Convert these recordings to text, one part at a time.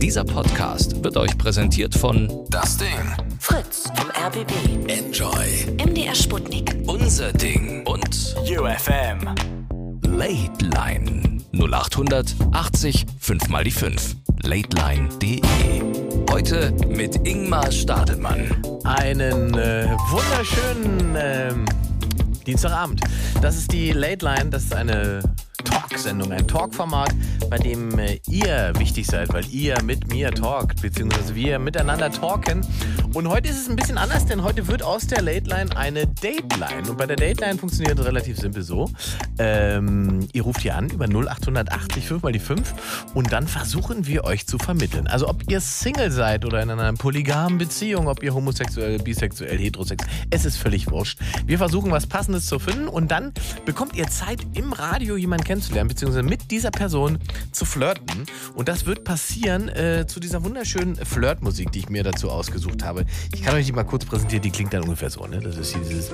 Dieser Podcast wird euch präsentiert von Das Ding. Fritz vom RBB. Enjoy. MDR Sputnik. Unser Ding und UFM. Late Line 0800 80 5 mal die 5. Lateline.de. E. Heute mit Ingmar Stadelmann. Einen äh, wunderschönen ähm, Dienstagabend. Das ist die Late Line, das ist eine Talk-Sendung, ein Talk-Format, bei dem äh, ihr wichtig seid, weil ihr mit mir talkt, beziehungsweise wir miteinander talken. Und heute ist es ein bisschen anders, denn heute wird aus der Late Line eine Dateline. Und bei der Dateline funktioniert es relativ simpel so. Ähm, ihr ruft hier an über 0880 5 mal die 5 und dann versuchen wir euch zu vermitteln. Also ob ihr Single seid oder in einer polygamen Beziehung, ob ihr homosexuell, bisexuell, heterosexuell, es ist völlig wurscht. Wir versuchen was Passendes zu finden und dann bekommt ihr Zeit im Radio jemanden kennenzulernen, beziehungsweise mit dieser Person zu flirten. Und das wird passieren äh, zu dieser wunderschönen Flirtmusik, die ich mir dazu ausgesucht habe. Ich kann euch die mal kurz präsentieren, die klingt dann ungefähr so. Ne? Das ist hier dieses.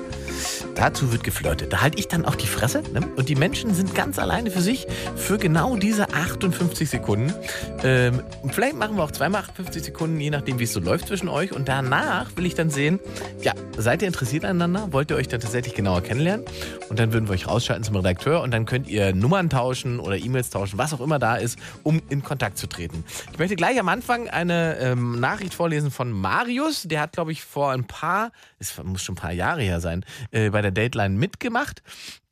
Dazu wird geflirtet. Da halte ich dann auch die Fresse ne? und die Menschen sind ganz alleine für sich für genau diese 58 Sekunden. Ähm, und vielleicht machen wir auch zweimal 58 Sekunden, je nachdem, wie es so läuft zwischen euch. Und danach will ich dann sehen, ja, seid ihr interessiert aneinander? Wollt ihr euch dann tatsächlich genauer kennenlernen? Und dann würden wir euch rausschalten zum Redakteur und dann könnt ihr Nummern tauschen oder E-Mails tauschen, was auch immer da ist, um in Kontakt zu treten. Ich möchte gleich am Anfang eine ähm, Nachricht vorlesen von Marius. Der hat, glaube ich, vor ein paar, es muss schon ein paar Jahre her sein, äh, bei der Dateline mitgemacht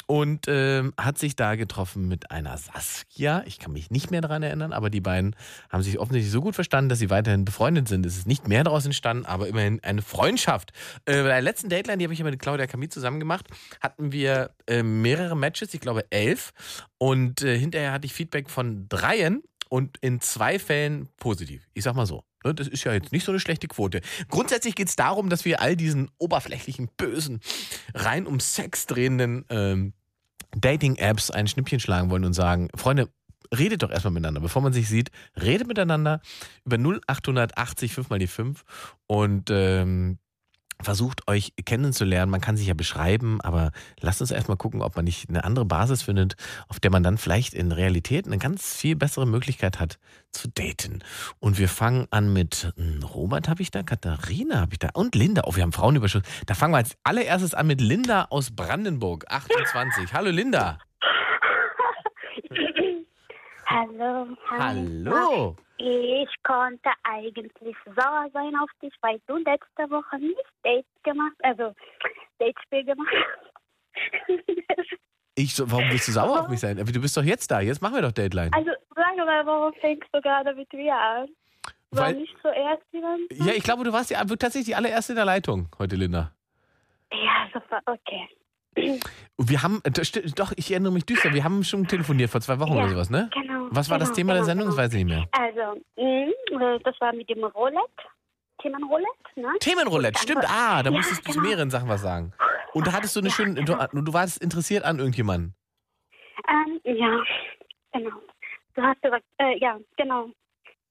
und ähm, hat sich da getroffen mit einer Saskia. Ich kann mich nicht mehr daran erinnern, aber die beiden haben sich offensichtlich so gut verstanden, dass sie weiterhin befreundet sind. Es ist nicht mehr daraus entstanden, aber immerhin eine Freundschaft. Äh, bei der letzten Dateline, die habe ich ja mit Claudia Camille zusammen gemacht, hatten wir äh, mehrere Matches, ich glaube elf. Und äh, hinterher hatte ich Feedback von dreien und in zwei Fällen positiv. Ich sag mal so. Ne, Das ist ja jetzt nicht so eine schlechte Quote. Grundsätzlich geht es darum, dass wir all diesen oberflächlichen, bösen, rein um Sex drehenden ähm, Dating-Apps ein Schnippchen schlagen wollen und sagen, Freunde, redet doch erstmal miteinander, bevor man sich sieht, redet miteinander über 0880 5 mal die 5 und ähm, versucht euch kennenzulernen. Man kann sich ja beschreiben, aber lasst uns erstmal gucken, ob man nicht eine andere Basis findet, auf der man dann vielleicht in Realität eine ganz viel bessere Möglichkeit hat zu daten. Und wir fangen an mit hm, Robert habe ich da, Katharina habe ich da und Linda. Oh, wir haben Frauenüberschuss. Da fangen wir als allererstes an mit Linda aus Brandenburg, 28. Hallo Linda. Hallo. Hallo. Ich konnte eigentlich sauer sein auf dich, weil du letzte Woche nicht Dates gemacht, also Datespiel gemacht. hast. Ich so, warum willst du sauer auf mich sein? Aber Du bist doch jetzt da. Jetzt machen wir doch Deadline. also sag mal, warum fängst du gerade mit mir an? War Weil- nicht zuerst jemand? Ja, ich glaube, du warst die, tatsächlich die allererste in der Leitung heute, Linda. Ja, super, okay. Und wir haben, äh, das stimmt, doch, ich erinnere mich düster, wir haben schon telefoniert vor zwei Wochen Ja, oder sowas, ne? Genau. Was war das genau, Thema der genau, Sendung? Das Genau. weiß ich nicht mehr. Also, mh, das war mit dem Roulette. Themenroulette, ne? Themenroulette, stimmt. Ah, da Ja, musstest du zu genau. mehreren Sachen was sagen. Und da hattest du eine Ja, schöne, du, ah, genau. du warst interessiert an irgendjemanden. Ähm, ja, genau. Du hast gesagt, äh, ja, genau.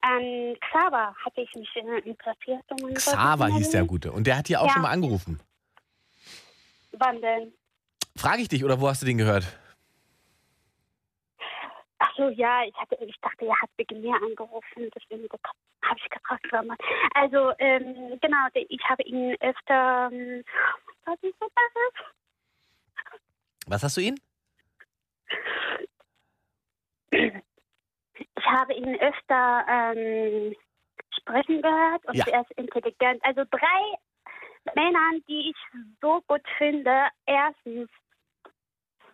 An Xaver hatte ich mich äh, interessiert. Um einen Xaver Gottesdienst. hieß der Gute. Und der hat hier auch Ja. schon mal angerufen. Wann denn? Frage ich dich, oder wo hast du den gehört? Ach so, ja, ich, hatte, ich dachte, er hat wegen mir angerufen, deswegen habe ich gefragt, wer man. Also, ähm, genau, der- ich habe ihn öfter. Ähm, was ist das? Was hast du ihn? ich habe ihn öfter ähm, sprechen gehört und Ja. er ist intelligent. Also drei Männern, die ich so gut finde. Erstens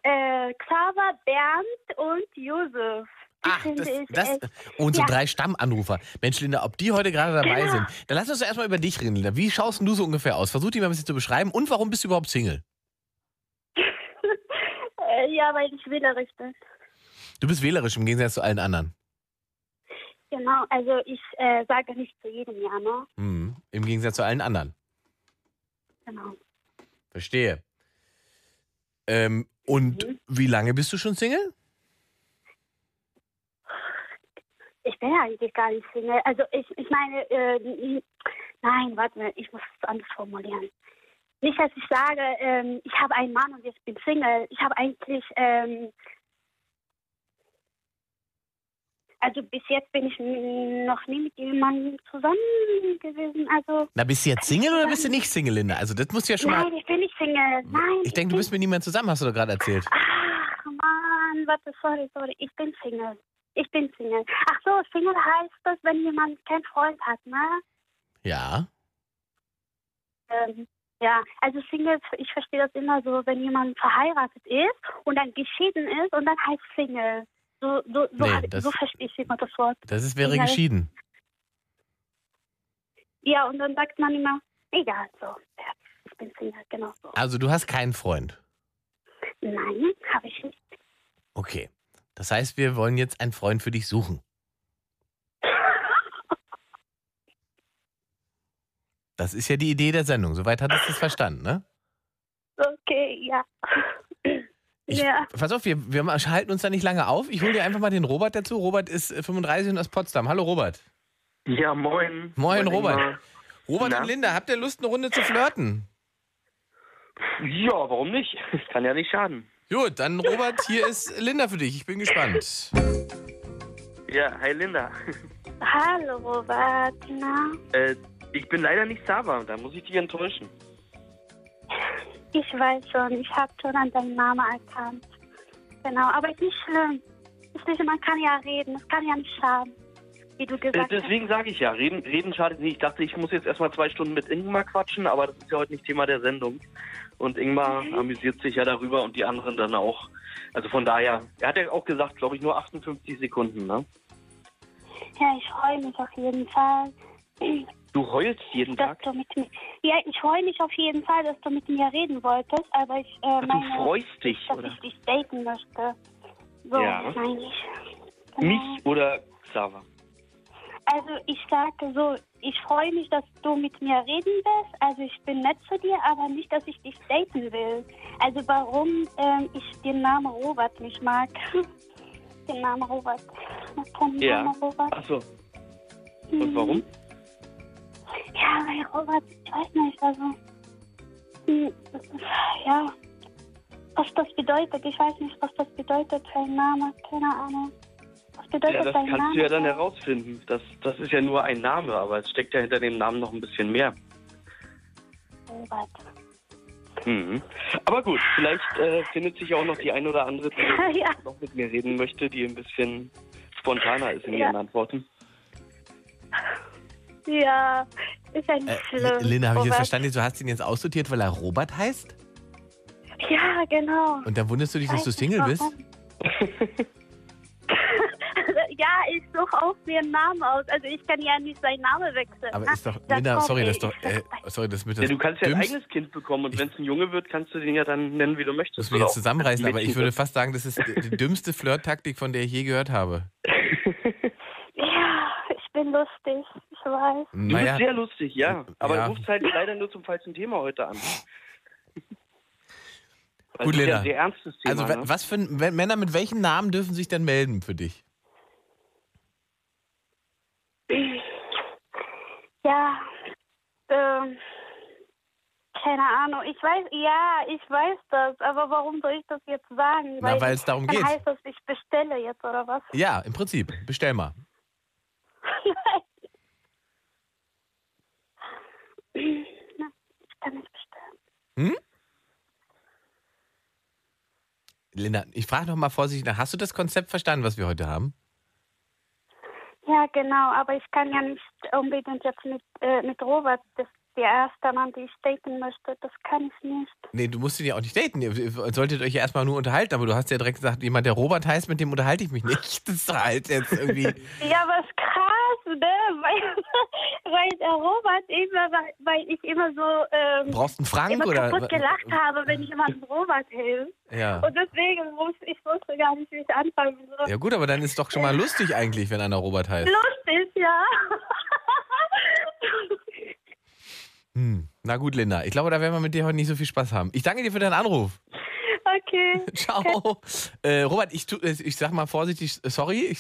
äh, Xaver, Bernd und Josef. Die Ach, finde Ah, das, ich das, echt und so Äh, Ja. drei Stammanrufer. Mensch, Linda, ob die heute gerade dabei Genau. sind. Dann lass uns doch erstmal über dich reden, Linda. Wie schaust denn du so ungefähr aus? Versuch die mal ein bisschen zu beschreiben. Und warum bist du überhaupt Single? äh, ja, weil ich wählerisch bin. Du bist wählerisch im Gegensatz zu allen anderen. Genau, also ich äh, sage nicht zu jedem ja, ne? Mhm. Im Gegensatz zu allen anderen. Genau. Verstehe. Ähm, und Mhm. wie lange bist du schon Single? Ich bin ja eigentlich gar nicht Single. Also ich, ich meine, äh, nein, warte mal, ich muss es anders formulieren. Nicht, dass ich sage, ähm, ich habe einen Mann und jetzt bin Single. Ich habe eigentlich, ähm, Also bis jetzt bin ich mm, noch nie mit jemandem zusammen gewesen. Also Na, bist du jetzt Single oder bist du nicht Single, Linda? Also, das musst du ja schon mal. nein, ich bin nicht Single. Nein. Ich denke, du bist mit niemandem zusammen, hast du doch gerade erzählt. Ach Mann, warte, sorry, sorry. Ich bin Single. Ich bin Single. Ach so, Single heißt das, wenn jemand keinen Freund hat, ne? Ja. Ähm, ja, also Single, ich verstehe das immer so, wenn jemand verheiratet ist und dann geschieden ist und dann heißt Single. So, so, so, Nee, hab- das- so verstehe ich immer das Wort. Das ist, wäre Ja. geschieden. Ja, und dann sagt man immer, egal, so, ja, ich bin Single, genau so. Also, du hast keinen Freund. Nein, habe ich nicht. Okay. Das heißt, wir wollen jetzt einen Freund für dich suchen. Das ist ja die Idee der Sendung. Soweit hattest du es verstanden, ne? Okay, ja. Ich, ja, Pass auf, wir, wir ma- halten uns da nicht lange auf. Ich hole dir einfach mal den Robert dazu. Robert ist äh, 35 und aus Potsdam. Hallo Robert. Ja, moin. Moin, Robert. Ingmar. Robert Na? und Linda, habt ihr Lust, eine Runde zu flirten? Ja, warum nicht? Kann ja nicht schaden. Gut, dann Robert, hier ist Linda für dich. Ich bin gespannt. Ja, hi Linda. hallo Robert, na? Äh, ich bin leider nicht Saba, da muss ich dich enttäuschen. Ich weiß schon, ich habe schon an deinen Namen erkannt. Genau, aber ist nicht schlimm. Ist nicht, man kann ja reden, es kann ja nicht schaden, wie du Äh, gesagt hast. deswegen sage ich ja, reden, reden schadet nicht. Ich dachte, ich muss jetzt erstmal zwei Stunden mit Ingmar quatschen, aber das ist ja heute nicht Thema der Sendung. Und Ingmar Mhm. amüsiert sich ja darüber und die anderen dann auch. Also von daher, er hat ja auch gesagt, glaube ich, nur 58 Sekunden, ne? Ja, ich freue mich auf jeden Fall, Du heulst jeden dass Tag. du mit mir. Ja, ich freue mich auf jeden Fall, dass du mit mir reden wolltest, aber ich äh, Ach, du meine, freust dich, dass oder? ich dich daten möchte. So, Ja. meine ich. Genau. Mich oder Xaver? Also ich sage so, ich freue mich, dass du mit mir reden willst. Also ich bin nett zu dir, aber nicht, dass ich dich daten will. Also warum ähm, ich den Namen Robert nicht mag. den Namen Robert. Ich mag den Ja. Namen Robert. Achso. Und warum? Ja, weil Robert, ich weiß nicht, also... hm, Ja, was das bedeutet, ich weiß nicht, was das bedeutet für ein Name, keine Ahnung. Was bedeutet Ja, das dein kannst Name? du ja dann herausfinden. Das, das ist ja nur ein Name, aber es steckt ja hinter dem Namen noch ein bisschen mehr. Robert. Mhm. Aber gut, vielleicht äh, findet sich auch noch die ein oder andere, die ja. noch mit mir reden möchte, die ein bisschen spontaner ist in Ja. ihren Antworten. Ja, ist ein Äh, nicht L- schlimm. Linda, habe ich jetzt Robert. verstanden, du hast ihn jetzt aussortiert, weil er Robert heißt? Ja, genau. Und dann wunderst du dich, dass du Weiß Single nicht, bist? warum. Also, ja, ich suche auch mir einen Namen aus. Also ich kann ja nicht seinen Namen wechseln. Aber ne? ist doch, Das Linda, kommt sorry, das eh. ist doch, äh, sorry, das ist mit Ja, das du kannst ja ein Dümmste- eigenes Kind bekommen und Ich- wenn es ein Junge wird, kannst du den ja dann nennen, wie du möchtest. Müssen wir oder jetzt auch- zusammenreißen, aber ich Mädchen würde wird. fast sagen, das ist die dümmste Flirttaktik, von der ich je gehört habe. Ja, ich bin lustig, ich weiß. Hm. Du bist sehr lustig, ja. Aber Ja. du rufst halt leider nur zum falschen Thema heute an. Das Gut, ist Lena. ja ein also sehr ernstes Thema. also ne? wa- was für ein- wenn- Männer mit welchen Namen dürfen sich denn melden für dich? Ja, ähm, keine Ahnung. Ich weiß, ja, ich weiß das. Aber warum soll ich das jetzt sagen? Na, weil es darum dann geht. heißt das, ich bestelle jetzt, oder was? Ja, im Prinzip. Bestell mal. Na, ich kann nicht bestellen. Hm? Linda, ich frage noch mal vorsichtig nach, hast du das Konzept verstanden, was wir heute haben? Ja, genau, aber ich kann ja nicht unbedingt jetzt mit, äh, mit Robert, das ist der erste Mann, den ich daten möchte, das kann ich nicht. Nee, du musst ihn ja auch nicht daten. Ihr ihr solltet euch ja erstmal nur unterhalten, aber du hast ja direkt gesagt, jemand, der Robert heißt, mit dem unterhalte ich mich nicht. Das ist doch halt jetzt irgendwie. Ja, aber ist krass, ne? Weil, weil der Robert immer, weil, weil ich immer so ähm, Brauchst du einen Frank immer oder? kaputt gelacht habe, wenn ich immer mit Robert hilf. Ja. Und deswegen wusste ich wusste gar nicht, wie ich anfangen soll. Ja gut, halt. aber dann ist doch schon mal lustig eigentlich, wenn einer Robert heißt. Lustig, ja. Hm. Na gut, Linda, ich glaube, da werden wir mit dir heute nicht so viel Spaß haben. Ich danke dir für deinen Anruf. okay. Ciao. Äh, Robert, ich, tu, äh, ich sag mal vorsichtig, äh, sorry. Ich,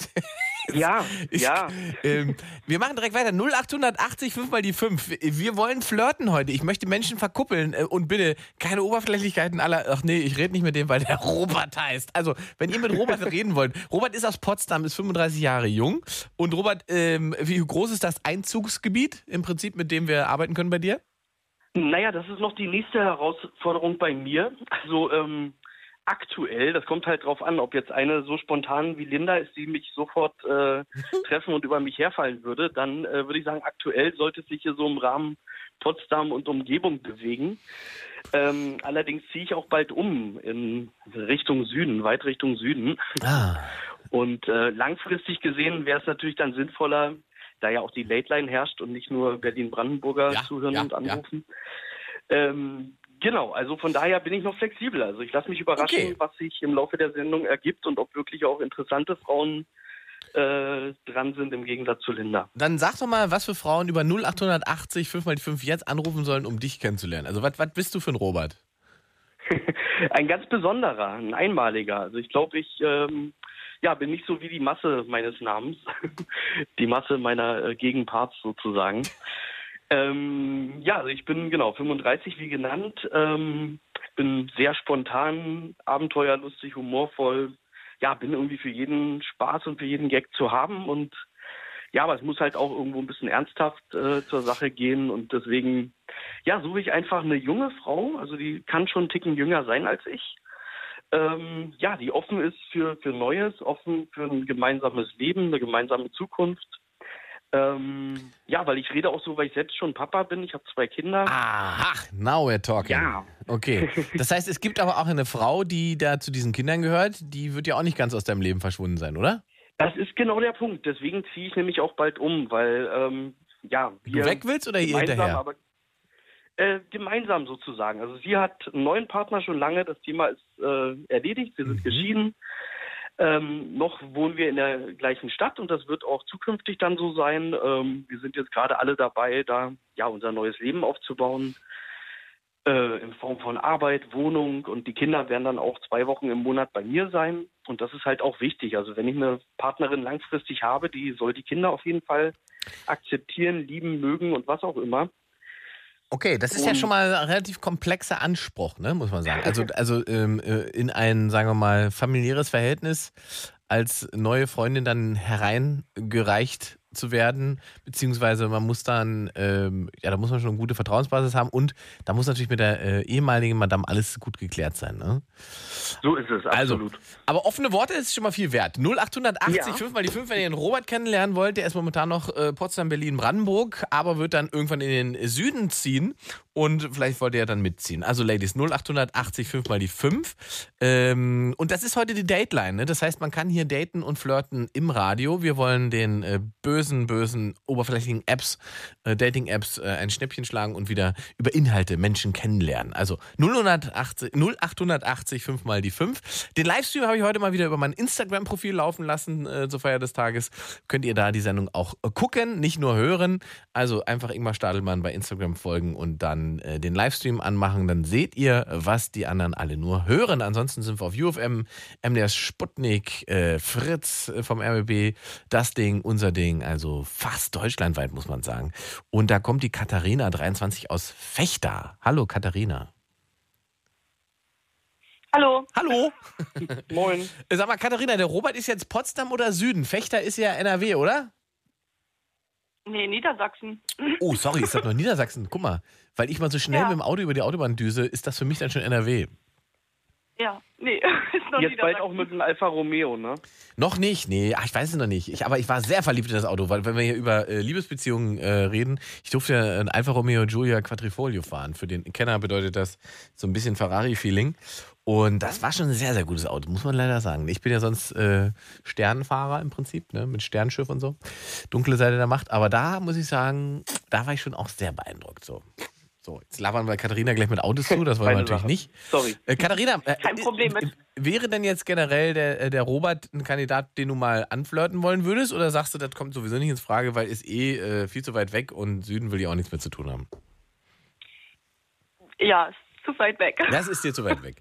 Ja, Ich- ja. Ähm, wir machen direkt weiter. 0880 5 mal die 5. Wir wollen flirten heute. Ich möchte Menschen verkuppeln äh, und bitte keine Oberflächlichkeiten aller. Ach nee, ich rede nicht mit dem, weil der Robert heißt. Also, wenn ihr mit Robert reden wollt. Robert ist aus Potsdam, ist 35 Jahre jung. Und Robert, ähm, wie groß ist das Einzugsgebiet im Prinzip, mit dem wir arbeiten können bei dir? Naja, das ist noch die nächste Herausforderung bei mir. Also ähm, aktuell, das kommt halt drauf an, ob jetzt eine so spontan wie Linda ist, die mich sofort äh, treffen und über mich herfallen würde, dann äh, würde ich sagen, aktuell sollte es sich hier so im Rahmen Potsdam und Umgebung bewegen. Ähm, allerdings ziehe ich auch bald um in Richtung Süden, weit Richtung Süden. Ah. Und äh, langfristig gesehen wäre es natürlich dann sinnvoller, da ja auch die Late Line herrscht und nicht nur Berlin-Brandenburger Ja, zuhören ja, und anrufen. Ähm, genau, also von daher bin ich noch flexibel. Also ich lasse mich überraschen, Okay. was sich im Laufe der Sendung ergibt und ob wirklich auch interessante Frauen äh, dran sind im Gegensatz zu Linda. Dann sag doch mal, was für Frauen über 0880 5 mal die 5 jetzt anrufen sollen, um dich kennenzulernen. Also, was was bist du für ein Robert? Ein ganz besonderer, ein einmaliger. Also ich glaube, ich ähm, ja, bin nicht so wie die Masse meines Namens, die Masse meiner äh, Gegenparts sozusagen. Ähm, ja, also ich bin genau 35, wie genannt. Ähm, bin sehr spontan, abenteuerlustig, humorvoll. Ja, bin irgendwie für jeden Spaß und für jeden Gag zu haben. Und ja, aber es muss halt auch irgendwo ein bisschen ernsthaft äh, zur Sache gehen. Und deswegen, ja, suche ich einfach eine junge Frau. Also die kann schon einen Ticken jünger sein als ich. Ähm, ja, die offen ist für, für Neues, offen für ein gemeinsames Leben, eine gemeinsame Zukunft. Ähm, ja, weil ich rede auch so, weil ich selbst schon Papa bin. Ich habe zwei Kinder. Aha, now we're talking. Ja. Okay. Das heißt, es gibt aber auch eine Frau, die da zu diesen Kindern gehört, die wird ja auch nicht ganz aus deinem Leben verschwunden sein, oder? Das ist genau der Punkt. Deswegen ziehe ich nämlich auch bald um, weil, ähm, ja. Du weg willst oder ihr gemeinsam, hinterher? aber äh, gemeinsam sozusagen. Also sie hat einen neuen Partner schon lange, das Thema ist äh, erledigt, wir Mhm. sind geschieden. Ähm, noch wohnen wir in der gleichen Stadt und das wird auch zukünftig dann so sein. Ähm, wir sind jetzt gerade alle dabei, da ja unser neues Leben aufzubauen. Äh, in Form von Arbeit, Wohnung und die Kinder werden dann auch zwei Wochen im Monat bei mir sein. Und das ist halt auch wichtig. Also wenn ich eine Partnerin langfristig habe, die soll die Kinder auf jeden Fall akzeptieren, lieben, mögen und was auch immer. Okay, das ist ja Und- schon mal ein relativ komplexer Anspruch, ne, muss man sagen. Also, also ähm, äh, in ein, sagen wir mal, familiäres Verhältnis als neue Freundin dann hereingereicht zu werden, beziehungsweise man muss dann, ähm, ja, da muss man schon eine gute Vertrauensbasis haben und da muss natürlich mit der äh, ehemaligen Madame alles gut geklärt sein, ne? So ist es, absolut. Also, aber offene Worte ist schon mal viel wert. 0880 Ja. 5 mal die 5, wenn ihr den Robert kennenlernen wollt. Der ist momentan noch äh, Potsdam, Berlin, Brandenburg, aber wird dann irgendwann in den Süden ziehen und vielleicht wollt ihr ja dann mitziehen. Also, Ladies, 0880 5 mal die 5. Ähm, und das ist heute die Dateline. Ne? Das heißt, man kann hier daten und flirten im Radio. Wir wollen den äh, bösen, bösen, oberflächlichen Apps, äh, Dating-Apps äh, ein Schnäppchen schlagen und wieder über Inhalte Menschen kennenlernen. Also 080 0880 5 mal die 5. Den Livestream habe ich heute mal wieder über mein Instagram-Profil laufen lassen äh, zur Feier des Tages. Könnt ihr da die Sendung auch äh, gucken, nicht nur hören. Also einfach Ingmar Stadelmann bei Instagram folgen und dann äh, den Livestream anmachen. Dann seht ihr, was die anderen alle nur hören. Ansonsten sind wir auf UFM, MDR Sputnik, äh, Fritz äh, vom RBB, das Ding, unser Ding. Also fast deutschlandweit, muss man sagen. Und da kommt die Katharina 23 aus Fechter. Hallo Katharina. Hallo. Hallo. Moin. Sag mal, Katharina, der Robert ist jetzt Potsdam oder Süden? Fechter ist ja NRW, oder? Nee, Niedersachsen. Oh, sorry, ist das noch Niedersachsen? Guck mal, weil ich mal so schnell Ja. mit dem Auto über die Autobahn düse, ist das für mich dann schon NRW. Ja, nee, ist noch Jetzt bald Niedersachsen. auch mit einem Alfa Romeo, ne? Noch nicht, nee, ach, ich weiß es noch nicht. Ich, aber ich war sehr verliebt in das Auto, weil wenn wir hier über äh, Liebesbeziehungen äh, reden, ich durfte ja ein Alfa Romeo Giulia Quattrifoglio fahren. Für den Kenner bedeutet das so ein bisschen Ferrari-Feeling. Und das war schon ein sehr, sehr gutes Auto, muss man leider sagen. Ich bin ja sonst äh, Sternenfahrer im Prinzip, ne? mit Sternschiff und so. Dunkle Seite der Macht. Aber da muss ich sagen, da war ich schon auch sehr beeindruckt. So, so jetzt labern wir Katharina gleich mit Autos zu, das wollen wir Meine natürlich Sache. nicht. Sorry. Äh, Katharina, äh, Kein Problem mit. äh, Wäre denn jetzt generell der, äh, der Robert ein Kandidat, den du mal anflirten wollen würdest? Oder sagst du, das kommt sowieso nicht ins Frage, weil ist eh äh, viel zu weit weg und Süden will ja auch nichts mehr zu tun haben? Ja, ist zu weit weg. Das ist dir zu weit weg.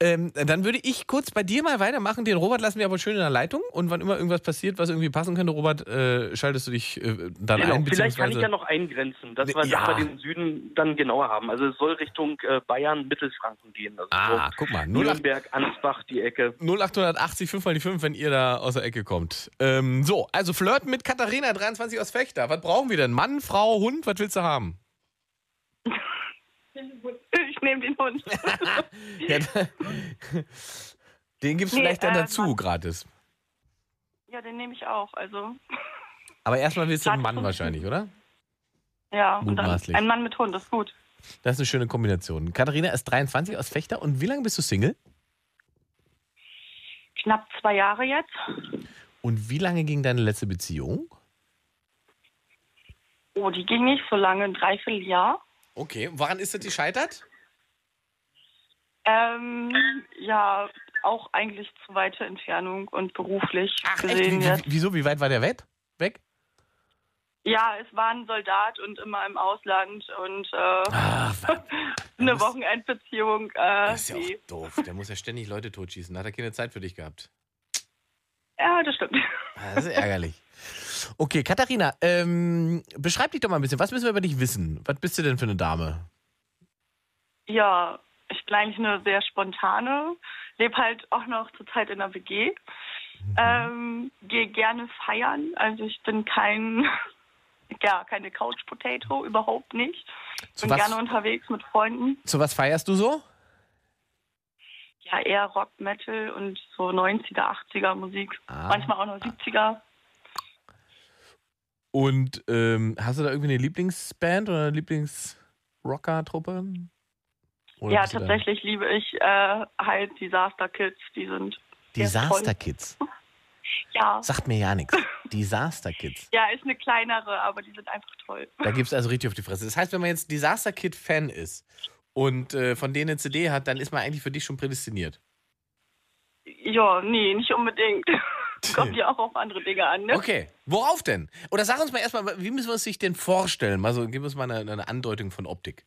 Ähm, dann würde ich kurz bei dir mal weitermachen. Den Robert lassen wir aber schön in der Leitung. Und wann immer irgendwas passiert, was irgendwie passen könnte, Robert, äh, schaltest du dich äh, dann Genau, ein. vielleicht kann ich beziehungsweise- ja noch eingrenzen, dass wir, Ja. dass wir den Süden dann genauer haben. Also es soll Richtung äh, Bayern, Mittelfranken gehen. Also Ah, so guck mal. 08 Nürnberg, Ansbach, die Ecke. 0880 5 mal die 5, wenn ihr da aus der Ecke kommt. Ähm, so, also flirten mit Katharina, 23 aus Fechter. Was brauchen wir denn? Mann, Frau, Hund? Was willst du haben? Ich nehme den Hund. Ja, da- den gibt's Nee, vielleicht dann äh, dazu Mann. gratis. Ja, den nehme ich auch. Also, Aber erstmal willst du einen Mann Gratis. wahrscheinlich, oder? ja. Und dann Mutmaßlich. ein Mann mit Hund ist gut. Das ist eine schöne Kombination. Katharina ist 23 aus Fechter und wie lange bist du Single? Knapp zwei Jahre jetzt. Und wie lange ging deine letzte Beziehung? Oh, die ging nicht so lange, ein Dreivierteljahr. Okay, woran ist das gescheitert? Ähm, ja, auch eigentlich zu weite Entfernung und beruflich Wie, gesehen wie, jetzt. wieso? Wie weit war der weg? Weg? Ja, es war ein Soldat und immer im Ausland und äh, Ach, eine Wochenendbeziehung. Äh, das ist ja die- auch doof. Der muss ja ständig Leute totschießen. Hat er keine Zeit für dich gehabt. ja, das stimmt. Ah, Das ist ärgerlich. Okay, Katharina, ähm, beschreib dich doch mal ein bisschen. Was müssen wir über dich wissen? Was bist du denn für eine Dame? Ja, ich bin eigentlich eine sehr spontane, lebe halt auch noch zurzeit in der WG. Mhm. Ähm, gehe gerne feiern, also ich bin kein, ja, keine Couch Potato, überhaupt nicht. Zu Bin was, gerne unterwegs mit Freunden. zu was feierst du so? Ja, eher Rock, Metal und so 90er, 80er Musik. Ah. Manchmal auch noch 70er. Und ähm, hast du da irgendwie eine Lieblingsband oder eine Lieblingsrocker-Truppe? Oder ja, bist du da- tatsächlich liebe ich äh, halt Disaster Kids. Die sind Disaster voll. Kids. ja, Sagt mir ja nichts. Disaster Kids. ja, ist eine kleinere, aber die sind einfach toll. Da gibt es also richtig auf die Fresse. Das heißt, wenn man jetzt Disaster Kid-Fan ist und äh, von denen eine CD hat, dann ist man eigentlich für dich schon prädestiniert. Ja, nee, nicht unbedingt. Kommt ja auch auf andere Dinge an, ne? Okay, worauf denn? Oder sag uns mal erstmal, wie müssen wir uns sich denn vorstellen? Mal so, gib uns mal eine, eine Andeutung von Optik.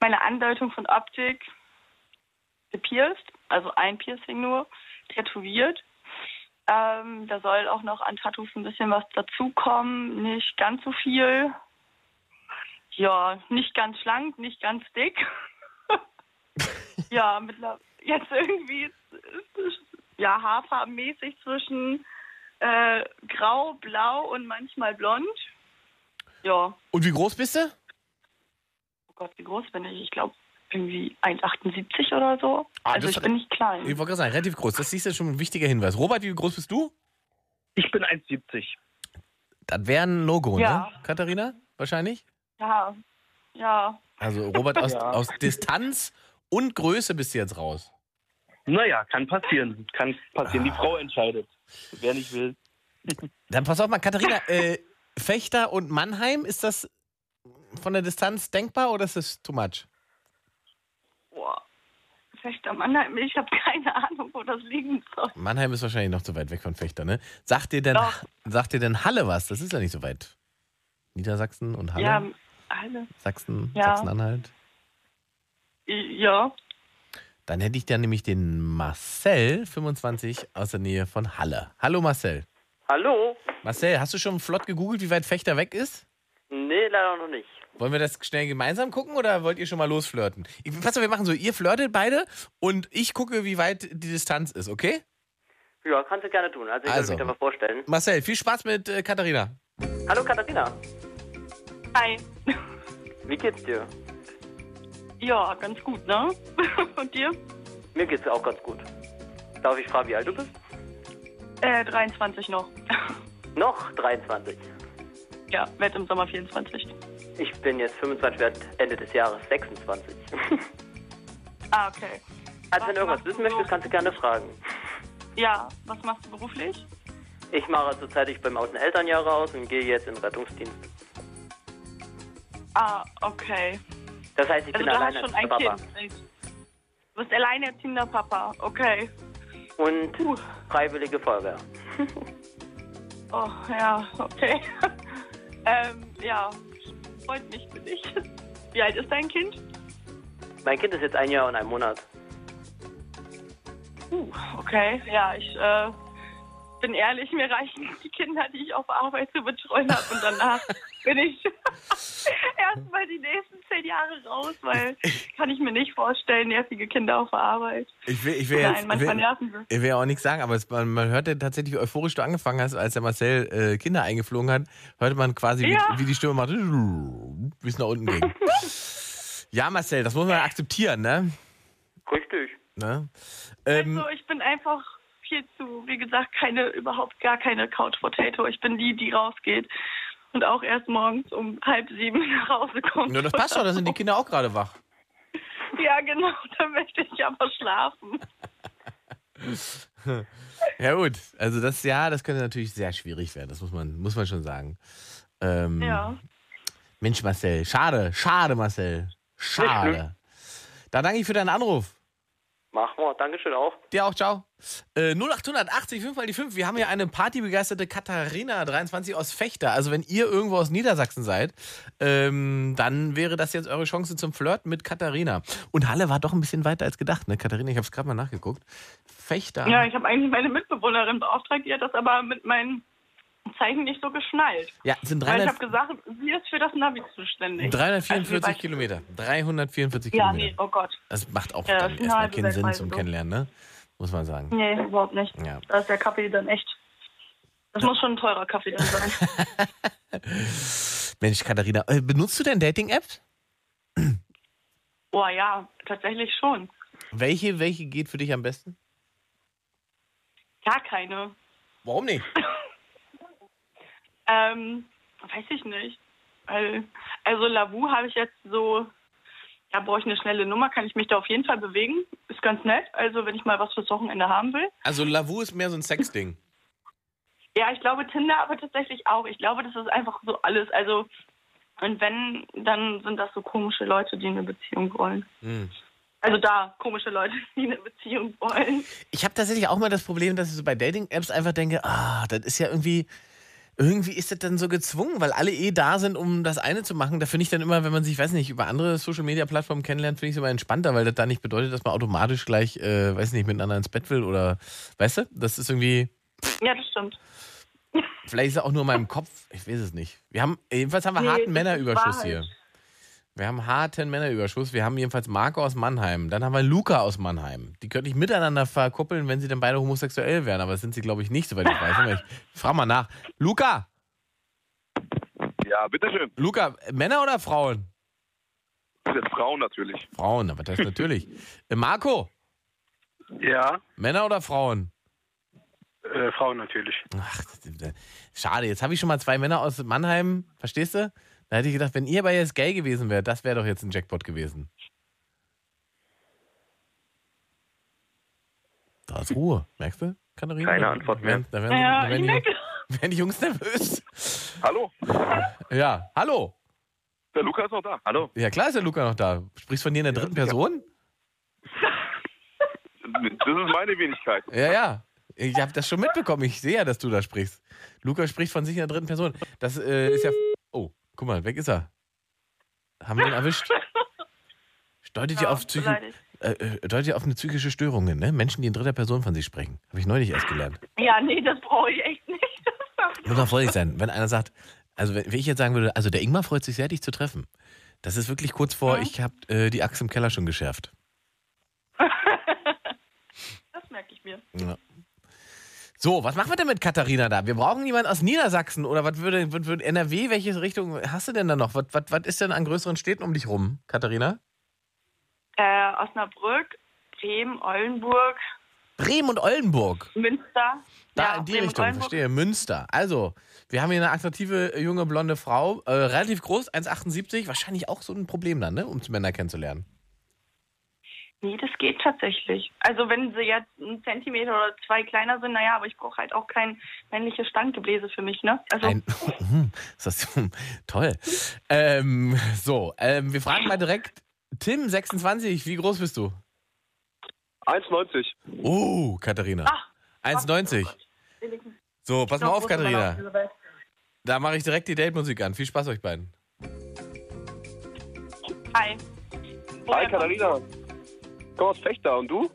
Meine Andeutung von Optik gepierst, also ein Piercing nur, tätowiert. Ähm, da soll auch noch an Tattoos ein bisschen was dazukommen, nicht ganz so viel. Ja, nicht ganz schlank, nicht ganz dick. ja, mittler jetzt irgendwie ja, haarfarbenmäßig zwischen äh, grau, blau und manchmal blond. Ja, Und wie groß bist du? oh Gott, wie groß bin ich? Ich glaube, irgendwie 1,78 oder so. Ah, also das- ich bin nicht klein. Ich wollte gerade sagen, relativ groß. Das ist ja schon ein wichtiger Hinweis. Robert, wie groß bist du? Ich bin 1,70. Das wäre ein Logo, Ja. ne? Katharina? Wahrscheinlich? Ja, ja. Also Robert, aus, Ja. aus Distanz und Größe bist du jetzt raus. Ah. Naja, kann passieren. Kann passieren. Die Frau entscheidet, wer nicht will. Dann pass auf mal, Katharina, äh, Fechter und Mannheim, ist das von der Distanz denkbar oder ist das too much? Boah. Vielleicht am Mannheim, ich habe keine Ahnung, wo das liegen soll. Mannheim ist wahrscheinlich noch zu weit weg von Fechter, ne? Sagt dir denn, Doch. sagt dir denn Halle was? Das ist ja nicht so weit. Niedersachsen und Halle? Ja, alle. Sachsen, Ja. Sachsen-Anhalt. Ja, Dann hätte ich dann nämlich den Marcel, 25, aus der Nähe von Halle. Hallo Marcel. Hallo? Marcel, hast du schon flott gegoogelt, wie weit Fechter weg ist? Nee, leider noch nicht. Wollen wir das schnell gemeinsam gucken oder wollt ihr schon mal losflirten? Ich, pass auf, wir machen so, ihr flirtet beide und ich gucke, wie weit die Distanz ist, okay? Ja, kannst du gerne tun. Also, ich Also. also. mich da mal vorstellen. Marcel, viel Spaß mit äh, Katharina. Hallo, Katharina. hi. Wie geht's dir? Ja, ganz gut, ne? Und dir? Mir geht's auch ganz gut. Darf ich fragen, wie alt du bist? Äh, 23 noch. Noch 23. Ja, werd im Sommer 24. Ich bin jetzt 25, werde Ende des Jahres 26. Ah, okay. Also, wenn du irgendwas machst du wissen möchtest, so? kannst du gerne fragen. Ja, was machst du beruflich? Ich mache zurzeit ich beim Außen Elternjahre aus und gehe jetzt in den Rettungsdienst. Ah, okay. Das heißt, ich Also bin du hast alleine schon ein Papa. Kind. Du bist alleinerziehender Papa, okay. Und freiwillige Feuerwehr. Oh, ja, okay. ähm, ja, freut mich für dich. Wie alt ist dein Kind? Mein Kind ist jetzt ein Jahr und ein Monat. Uh, okay, ja, ich äh, bin ehrlich, mir reichen die Kinder, die ich auf Arbeit zu betreuen habe. Und danach bin ich erstmal die nächsten zehn Jahre raus, weil kann ich mir nicht vorstellen, nervige Kinder auf der Arbeit. Ich will, ich will Nein, jetzt, manchmal will, nerven sie. Ich will ja auch nichts sagen, aber es, man, man hörte tatsächlich, wie euphorisch du angefangen hast, als der Marcel äh, Kinder eingeflogen hat, hörte man quasi, Ja. wie, wie die Stimme machte, wie es nach unten ging. ja, Marcel, das muss man akzeptieren, ne? Richtig. ne? Ähm, Also ich bin einfach viel zu, wie gesagt, keine, überhaupt gar keine Couch Potato. Ich bin die, die rausgeht und auch erst morgens um halb sieben nach Hause kommt. ja, das passt doch, da sind die Kinder auch gerade wach. Ja, genau, dann möchte ich aber schlafen. Ja, gut. Also das ja, das könnte natürlich sehr schwierig werden, das muss man, muss man schon sagen. Ähm, Ja. Mensch, Marcel, schade, schade, Marcel. Schade. Da danke ich für deinen Anruf. Machen wir. Dankeschön auch. Dir auch, ciao. Äh, 0880 5 mal die 5. Wir haben hier eine partybegeisterte Katharina 23 aus Fechter. Also wenn ihr irgendwo aus Niedersachsen seid, ähm, dann wäre das jetzt eure Chance zum Flirt mit Katharina. Und Halle war doch ein bisschen weiter als gedacht, ne? Katharina, ich habe es gerade mal nachgeguckt. Fechter. Ja, ich habe eigentlich meine Mitbewohnerin beauftragt, die hat das aber mit meinen Zeichen nicht so geschnallt. Ja, sind Weil ich habe 300, gesagt, sie ist für das Navi zuständig. Also, 344 wir- Kilometer. 344 Ja, Kilometer. nee, oh Gott. Das macht auch Ja, dann das ist eine erstmal halbe keinen Sinn Weltreise, zum so. Kennenlernen, ne? Muss man sagen. Nee, überhaupt nicht. Ja. Da ist der Kaffee dann echt. Das muss schon ein teurer Kaffee dann sein. Mensch, Katharina, äh, benutzt du denn Dating-Apps? Boah, ja, tatsächlich schon. Welche, welche geht für dich am besten? Gar keine. Warum nicht? Ähm, weiß ich nicht. Weil, also Lavu habe ich jetzt so, ja, brauche ich eine schnelle Nummer, kann ich mich da auf jeden Fall bewegen. Ist ganz nett. Also wenn ich mal was fürs Wochenende haben will. Also Lavu ist mehr so ein Sexding. Ja, ich glaube Tinder aber tatsächlich auch. Ich glaube, das ist einfach so alles. Also, und wenn, dann sind das so komische Leute, die eine Beziehung wollen. Hm. Also da, komische Leute, die eine Beziehung wollen. Ich habe tatsächlich auch mal das Problem, dass ich so bei Dating-Apps einfach denke, ah, das ist ja irgendwie, irgendwie ist das dann so gezwungen, weil alle eh da sind, um das eine zu machen. Da finde ich dann immer, wenn man sich, weiß nicht, über andere Social-Media-Plattformen kennenlernt, finde ich es immer entspannter, weil das da nicht bedeutet, dass man automatisch gleich, äh, weiß nicht, miteinander ins Bett will oder, weißt du, das ist irgendwie, Ja, das stimmt. vielleicht ist es auch nur in meinem Kopf, ich weiß es nicht. Wir haben, jedenfalls haben wir Nee, das halt harten ist Männerüberschuss Wahrheit. hier. Wir haben harten Männerüberschuss. Wir haben jedenfalls Marco aus Mannheim. Dann haben wir Luca aus Mannheim. Die könnte ich miteinander verkuppeln, wenn sie dann beide homosexuell wären. Aber das sind sie, glaube ich, nicht, soweit ich weiß. Aber Ich frage mal nach. Luca, Ja, bitteschön. Luca, äh, Männer oder Frauen? Das ist Frauen natürlich. Frauen, aber das natürlich. Äh, Marco, Ja, Männer oder Frauen? äh, Frauen natürlich. Ach, das ist, äh, schade. Jetzt habe ich schon mal zwei Männer aus Mannheim. Verstehst du? Da hätte ich gedacht, wenn ihr aber jetzt gay gewesen wärt, das wäre doch jetzt ein Jackpot gewesen. Da ist Ruhe. Merkst du, Katharina? Keine Da- Antwort da werden- Da werden, Ja, da ich werden, die, merke. werden die Jungs nervös. Hallo, Ja, hallo. der Luca ist noch da. Hallo. Ja, klar ist der Luca noch da. Sprichst von dir in der dritten Person? Das ist meine Wenigkeit. Ja, ja. Ich habe das schon mitbekommen. Ich sehe ja, dass du da sprichst. Luca spricht von sich in der dritten Person. Das äh, ist ja. Oh, guck mal, weg ist er. Haben wir ihn erwischt? Deutet ja, Ja, auf, psychi beleidigt. äh, äh, deutet ja auf eine psychische Störung hin, ne? Menschen, die in dritter Person von sich sprechen. Habe ich neulich erst gelernt. Ja, nee, das brauche ich echt nicht. Muss man vorsichtig sein, wenn einer sagt, also wenn wenn ich jetzt sagen würde, also der Ingmar freut sich sehr, dich zu treffen. Das ist wirklich kurz vor, ich habe äh, die Axt im Keller schon geschärft. Das merke ich mir. So, was machen wir denn mit Katharina da? Wir brauchen jemanden aus Niedersachsen oder was würde, was würde NRW, welche Richtung hast du denn da noch? Was, was, was ist denn an größeren Städten um dich rum, Katharina? Äh, Osnabrück, Bremen, Oldenburg, Bremen und Oldenburg. Münster. Da Ja, in die Bremen und Richtung, Oldenburg. verstehe. Münster. Also, wir haben hier eine attraktive äh, junge blonde Frau, äh, relativ groß, 1,78, wahrscheinlich auch so ein Problem dann, ne, um die Männer kennenzulernen. Nee, das geht tatsächlich. Also wenn sie jetzt einen Zentimeter oder zwei kleiner sind, naja, aber ich brauche halt auch kein männliches Standgebläse für mich, ne? Also Ein, Mhm, ist das toll. Ähm, so, ähm, wir fragen mal direkt, Tim, 26, wie groß bist du? 1,90. Oh, Katharina. Ah, 1,90. So, pass mal auf, Katharina. Da mache ich direkt die Date-Musik an. Viel Spaß euch beiden. Hi. Hi, Katharina. Komm aus Fechter. Und du?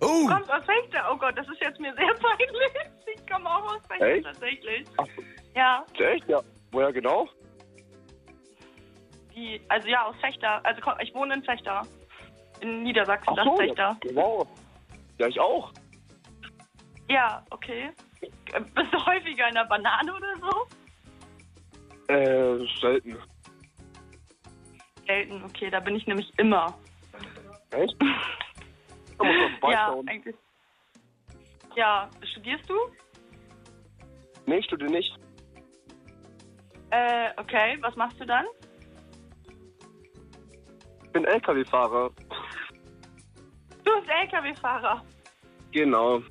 Oh, Kommst aus Fechter? Oh Gott, das ist jetzt mir sehr peinlich. Ich komme auch aus Fechter Echt? tatsächlich. Ach. Ja, Echt? Ja. Woher genau? die, also ja, aus Fechter. Also komm, ich wohne in Fechter. In Niedersachsen, das so, Fechter. Genau. Ja, ich auch. Ja, okay. Äh, Bist du häufiger in der Banane oder so? Äh, selten. Selten, okay, da bin ich nämlich immer. Echt? Da muss man ja, vorbeischauen. eigentlich. Ja, studierst du? Nee, ich studiere nicht. Äh, okay, was machst du dann? Ich bin LKW-Fahrer. Du bist LKW-Fahrer. Genau.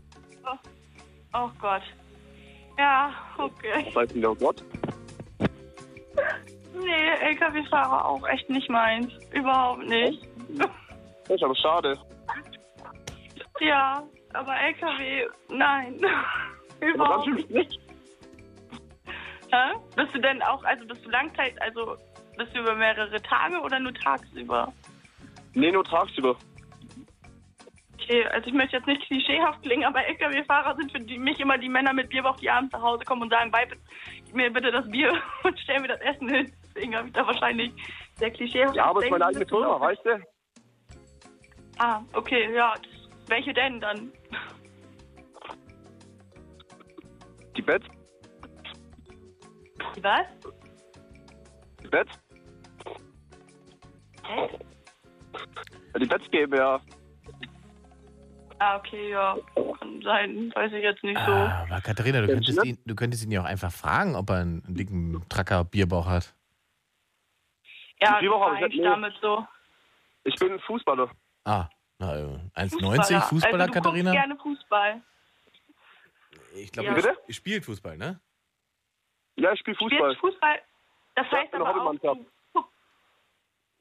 Oh Gott. Ja, okay. Das heißt wieder, oh Gott. Nee, LKW-Fahrer auch echt nicht meins. Überhaupt nicht. Das ist aber schade. Ja, aber LKW, nein. Aber ganz Überhaupt schön schlecht. Hä? Bist du denn auch, also bist du Langzeit, also bist du über mehrere Tage oder nur tagsüber? Nee, nur tagsüber. Okay, also ich möchte jetzt nicht klischeehaft klingen, aber LKW-Fahrer sind für die, mich immer die Männer mit Bierbauch, die abends nach Hause kommen und sagen, Weib, gib mir bitte das Bier und stell mir das Essen hin. Deswegen habe ich da wahrscheinlich sehr klischeehaft Ja, aber es ist meine eigene Denken. Firma, weißt du? Ah, okay, ja. das- Welche denn dann? Die Bett, Was? die Bett. Ja, Die Betz GmbH. Ah, okay, ja. Kann sein, weiß ich jetzt nicht so. Ah, aber Katharina, du Ganz könntest, schlimm. ihn, du könntest ihn ja auch einfach fragen, ob er einen dicken Tracker-Bierbauch hat. Ja, die Woche habe ich eigentlich halt nur- damit so. Ich bin Fußballer. Ah, na, äh, 1,90 Fußballer, also, du Katharina? guckst gerne Fußball. Ich glaube, Ja. ihr Bitte? sp- ihr spielt Fußball, ne? Ja, ich spiele Fußball. Spielst Fußball? Das Ja, heißt bin eine aber auch, Hobbymannschaft. du guck-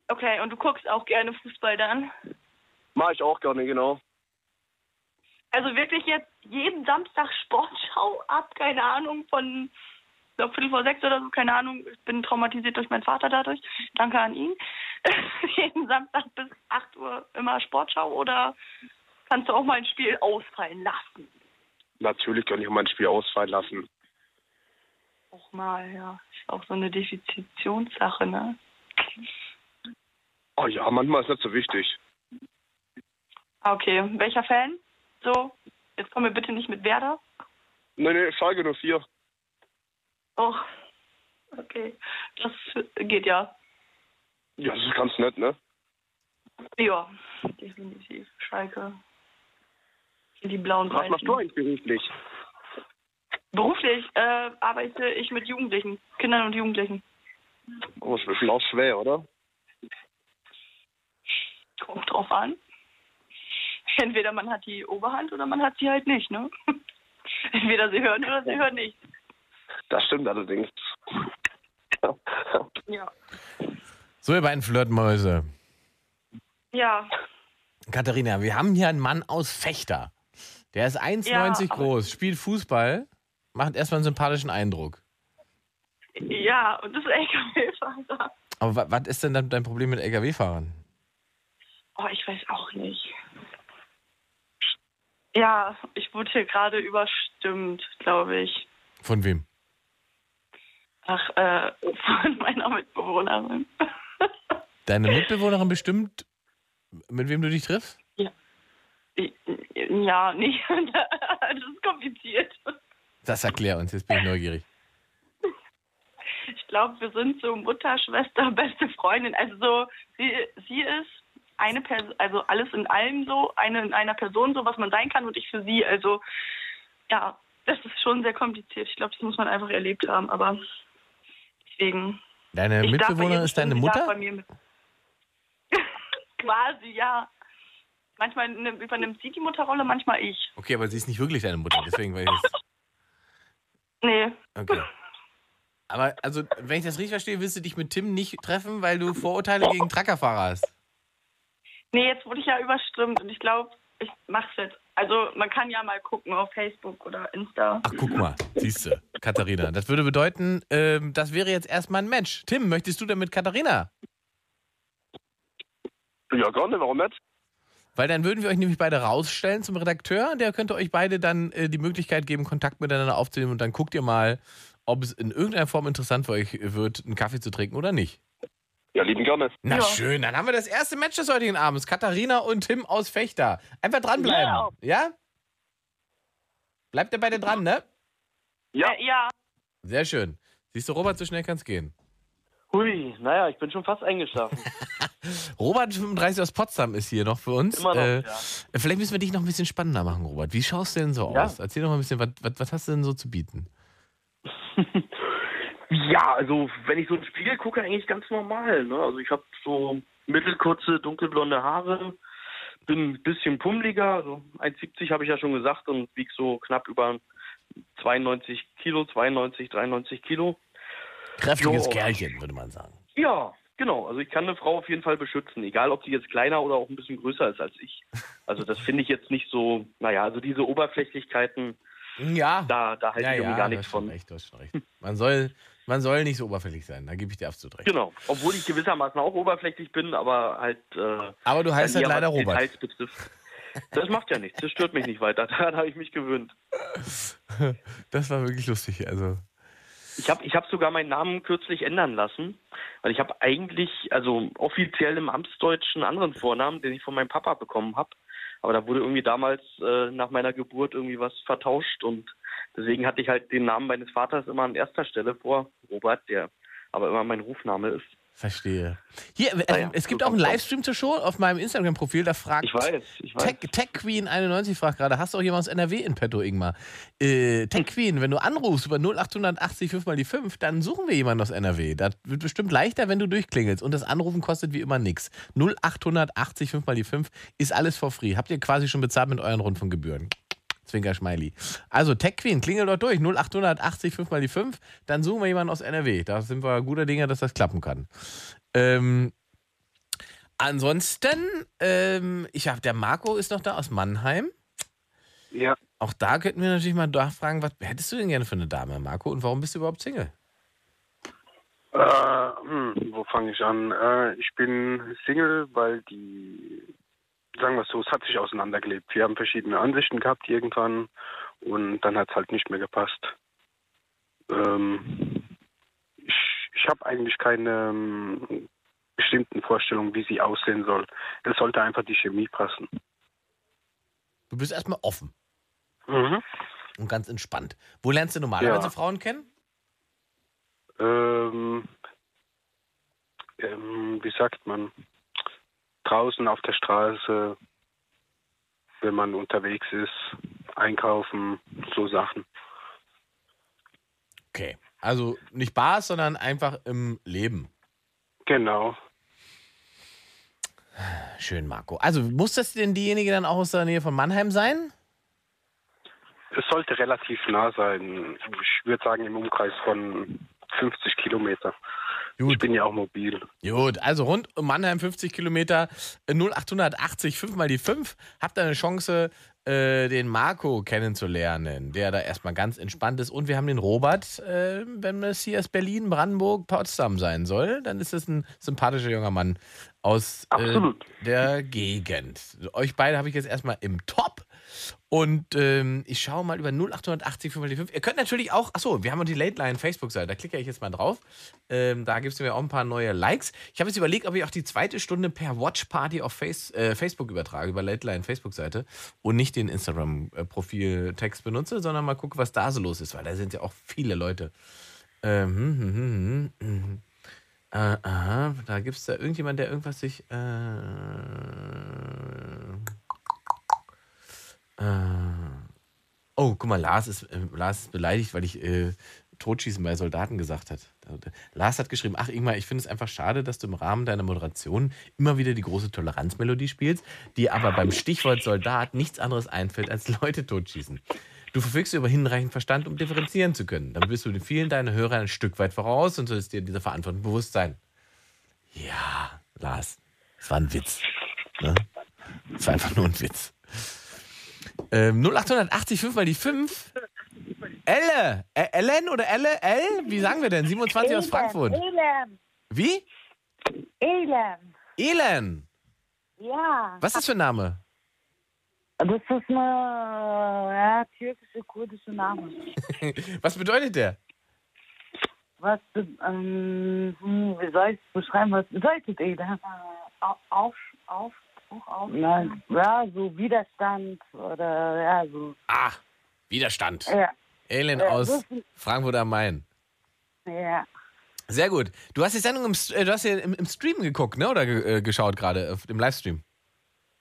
Okay, und du guckst auch gerne Fußball dann? Mache ich auch gerne, genau. Also wirklich jetzt jeden Samstag Sportschau ab, keine Ahnung, von ich glaub, Viertel vor sechs oder so, keine Ahnung. Ich bin traumatisiert durch meinen Vater dadurch. Danke an ihn. jeden Samstag bis 8 Uhr immer Sportschau oder kannst du auch mal ein Spiel ausfallen lassen? Natürlich kann ich mein Spiel ausfallen lassen. Auch mal, ja. Ist auch so eine Defizitionssache, ne? Oh ja, manchmal ist nicht so wichtig. Ah, Okay, welcher Fan? So, jetzt kommen wir bitte nicht mit Werder. Nee, nee, Schalke nur vier. Oh, okay. Das geht ja. Ja, das ist ganz nett, ne? Ja, definitiv. Schalke. Die blauen Was machst du Balken. eigentlich beruflich? Beruflich äh, arbeite ich mit Jugendlichen, Kindern und Jugendlichen. Oh, das ist bestimmt auch schwer, oder? Kommt drauf an. Entweder man hat die Oberhand oder man hat sie halt nicht, ne? Entweder sie hören oder sie hören nicht. Das stimmt allerdings. Ja. So, ihr beiden Flirtmäuse. Ja. Katharina, wir haben hier einen Mann aus Fechter. Der ist 1,90 Ja, aber- groß, spielt Fußball, macht erstmal einen sympathischen Eindruck. Ja, und das LKW-Fahrer. Aber wa- was ist denn dann dein Problem mit LKW-Fahrern? Oh, ich weiß auch nicht. Ja, ich wurde hier gerade überstimmt, glaube ich. Von wem? Ach, äh, von meiner Mitbewohnerin. Deine Mitbewohnerin bestimmt, mit wem du dich triffst? ja, nee, das ist kompliziert. Das erklär uns, jetzt bin ich neugierig. Ich glaube, wir sind so Mutter, Schwester, beste Freundin. Also so, sie, sie ist eine Person, also alles in allem so, eine in einer Person so, was man sein kann und ich für sie. Also ja, das ist schon sehr kompliziert. Ich glaube, das muss man einfach erlebt haben, aber deswegen. Deine Ich darf bei Mitbewohnerin ihr ist deine bestimmt, sie darf bei Mutter? mir mit- Quasi, ja. Manchmal ne- übernimmt sie die Mutterrolle, manchmal ich. Okay, aber sie ist nicht wirklich deine Mutter, deswegen weil ich jetzt- Nee, Okay. Aber also, wenn ich das richtig verstehe, willst du dich mit Tim nicht treffen, weil du Vorurteile gegen Truckerfahrer hast. nee, jetzt wurde ich ja überstimmt und ich glaube, ich mach's jetzt. Also man kann ja mal gucken auf Facebook oder Insta. Ach, guck mal, siehst du, Katharina. Das würde bedeuten, ähm, das wäre jetzt erstmal ein Match. Tim, möchtest du denn mit Katharina? Ja, gerne, warum nicht? Weil dann würden wir euch nämlich beide rausstellen zum Redakteur. Der könnte euch beide dann äh, die Möglichkeit geben, Kontakt miteinander aufzunehmen. Und dann guckt ihr mal, ob es in irgendeiner Form interessant für euch wird, einen Kaffee zu trinken oder nicht. Ja, lieben gerne. Na Ja. schön, dann haben wir das erste Match des heutigen Abends. Katharina und Tim aus Fechter. Einfach dranbleiben. Ja? Bleibt ihr beide dran, ne? Ja. Äh, ja. Sehr schön. Siehst du, Robert, so schnell kann's gehen. Hui, naja, ich bin schon fast eingeschlafen. Robert 35 aus Potsdam ist hier noch für uns. Immer noch, äh, ja. Vielleicht müssen wir dich noch ein bisschen spannender machen, Robert. Wie schaust du denn so Ja. aus? Erzähl doch mal ein bisschen, was, was, was hast du denn so zu bieten? Ja, also wenn ich so in den Spiegel gucke, eigentlich ganz normal. Ne? Also ich habe so mittelkurze, dunkelblonde Haare, bin ein bisschen pummeliger, also 1,70 habe ich ja schon gesagt und wieg so knapp über 92 Kilo, 92, 93 Kilo. Kräftiges Jo. Kerlchen, würde man sagen. Ja, genau. Also ich kann eine Frau auf jeden Fall beschützen, egal ob sie jetzt kleiner oder auch ein bisschen größer ist als ich. Also das finde ich jetzt nicht so, naja, also diese Oberflächlichkeiten, Ja. da, da halte ja, ich ja, irgendwie gar nichts hast schon von. Recht, du hast schon recht. Man soll, man soll nicht so oberfällig sein, da gebe ich dir absolut recht. Genau, obwohl ich gewissermaßen auch oberflächlich bin, aber halt. Äh, Aber du heißt dann halt eher, leider was Robert. Details betrifft. Das macht ja nichts, das stört mich nicht weiter. Daran habe ich mich gewöhnt. Das war wirklich lustig. Also, Ich habe ich hab sogar meinen Namen kürzlich ändern lassen, weil ich habe eigentlich, also offiziell im Amtsdeutschen einen anderen Vornamen, den ich von meinem Papa bekommen habe. Aber da wurde irgendwie damals äh, nach meiner Geburt irgendwie was vertauscht und deswegen hatte ich halt den Namen meines Vaters immer an erster Stelle vor, Robert, der aber immer mein Rufname ist. verstehe. Hier, äh, Ah ja, es gibt so auch einen kommt Livestream zur Show auf meinem Instagram-Profil, da fragt Ich weiß, ich weiß. Tech, Tech Queen 91 fragt gerade, hast du auch jemand aus NRW in petto, Ingmar? Äh, Hm. Tech Queen, wenn du anrufst über 0880 5 mal die 5, dann suchen wir jemanden aus NRW. Das wird bestimmt leichter, wenn du durchklingelst. Und das Anrufen kostet wie immer nichts. 0880 5 mal die 5 ist alles for free. Habt ihr quasi schon bezahlt mit euren Rundfunkgebühren. Zwinker Schmeili. Also Tech Queen, klingel dort durch. 0880 5 mal die 5, dann suchen wir jemanden aus NRW. Da sind wir guter Dinge, dass das klappen kann. Ähm, Ansonsten, ähm, ich habe der Marco ist noch da aus Mannheim. Ja. Auch da könnten wir natürlich mal nachfragen, was hättest du denn gerne für eine Dame, Marco? Und warum bist du überhaupt Single? Äh, hm, wo fange ich an? Äh, ich bin Single, weil die, sagen wir es so, es hat sich auseinandergelebt. Wir haben verschiedene Ansichten gehabt irgendwann und dann hat es halt nicht mehr gepasst. Ähm, ich ich habe eigentlich keine ähm, bestimmten Vorstellungen, wie sie aussehen soll. Es sollte einfach die Chemie passen. Du bist erstmal offen Mhm. und ganz entspannt. Wo lernst du normalerweise Ja. Frauen kennen? Ähm, ähm, wie sagt man? Draußen auf der Straße, wenn man unterwegs ist, einkaufen, so Sachen. Okay. Also nicht Bars, sondern einfach im Leben. Genau. Schön, Marco. Also muss das denn diejenige dann auch aus der Nähe von Mannheim sein? Es sollte relativ nah sein. Ich würde sagen im Umkreis von 50 Kilometer. Gut. Ich bin ja auch mobil. Gut, also rund um Mannheim 50 Kilometer, äh, 0880, 5 mal die 5. Habt ihr eine Chance, äh, den Marco kennenzulernen, der da erstmal ganz entspannt ist. Und wir haben den Robert, äh, wenn es hier aus Berlin, Brandenburg, Potsdam sein soll, dann ist es ein sympathischer junger Mann aus äh, Absolut. der Gegend. Euch beide habe ich jetzt erstmal im Top. Und ähm, ich schaue mal über 0880 505. Ihr könnt natürlich auch, achso, wir haben die Late Line Facebook-Seite, da klicke ich jetzt mal drauf. Ähm, da gibst du mir auch ein paar neue Likes. Ich habe jetzt überlegt, ob ich auch die zweite Stunde per Watch Party auf Face, äh, Facebook übertrage, über Late Line Facebook-Seite und nicht den Instagram-Profil-Text benutze, sondern mal gucke, was da so los ist, weil da sind ja auch viele Leute. Ähm, hm, hm, hm, hm, hm. Äh, aha, da gibt es da irgendjemand, der irgendwas sich. Äh, äh, oh, guck mal, Lars ist, äh, Lars ist beleidigt, weil ich äh, Totschießen bei Soldaten gesagt hat. Da- da- Lars hat geschrieben: Ach, Ingmar, ich finde es einfach schade, dass du im Rahmen deiner Moderation immer wieder die große Toleranzmelodie spielst, die aber beim Stichwort Soldat nichts anderes einfällt als Leute totschießen. Du verfügst über hinreichend Verstand, um differenzieren zu können. Dann bist du den vielen deiner Hörer ein Stück weit voraus und solltest dir dieser Verantwortung bewusst sein. Ja, Lars, es war ein Witz. Ne? Es war einfach nur ein Witz. Ähm, 0880 5 mal die 5. Elle, Ä- Ellen oder Elle, L? Wie sagen wir denn? 27 aus Frankfurt. Elam, Wie? Elam. Elen. Ja. Äh, Was ist das für ein Name? Das ist eine ja, türkische, kurdische Name. Was bedeutet der? Was, ähm, hm, wie soll ich es beschreiben? Was bedeutet Eda? Äh, Auf, auf, auf, auf. Na, ja, so Widerstand oder ja, so. Ah, Widerstand. Ja, Elin Ja, aus das ist- Frankfurt am Main. ja. Sehr gut. Du hast die Sendung im, St- äh, du hast ja im, im Stream geguckt, ne? Oder ge äh, geschaut gerade, auf- im Livestream.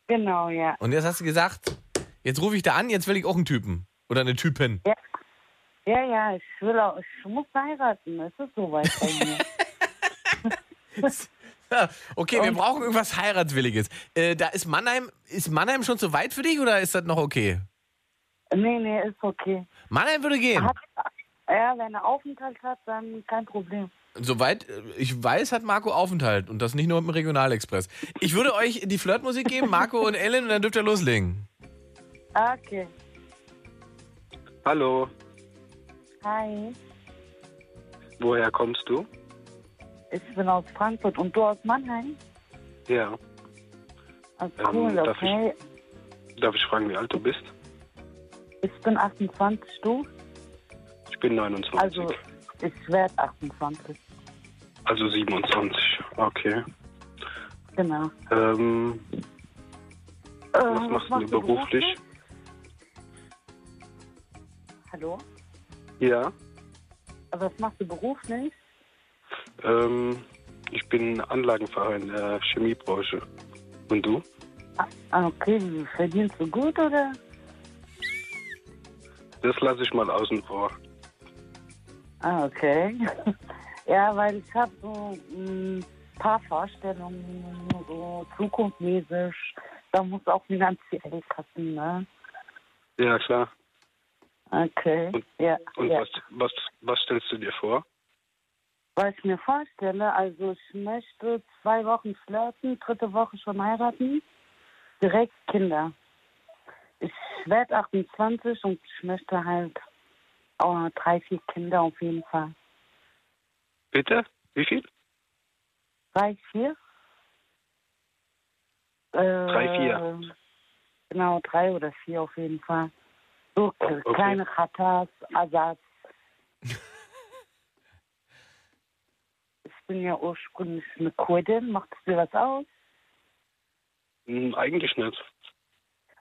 Genau, ja. Und jetzt hast du gesagt, jetzt rufe ich da an, jetzt will ich auch einen Typen. Oder eine Typin. Ja, ja, ich will auch, ich muss heiraten. Es ist soweit bei mir. Ja, okay, wir brauchen irgendwas Heiratswilliges. Äh, da ist Mannheim, ist Mannheim schon zu weit für dich oder ist das noch okay? nee, nee, ist okay. Mannheim würde gehen. Hat, ja, wenn er Aufenthalt hat, dann kein Problem. Soweit äh, ich weiß, hat Marco Aufenthalt und das nicht nur mit dem Regionalexpress. Ich würde euch die Flirtmusik geben, Marco und Ellen, und dann dürft ihr loslegen. Okay. Hallo, Hi. woher kommst du? Ich bin aus Frankfurt und du aus Mannheim? Ja, Ah, Ähm, cool, darf ich- okay. darf ich fragen, wie alt du bist? Ich bin 28, du? Ich bin 29. Also, ich werde 28. Also 27, okay. Genau. Ähm, Äh, was machst du beruflich? Hallo? Ja, Äh, Was machst du beruflich? ähm, ich bin Anlagenverein in der Chemiebranche. Und du? Ah, okay, verdienst du gut oder? Das lasse ich mal außen vor. Ah, okay. ja, weil ich habe so ein paar Vorstellungen, so zukunftsmäßig. Da muss auch finanziell passen, ne? Ja, klar. Okay. Und- ja, Und ja. was, was, was stellst du dir vor? Was ich mir vorstelle, also ich möchte zwei Wochen flirten, dritte Woche schon heiraten, direkt Kinder. Ich werde 28 und ich möchte halt äh, drei, vier Kinder auf jeden Fall. Bitte? Wie viel? Drei, vier? Äh, Drei, vier. Genau, drei oder vier auf jeden Fall. So k- Okay. kleine Ratas, Ersatz. ich bin ja ursprünglich eine Kurdin. Macht es dir was aus? Hm, eigentlich nicht.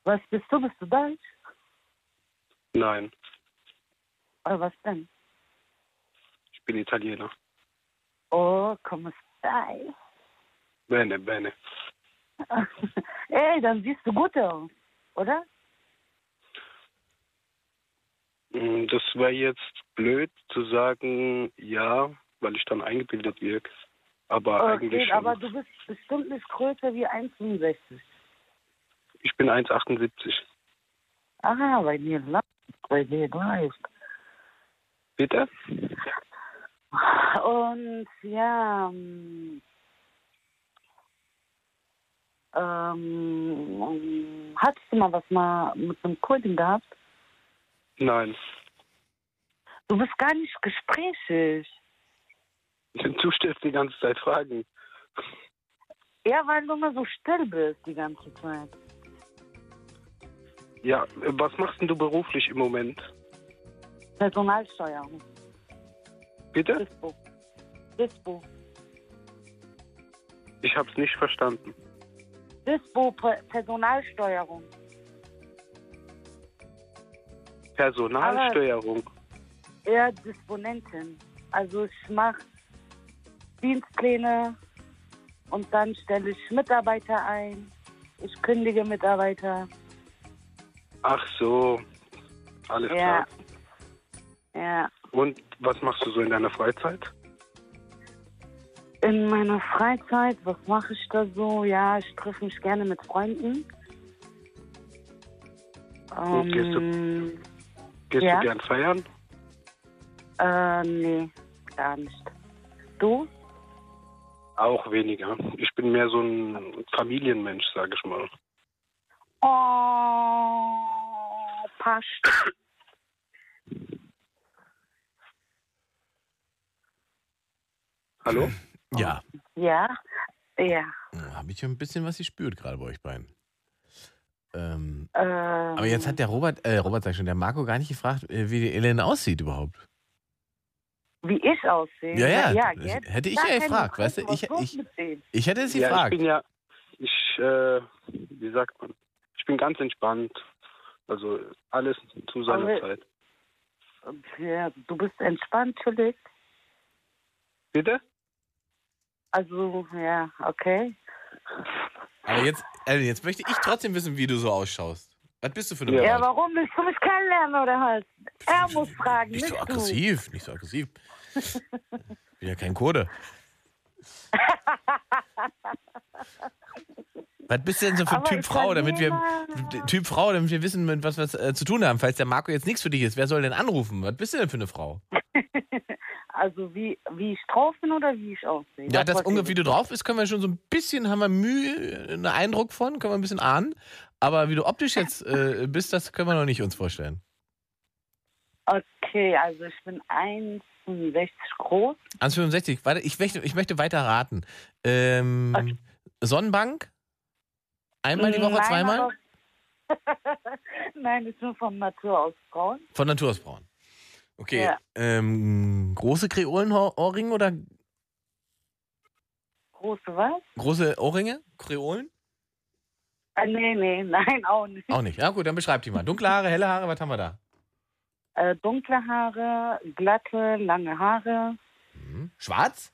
Was bist du? Bist du deutsch? Nein, Oder was denn? ich bin Italiener. Oh, komm, stai. Bene, bene. Ey, dann siehst du gut aus, oder? Hm, Das wäre jetzt blöd zu sagen, ja, weil ich dann eingebildet wirke. Aber eigentlich Okay, schon. aber du bist bestimmt nicht größer wie 1,65. Ich bin 1,78. Ah, bei mir läuft. Bei dir läuft. Bitte? Und ja, ähm, ähm, hattest du mal was mal mit einem Kurden gehabt? Nein. Du bist gar nicht gesprächig. Du stellst die ganze Zeit Fragen. Ja, weil du immer so still bist die ganze Zeit. Ja, äh, was machst denn du beruflich im Moment? Personalsteuerung. Bitte? Dispo. Dispo. Ich hab's nicht verstanden. Dispo, Pe- Personalsteuerung. Personalsteuerung. eher Disponentin. Also ich mache Dienstpläne und dann stelle ich Mitarbeiter ein. Ich kündige Mitarbeiter. Ach so. Alles klar. Ja. Ja. Und was machst du so in deiner Freizeit? In meiner Freizeit, was mache ich da so? Ja, ich treffe mich gerne mit Freunden. Und gehst du- Ähm, Gehst Ja. du gern feiern? äh, nee, gar nicht. Du? Auch weniger. Ich bin mehr so ein Familienmensch, sag ich mal. Oh, passt. Hallo? Ja. Ja, ja. habe ich ja ein bisschen was gespürt gerade bei euch beiden. Ähm, Ähm, aber jetzt hat der Robert, äh, Robert sagt schon, der Marco gar nicht gefragt, äh, wie die Elena aussieht überhaupt. Wie ich aussehe? Ja, ja, das jetzt. hätte ich ja keine gefragt, Frage, weißt du, was ich- los ich- mit denen? Ich hätte es ja, gefragt. ich bin ja, ich, äh, wie sagt man, ich bin ganz entspannt. Also alles zu seiner Aber- Zeit. Ja, du bist entspannt, Entschuldigung. Bitte? Also, ja, okay. Aber jetzt, also jetzt möchte ich trotzdem wissen, wie du so ausschaust. Was bist du für eine Ja, Braut? warum willst du mich kennenlernen oder halt? Er muss fragen, Nicht nicht, so du. Hm. aggressiv, nicht so aggressiv. Bin ja kein Kurde. Was bist du denn so für ein Aber Typ halt ich Frau, damit wir übernehme- Typ Frau, damit wir wissen, mit was wir es, äh, zu tun haben, falls der Marco jetzt nichts für dich ist. Wer soll denn anrufen? Was bist du denn für eine Frau? Also, wie, wie ich drauf bin oder wie ich aussehe? Ja, das wollt ihr ungefähr wie du drauf bist, können wir schon so ein bisschen, haben wir Mühe, einen Eindruck von, können wir ein bisschen ahnen. Aber wie du optisch jetzt äh, bist, das können wir noch nicht uns vorstellen. Okay, also ich bin 1,65 groß. 1,65. Warte, ich möchte, ich möchte weiter raten. Ähm, Sonnenbank? Einmal die Woche, Nein, zweimal? aber- Nein, ich bin von Natur aus braun. Von Natur aus braun. Okay. Ja. Ähm, große Kreolenohrringe oder Große was? große Ohrringe? Kreolen? Ah, nee, nee, nein, auch nicht. Auch nicht. Ja, gut, dann beschreib die mal. Dunkle Haare, helle Haare, was haben wir da? Äh, dunkle Haare, glatte, lange Haare, Hm. Schwarz?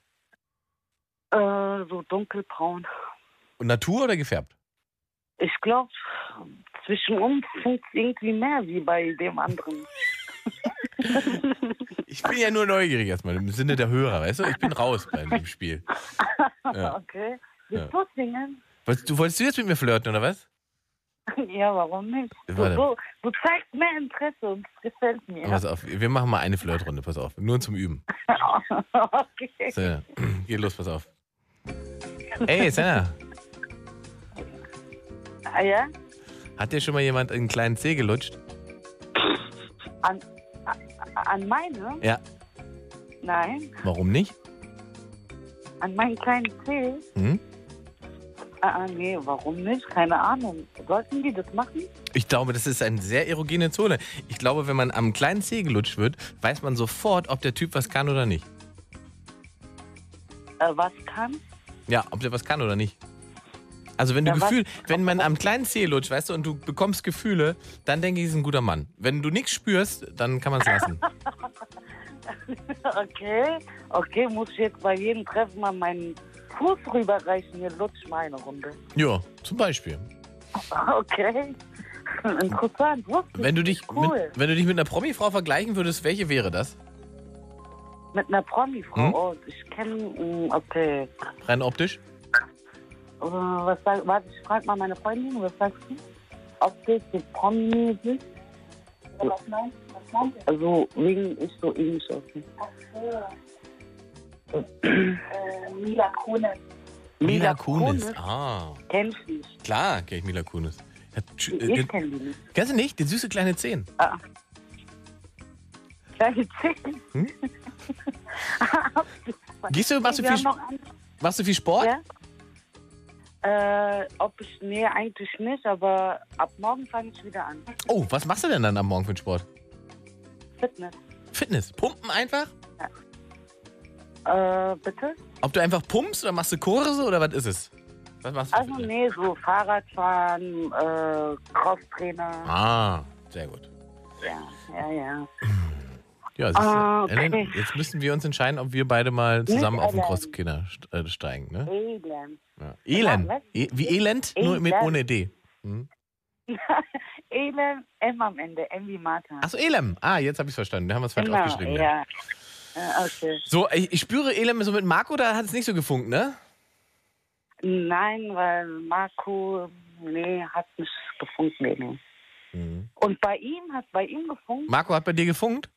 äh, so dunkelbraun. Und Natur oder gefärbt? Ich glaube, zwischen uns funkt irgendwie mehr wie bei dem anderen. Ich bin ja nur neugierig erstmal, im Sinne der Hörer, weißt du? Ich bin raus bei dem Spiel. Ja. Okay. Willst Ja. du singen? Wolltest du, wolltest du jetzt mit mir flirten, oder was? Ja, warum nicht? Du, Warte. du, du zeigst mehr Interesse und das gefällt mir. Pass auf, wir machen mal eine Flirtrunde, pass auf. Nur zum Üben. okay. So, geht los, pass auf. Ey, Senna, Ah, ja? hat dir schon mal jemand einen kleinen Zeh gelutscht? An, a- an meine? Ja. Nein, Warum nicht? an meinen kleinen Zeh. Hm? Ah, ah, nee, warum nicht? Keine Ahnung. Sollten die das machen? Ich glaube, das ist eine sehr erogene Zone. Ich glaube, wenn man am kleinen Zeh gelutscht wird, weiß man sofort, ob der Typ was kann oder nicht. Äh, was kann? Ja, ob der was kann oder nicht. Also wenn du Ja, was- Gefühl, wenn man am kleinen Zeh lutscht, weißt du, und du bekommst Gefühle, dann denke ich, ist ein guter Mann. Wenn du nichts spürst, dann kann man es lassen. Okay, okay, muss ich jetzt bei jedem Treffen mal meinen Fuß rüberreichen? Hier lutsch meine Runde. ja, zum Beispiel. Okay, interessant. Wusste ich Wenn du dich, nicht. cool. mit, wenn du dich mit einer Promi-Frau vergleichen würdest, welche wäre das? mit, einer Promi-Frau. Hm? Oh, ich kenne, mm, okay. Rein optisch? Äh, was sag, warte, ich frage mal meine Freundin, was sagst du? Ob das die Promi ist? Was meinst du? Was meinst du? Also, wegen ich so ähnlich aussehe. Ach so. äh, Mila Kunis. Mila Kunis. Ah, Kenn ich nicht. klar, kenne ich Mila Kunis. Ja, tsch- äh, Ich den- kenne die nicht. Kennst du nicht? Die süße kleine Zehen. Ah. Kleine Zehen. Hm? Gehst du, machst du Wir viel, haben noch andere. machst du viel Sport? Ja. Äh, ob ich, nee, eigentlich nicht, aber ab morgen fange ich wieder an. Oh, was machst du denn dann am Morgen für einen Sport? Fitness. Fitness. Pumpen einfach? Äh, bitte? Ob du einfach pumpst oder machst du Kurse oder was ist es? Was machst du? Also, für- nee, so Fahrradfahren, äh, Crosstrainer. Ah, sehr gut. Ja, ja, ja. Ja, siehst du, Ah, okay. Ellen, jetzt müssen wir uns entscheiden, ob wir beide mal zusammen Nicht auf den Ellen. Crosskinder st- äh, steigen. Ne? Elend. Ja. Elend. was? E wie Elend, nur mit Elend. ohne D. Elend, M am Ende, M wie Martha. Achso, Elem. Ah, jetzt habe ich es verstanden. Da haben wir es falsch aufgeschrieben. Ja. Genau, ja. Äh, okay. So, ich, ich spüre Elem so mit Marco, da hat es nicht so gefunkt, ne? Nein, weil Marco, nee, hat nicht gefunkt, nee, nee. Und bei ihm, hat bei ihm gefunkt? Marco hat bei dir gefunkt?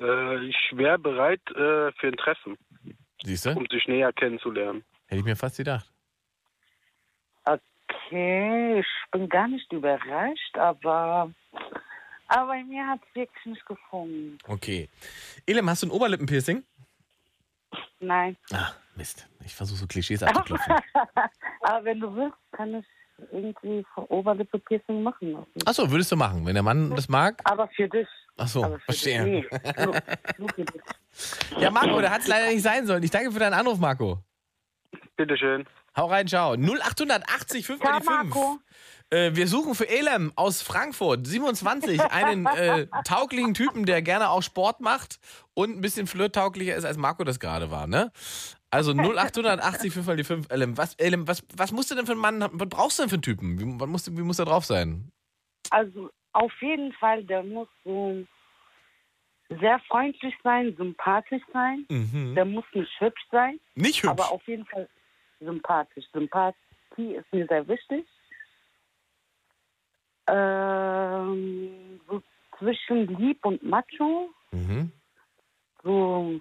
Äh, ich wäre bereit äh, für ein Treffen, Siehst du? um sich näher kennenzulernen. Hätte ich mir fast gedacht. Okay, ich bin gar nicht überrascht, aber, aber bei mir hat es wirklich nicht gefunkt. Okay. Elem, hast du ein Oberlippenpiercing? Nein. Ah, Mist. Ich versuche so Klischees abzuklopfen. Aber wenn du willst, kann ich irgendwie Oberlippe-Piercing machen lassen. Achso, würdest du machen, wenn der Mann das mag? Aber für dich. Achso, verstehe. Nee, nur, nur für dich. Ja, Marco, da hat es leider nicht sein sollen. Ich danke für deinen Anruf, Marco. Bitteschön. Hau rein, ciao. 0880 5 Ciao, mal die 5. Marco. Äh, wir suchen für Elem aus Frankfurt, 27, einen äh, tauglichen Typen, der gerne auch Sport macht und ein bisschen flirttauglicher ist, als Marco das gerade war, ne? Also 0880 5 mal die 5. Elem, was, Elem, was, was musst du denn für einen Mann, was brauchst du denn für einen Typen? Wie, was musst du, wie muss er drauf sein? Also auf jeden Fall, der muss so sehr freundlich sein, sympathisch sein. Mhm. Der muss nicht hübsch sein, Nicht hübsch. aber auf jeden Fall sympathisch. Sympathie ist mir sehr wichtig. Ähm, so zwischen lieb und macho, Mhm. so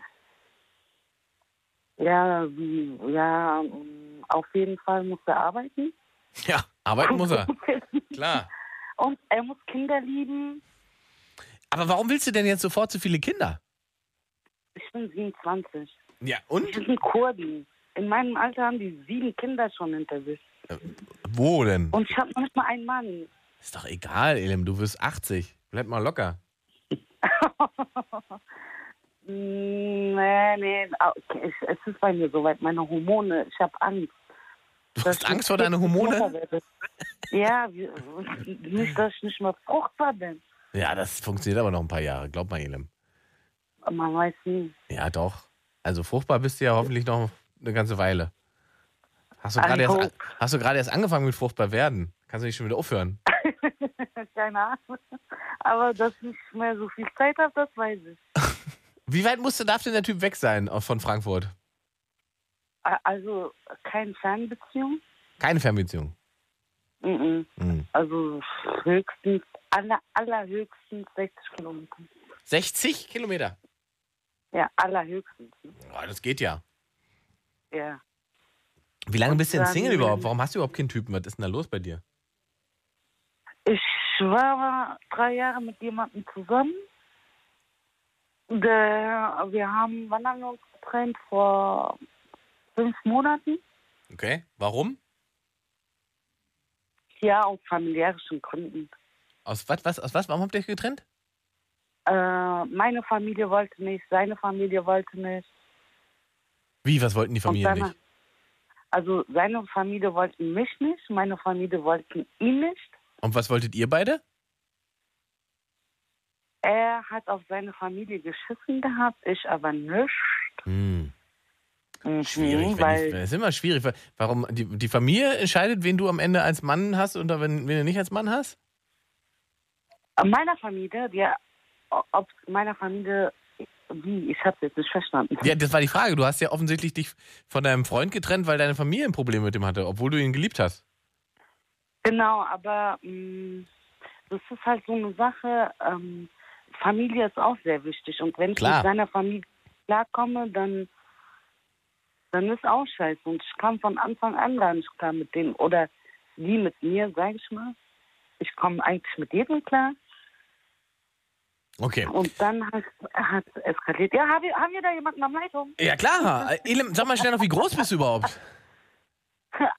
ja, wie, ja, ähm, auf jeden Fall muss er arbeiten. Ja, arbeiten muss er. Klar. und er muss Kinder lieben. Aber warum willst du denn jetzt sofort so viele Kinder? Ich bin 27. Ja, und? Die sind Kurden. In meinem Alter haben die sieben Kinder schon hinter sich. Wo denn? Und ich habe noch nicht mal einen Mann. Ist doch egal, Elem, du wirst 80. Bleib mal locker. Mm, Nee, nee. ah, Okay. Es, es ist bei mir soweit. Meine Hormone. Ich habe Angst. Du hast Angst vor deinen Hormonen? Ja, wir- nicht, dass ich nicht mal fruchtbar bin. Ja, das funktioniert aber noch ein paar Jahre, glaub mal, Elem. Aber Man weiß nie. Ja, doch. Also fruchtbar bist du ja hoffentlich noch eine ganze Weile. Hast du I gerade erst, hope. hast du gerade erst angefangen mit fruchtbar werden? Kannst du nicht schon wieder aufhören? Keine Ahnung. Aber dass ich nicht mehr so viel Zeit habe, das weiß ich. Wie weit musste, darf denn der Typ weg sein äh, von Frankfurt? A- Also keine Fernbeziehung. Keine Fernbeziehung. Mm -mm. Mhm. Also höchstens, aller, allerhöchstens 60 Kilometer. 60 Kilometer. Ja, allerhöchstens. Oh, das geht ja. Ja. Wie lange bist du denn dann- Single überhaupt? Warum hast du überhaupt keinen Typen? Was ist denn da los bei dir? Ich war drei Jahre mit jemandem zusammen. Der, wir haben, wann haben wir uns getrennt? Vor fünf Monaten? Okay. Warum? Ja, aus familiärischen Gründen. Aus was, was, aus was? Warum habt ihr euch getrennt? Äh, meine Familie wollte nicht, seine Familie wollte nicht. Wie, was wollten die Und Familien seine- nicht? Also seine Familie wollte mich nicht, meine Familie wollte ihn nicht. Und was wolltet ihr beide? Er hat auf seine Familie geschissen gehabt, ich aber nicht. Hm. Mhm, Schwierig, weil weil ich, das ist immer schwierig. weil- Warum die, die Familie entscheidet, wen du am Ende als Mann hast und wenn, wen du nicht als Mann hast? Äh, meiner Familie, die, ob meiner Familie, wie, ich hab's jetzt nicht verstanden. Ja, das war die Frage. Du hast ja offensichtlich dich von deinem Freund getrennt, weil deine Familie ein Problem mit ihm hatte, obwohl du ihn geliebt hast. Genau, aber mh, das ist halt so eine Sache, ähm, Familie ist auch sehr wichtig und wenn ich Klar. mit seiner Familie klarkomme, dann dann ist auch scheiße und ich kam von Anfang an gar nicht klar mit denen oder die mit mir, sag ich mal. Ich komme eigentlich mit jedem klar Okay. und dann hat hat es eskaliert. Ja, haben wir, haben wir da jemanden am Leitung? Ja, klar. Elim, sag mal schnell noch, wie groß bist du überhaupt?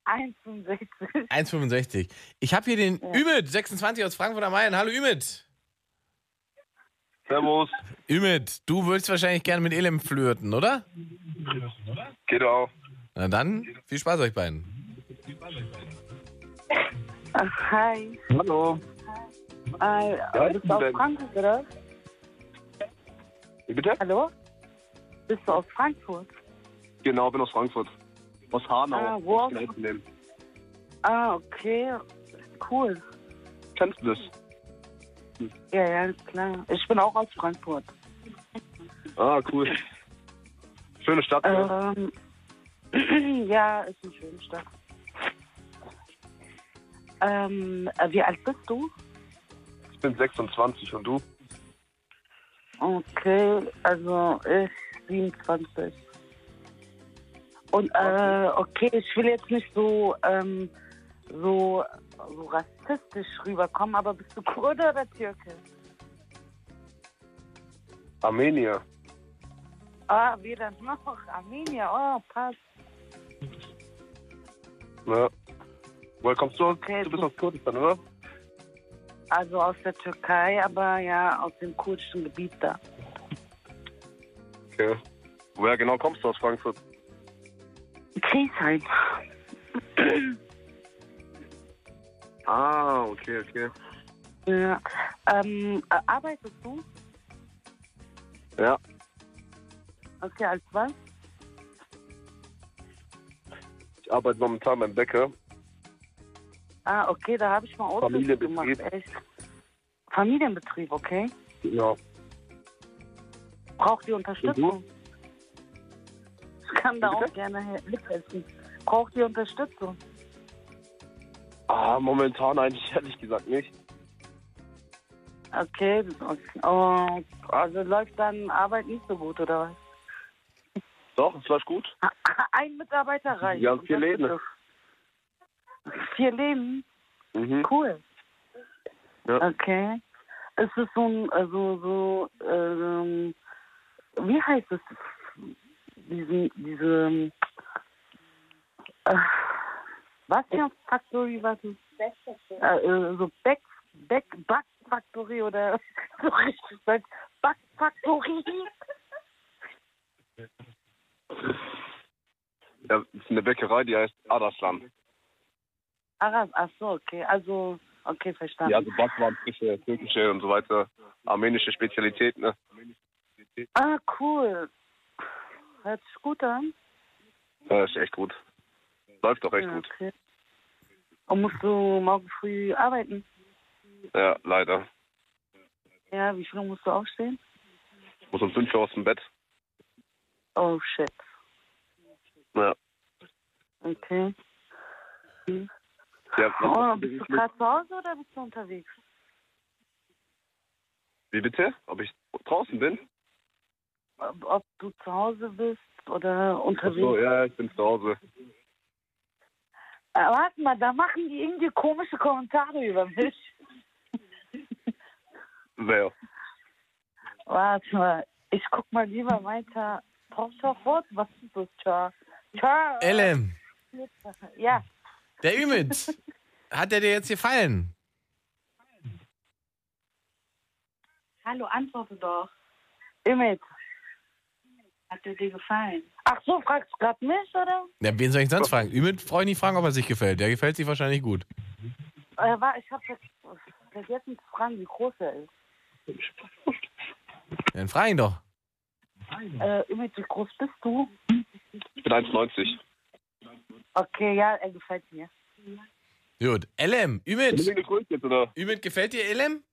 61. 1,65. Ich habe hier den Ümit, 26 aus Frankfurt am Main. Hallo Ümit. Servus. Ümit, du würdest wahrscheinlich gerne mit Elim flirten, oder? Geht auch. Na dann, viel Spaß euch beiden. Ach, hi. Hallo. Hi. Ja, Äh, bist ist du aus denn? Frankfurt, oder? Wie bitte? Hallo? Bist du aus Frankfurt? Genau, bin aus Frankfurt. Aus Hanau. Ah, wo? Ich bin Elfenbein. Ah, okay. Cool. Kennst du das? Ja, ja, klar. Ich bin auch aus Frankfurt. Ah, cool. Schöne Stadt. ne? Ähm, ja, ist eine schöne Stadt. Ähm, äh, wie alt bist du? Ich bin 26 und du? Okay, also ich 27. Und äh, okay, ich will jetzt nicht so, ähm, so, so rassistisch rüberkommen, aber bist du Kurde oder Türke? Armenier. Ah, weder noch. Arminia, oh, passt. Ja. Woher kommst du? Du bist aus Kurdistan, oder? Also aus der Türkei, aber ja, aus dem kurdischen Gebiet da. Okay. Woher genau kommst du aus Frankfurt? Griesheim. Ah, okay, okay. Ja. Ähm, äh, arbeitest du? Ja. Okay, als was? Ich arbeite momentan beim Bäcker. Ah, okay, da habe ich mal Ausbildung gemacht. Familienbetrieb. Echt. Familienbetrieb, okay. Ja. Braucht ihr Mhm. Unterstützung? Mhm. Ich kann da auch gerne he- mithelfen. Braucht ihr Unterstützung? Ah, momentan eigentlich ehrlich gesagt nicht. Okay, und, also läuft dann Arbeit nicht so gut, oder was? Doch, es läuft gut. Ein Mitarbeiter reicht. Wir haben vier Läden. Vier Leben? Mhm. Cool. Ja. Okay. Es ist so ein, also so, ähm, wie heißt es? Diesen, diese, ähm, äh, was für eine Factory, was ist? Äh, äh, so Back, Back, Backfaktory oder so richtig sagt, Backfaktory. Ja, es ist eine Bäckerei, die heißt Adaslan. Ach, Ah, ach so, okay, also, okay, verstanden. Ja, also Backwaren, Fische, türkische und so weiter. Armenische Spezialitäten. Ne? Ah, cool. Hört sich gut an. Ja, ist echt gut. Läuft doch echt Ja, gut. okay. Und musst du morgen früh arbeiten? Ja, leider. Ja, wie früh musst du aufstehen? Muss um 5 Uhr aus dem Bett. Oh, shit. Ja. Okay. ja Oh, was- bist du gerade zu Hause oder bist du unterwegs? Wie bitte? Ob ich draußen bin? Ob ob du zu Hause bist oder Ach unterwegs? so, ja, ich bin zu Hause. Äh, Warte mal, da machen die irgendwie komische Kommentare über mich. Wer? Warte mal, ich guck mal lieber weiter. Tochter fort, was ist das? Tja. Tja. Ellen, Ja. der Ümit, hat der dir jetzt gefallen? Hallo, antworte doch. Imit. Hat der dir gefallen? Ach so, fragst du gerade mich, oder? Ja, wen soll ich sonst fragen? Ümit brauche ich nicht fragen, ob er sich gefällt. Der gefällt sich wahrscheinlich gut. Äh, war, ich habe vergessen zu fragen, wie groß er ist. Dann frag ihn doch. Äh, Ümit, wie groß bist du? Ich bin 1,90. Okay, ja, er gefällt mir. Gut. LM, Ümit. jetzt, oder? Ümit, gefällt dir LM?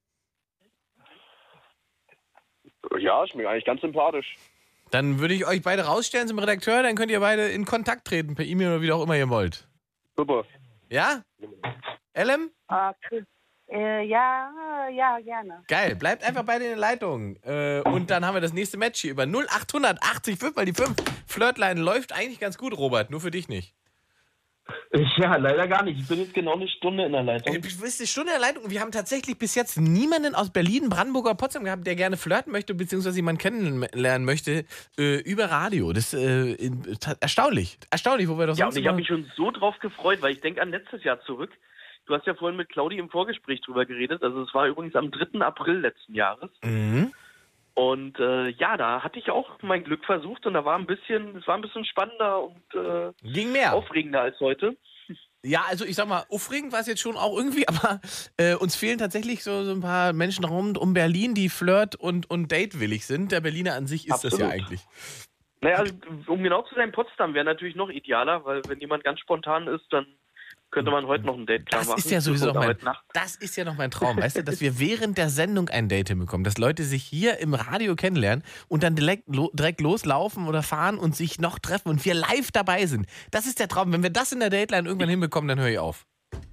Ja, ist mir eigentlich ganz sympathisch. Dann würde ich euch beide rausstellen zum Redakteur, dann könnt ihr beide in Kontakt treten, per E-Mail oder wie auch immer ihr wollt. Super. Ja? LM? Ah, cool. Äh, ja, ja, gerne. Geil, bleibt einfach beide in der Leitung. Äh, und dann haben wir das nächste Match hier über 0880 5 mal die 5. Flirtline läuft eigentlich ganz gut, Robert, nur für dich nicht. Ja, leider gar nicht. Ich bin jetzt genau eine Stunde in der Du Leitung. bist eine Stunde in der Leitung und wir haben tatsächlich bis jetzt niemanden aus Berlin, Brandenburg oder Potsdam gehabt, der gerne flirten möchte, beziehungsweise jemanden kennenlernen möchte äh, über Radio. Das ist äh, in- ta- erstaunlich. Erstaunlich, wo wir doch Ja, und sonst ich immer- habe mich schon so drauf gefreut, weil ich denke an letztes Jahr zurück. Du hast ja vorhin mit Claudi im Vorgespräch drüber geredet. Also es war übrigens am 3. April letzten Jahres. Mhm. Und äh, ja, da hatte ich auch mein Glück versucht und da war ein bisschen, es war ein bisschen spannender und äh, Ging mehr. aufregender als heute. Ja, also ich sag mal, aufregend war es jetzt schon auch irgendwie, aber äh, uns fehlen tatsächlich so, so ein paar Menschen rund um Berlin, die flirt- und, und datewillig sind. Der Berliner an sich ist das ja Absolut. eigentlich. Naja, also, um genau zu sein, Potsdam wäre natürlich noch idealer, weil wenn jemand ganz spontan ist, dann könnte man heute noch ein Date klar Das machen. ist ja sowieso Oder noch mein- heute Nacht. Das ist ja noch mein Traum, weißt du, dass wir während der Sendung ein Date hinbekommen, dass Leute sich hier im Radio kennenlernen und dann direkt, lo, direkt loslaufen oder fahren und sich noch treffen und wir live dabei sind. Das ist der Traum. Wenn wir das in der Dateline irgendwann hinbekommen, dann höre ich auf.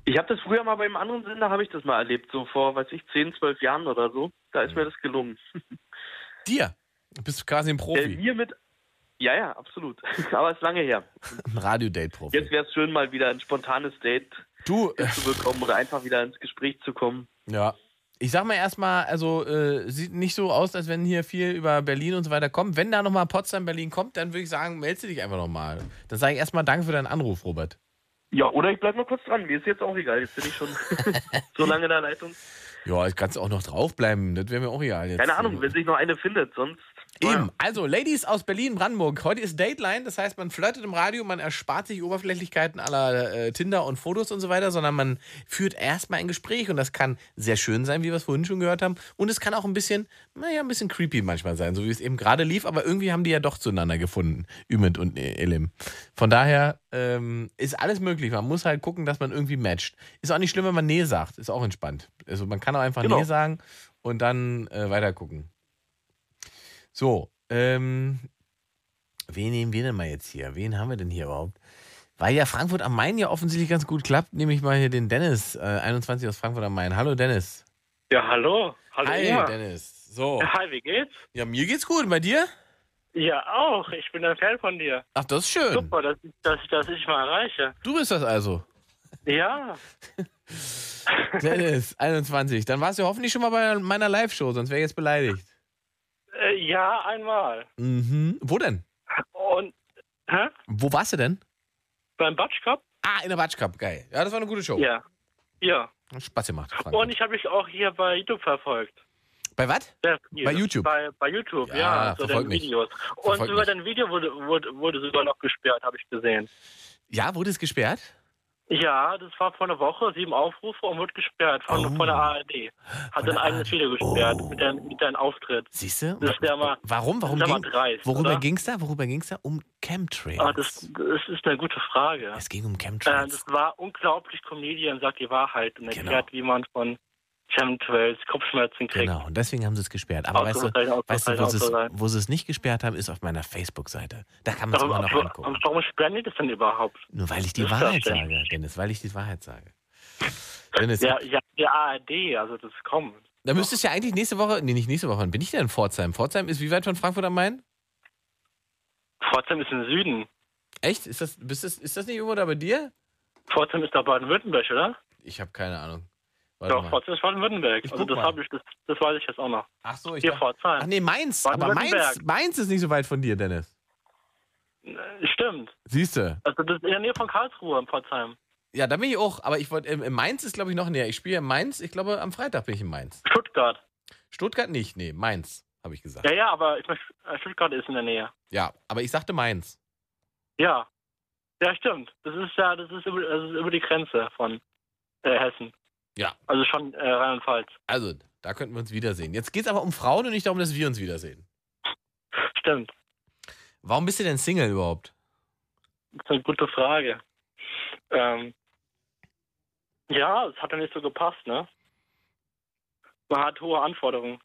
Ich habe das früher mal bei einem anderen Sender, habe ich das mal erlebt, so vor, weiß ich, 10, 12 Jahren oder so. Da ist mir das gelungen. Dir? Du bist quasi ein Äh, Profi, mir mit. Ja, ja, absolut. Aber ist lange her. ein Radio-Date-Profi. Jetzt wäre es schön, mal wieder ein spontanes Date Du, äh, zu bekommen oder einfach wieder ins Gespräch zu kommen. ja, Ich sag mal erstmal, also äh, sieht nicht so aus, als wenn hier viel über Berlin und so weiter kommt. Wenn da nochmal Potsdam, Berlin kommt, dann würde ich sagen, meldest du dich einfach nochmal. Dann sage ich erstmal Danke für deinen Anruf, Robert. Ja, oder ich bleib mal kurz dran. Mir ist jetzt auch egal. Jetzt bin ich schon so lange in der Leitung. Ja, ich kann es auch noch draufbleiben. Das wäre mir auch egal jetzt. Keine Ahnung, wenn sich noch eine findet, sonst. Eben. Also, Ladies aus Berlin-Brandenburg. Heute ist Dateline. Das heißt, man flirtet im Radio, man erspart sich Oberflächlichkeiten aller äh, Tinder und Fotos und so weiter, sondern man führt erstmal ein Gespräch. Und das kann sehr schön sein, wie wir es vorhin schon gehört haben. Und es kann auch ein bisschen, naja, ein bisschen creepy manchmal sein, so wie es eben gerade lief. Aber irgendwie haben die ja doch zueinander gefunden, Ümit und Elim. Von daher ähm, ist alles möglich. Man muss halt gucken, dass man irgendwie matcht. Ist auch nicht schlimm, wenn man Nee sagt. Ist auch entspannt. Also, man kann auch einfach Genau. Nee sagen und dann äh, weiter gucken. So, ähm, wen nehmen wir denn mal jetzt hier? Wen haben wir denn hier überhaupt? Weil ja Frankfurt am Main ja offensichtlich ganz gut klappt, nehme ich mal hier den Dennis, äh, 21 aus Frankfurt am Main. Hallo Dennis. Ja, hallo. Hallo. Hi Oma. Dennis. So. Hi, wie geht's? Ja, mir geht's gut. Und bei dir? Ja, auch. Ich bin ein Fan von dir. Ach, das ist schön. Super, dass, dass, dass ich mal erreiche. Du bist das also. Ja. Dennis, 21. Dann warst du hoffentlich schon mal bei meiner Live-Show, sonst wäre ich jetzt beleidigt. Äh, ja, einmal. Mhm. Wo denn? Und hä? Wo warst du denn? beim Batsch Cup? Ah, in der Batsch Cup. Geil. Ja, das war eine gute Show. Ja. Ja. Hat Spaß gemacht. Frank. Und ich habe dich auch hier bei YouTube verfolgt. Bei was? Sehr viel. Bei YouTube? Bei, bei YouTube, ja. Ja, so verfolg deine mich. Videos. Und Verfolg mich. sogar dein Video wurde, wurde, wurde sogar noch gesperrt, habe ich gesehen. Ja, wurde es gesperrt? Ja, das war vor einer Woche, sieben Aufrufe und wurde gesperrt von, Oh. von der ARD. Hat sein eigenes Video gesperrt mit, deinem, mit deinem Auftritt. Siehst du? Das ist ja mal, Oh. Warum? Warum das ist ja mal ging- dreist, Worüber oder? ging es da? Worüber ging es da? Um Chemtrails. Ah, das, das ist eine gute Frage. Es ging um Äh, Chemtrails. Genau. das war unglaublich Comedian, sagt die Wahrheit und erklärt, wie man von Chemtrails Kopfschmerzen kriegt. Genau, und deswegen haben sie es gesperrt. Aber weißt du, Autorein, Autorein, weißt du wo, sie es, Autorein. wo sie es nicht gesperrt haben, ist auf meiner Facebook-Seite. Da kann man es Warum, immer noch warum, angucken. warum, warum sperren die das denn überhaupt? Nur weil ich die Das ist Wahrheit das denn. sage, Dennis, weil ich die Wahrheit sage. Dennis, Ja, ja, die ARD, also das kommt. da müsstest du ja eigentlich nächste Woche, nee, nicht nächste Woche, wann bin ich denn in Pforzheim? Pforzheim ist wie weit von Frankfurt am Main? Pforzheim ist im Süden. Echt? Ist das, bist das, ist das nicht irgendwo da bei dir? Pforzheim ist da Baden-Württemberg, oder? Ich habe keine Ahnung. Warte Doch, mal. Pforzheim ist Baden-Württemberg. Ich Also guck das mal. habe ich, das, das weiß ich jetzt auch noch. Ach so, ich Hier dachte- Pforzheim. Ach nee, Mainz. Aber Mainz, Baden-Württemberg. Mainz ist nicht so weit von dir, Dennis. Äh, Stimmt. Siehst du? Also das ist in der Nähe von Karlsruhe in Pforzheim. Ja, da bin ich auch. Aber ich wollte, ähm, in Mainz ist, glaube ich, noch näher. Ich spiele in Mainz. Ich glaube, am Freitag bin ich in Mainz. Stuttgart. Stuttgart nicht, nee, Mainz, habe ich gesagt. Ja, ja, aber ich meine, äh, Stuttgart ist in der Nähe. Ja, aber ich sagte Mainz. Ja. Ja, stimmt. Das ist ja, das ist über, das ist über die Grenze von äh, Hessen. Ja. Also schon äh, Rheinland-Pfalz. Also, da könnten wir uns wiedersehen. Jetzt geht es aber um Frauen und nicht darum, dass wir uns wiedersehen. Stimmt. Warum bist du denn Single überhaupt? Das ist eine gute Frage. Ähm, ja, es hat ja nicht so gepasst, ne? Man hat hohe Anforderungen.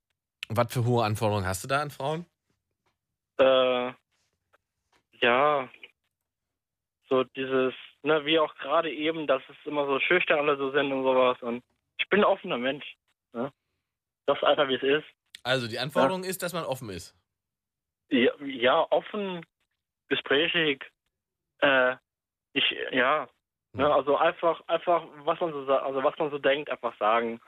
Was für hohe Anforderungen hast du da an Frauen? Äh, ja. So dieses, ne, wie auch gerade eben, dass es immer so schüchtern alle so sind und sowas. Und ich bin ein offener Mensch. Ne? Das ist einfach, wie es ist. Also, die Anforderung ist, dass man offen ist. Ja, ja offen, gesprächig. Äh, ich, ja. Ne, also einfach, einfach, was man so sa- also was man so denkt, einfach sagen.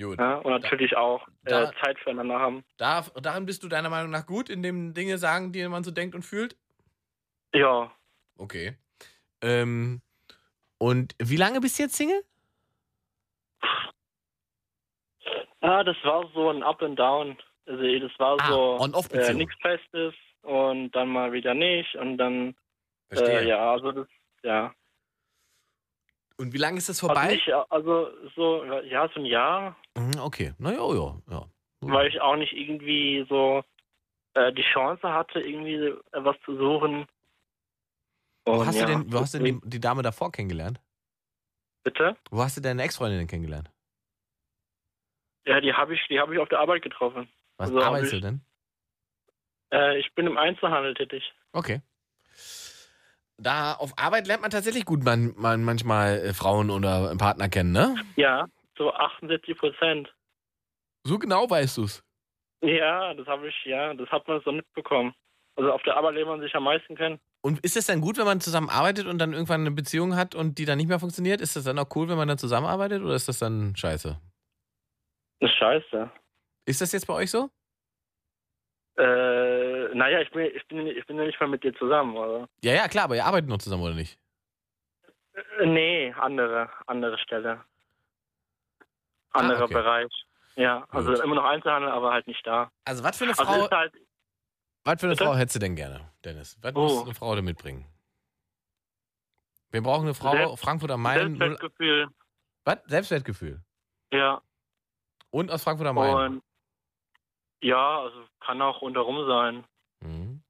Gut. Ne? Und natürlich auch äh, da- Zeit füreinander haben. Da, darin bist du deiner Meinung nach gut, in dem Dinge sagen, die man so denkt und fühlt? Ja. Okay. Ähm, und wie lange bist du jetzt Single? Ja, das war so ein Up and Down. Also das war Ah, so äh, On-Off-Beziehung. nichts Festes und dann mal wieder nicht und dann Verstehe. Äh, ja, also das ja. Und wie lange ist das vorbei? Also, nicht, also so ja, so ein Jahr, Mhm, Okay, naja, ja, ja. weil ich auch nicht irgendwie so äh, die Chance hatte, irgendwie äh, was zu suchen. Wo Und hast, ja. du denn, wo hast du denn die, die Dame davor kennengelernt? Bitte? Wo hast du deine Ex-Freundin denn kennengelernt? Ja, die habe ich, die habe ich auf der Arbeit getroffen. Was Also, arbeitest hab du denn? ich, äh, ich bin im Einzelhandel tätig. Okay. Da auf Arbeit lernt man tatsächlich gut man, man manchmal äh, Frauen oder Partner kennen, ne? Ja, so 78 Prozent. So genau weißt du es. Ja, das habe ich, ja, das hat man so mitbekommen. Also auf der Arbeit lernt man sich am meisten kennen. Und ist es dann gut, wenn man zusammen arbeitet und dann irgendwann eine Beziehung hat und die dann nicht mehr funktioniert? Ist das dann auch cool, wenn man dann zusammenarbeitet oder ist das dann scheiße? Eine Scheiße. Ist das jetzt bei euch so? Äh, naja, ich bin, ich, bin, ich bin ja nicht mal mit dir zusammen. Also. Ja, ja, klar, aber ihr arbeitet noch zusammen, oder nicht? Äh, Nee, andere, andere Stelle. Anderer Ah, okay. Bereich. Ja, also immer noch Einzelhandel, aber halt nicht da. Also was für eine Also Frau- ist halt, Was für eine Bitte? Frau hättest du denn gerne, Dennis? Was Oh. muss eine Frau denn mitbringen? Wir brauchen eine Frau, Selbst- Frankfurt am Main. null- Selbstwertgefühl, Was? Selbstwertgefühl. ja. Und aus Frankfurt am Main. Und ja, also kann auch rundherum sein. Mhm.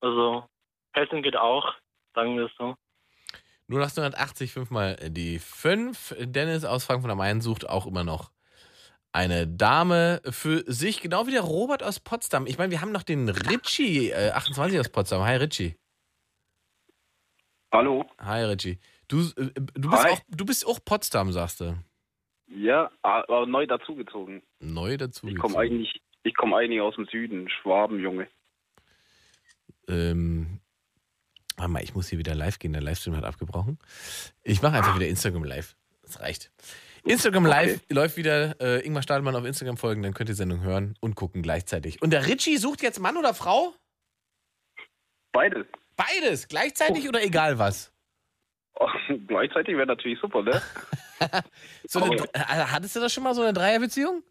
Also Hessen geht auch, sagen wir es so. 0880, 5 mal die 5. Dennis aus Frankfurt am Main sucht auch immer noch eine Dame für sich, genau wie der Robert aus Potsdam. Ich meine, wir haben noch den Richie, äh, 28 aus Potsdam. Hi Richie. Hallo. Hi Richie. Du, äh, du, bist, Hi. Auch, du bist auch Potsdam, sagst du. Ja, aber neu dazugezogen. Neu dazu. Ich komme eigentlich, ich komme eigentlich aus dem Süden, Schwaben, Junge. Ähm, warte mal, ich muss hier wieder live gehen. Der Livestream hat abgebrochen. Ich mache einfach wieder Instagram live. Das reicht. Instagram live läuft wieder. Äh, Ingmar Stadelmann auf Instagram folgen, dann könnt ihr die Sendung hören und gucken gleichzeitig. Und der Richie sucht jetzt Mann oder Frau? Beides. Beides. Gleichzeitig oder egal was? Oh, Gleichzeitig wäre natürlich super, ne? So eine, Dre- also, hattest du das schon mal so eine Dreierbeziehung?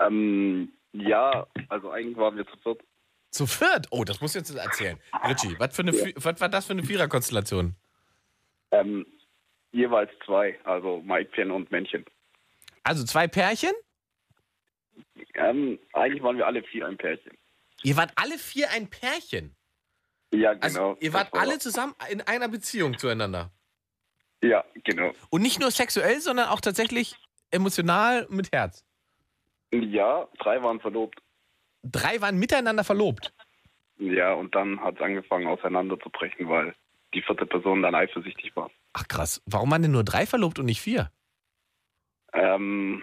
Ähm, ja, also eigentlich waren wir zu viert. Zu viert? Oh, das muss ich jetzt erzählen. Richie, was, für eine, Fü- was war das für eine Viererkonstellation? Ähm, jeweils zwei, also Maidchen und Männchen. Also zwei Pärchen? Ähm, eigentlich waren wir alle vier ein Pärchen. Ihr wart alle vier ein Pärchen. Ja, genau. Also, ihr wart Das war- alle zusammen in einer Beziehung zueinander. Ja, genau. Und nicht nur sexuell, sondern auch tatsächlich emotional mit Herz. Ja, drei waren verlobt. Drei waren miteinander verlobt. Ja, und dann hat es angefangen auseinanderzubrechen, weil die vierte Person dann eifersüchtig war. Ach krass, warum waren denn nur drei verlobt und nicht vier? Ähm,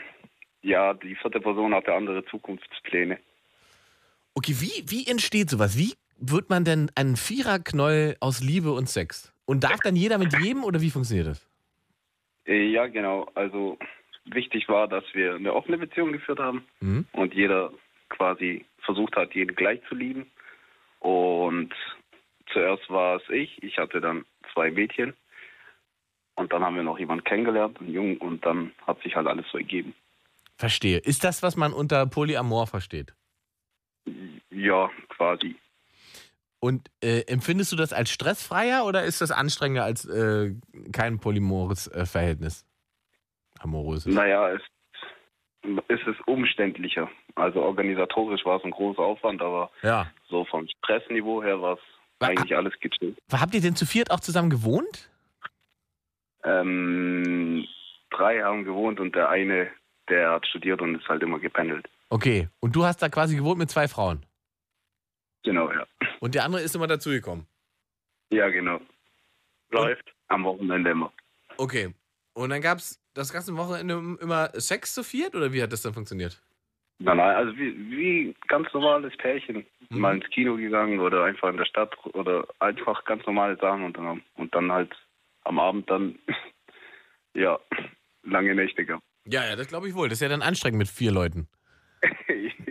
ja, die vierte Person hatte andere Zukunftspläne. Okay, wie, wie entsteht sowas? Wie wird man denn einen Viererknoll aus Liebe und Sex? Und darf dann jeder mit jedem oder wie funktioniert das? Äh, Ja, genau. Also wichtig war, dass wir eine offene Beziehung geführt haben Mhm. und jeder quasi versucht hat, jeden gleich zu lieben. Und zuerst war es ich. Ich hatte dann zwei Mädchen. Und dann haben wir noch jemanden kennengelernt, einen Jungen, und dann hat sich halt alles so ergeben. Verstehe. Ist das, was man unter Polyamor versteht? Ja, quasi. Und äh, empfindest du das als stressfreier oder ist das anstrengender als äh, kein polymores äh, Verhältnis? Amoröses. Naja, es, es ist umständlicher. Also organisatorisch war es ein großer Aufwand, aber Ja. so vom Stressniveau her war es eigentlich alles gechillt. Habt ihr denn zu viert auch zusammen gewohnt? Ähm, drei haben gewohnt und der eine, der hat studiert und ist halt immer gependelt. Okay, und du hast da quasi gewohnt mit zwei Frauen. Genau, ja. Und der andere ist immer dazugekommen. Ja, genau. Läuft. Am Wochenende immer. Okay. Und dann gab es das ganze Wochenende immer Sex zu viert oder wie hat das dann funktioniert? Nein, nein, also wie, wie ganz normales Pärchen. Mhm. Mal ins Kino gegangen oder einfach in der Stadt oder einfach ganz normale Sachen und dann, und dann halt am Abend dann, ja, lange Nächte gehabt. Ja, ja, das glaube ich wohl. Das ist ja dann anstrengend mit vier Leuten.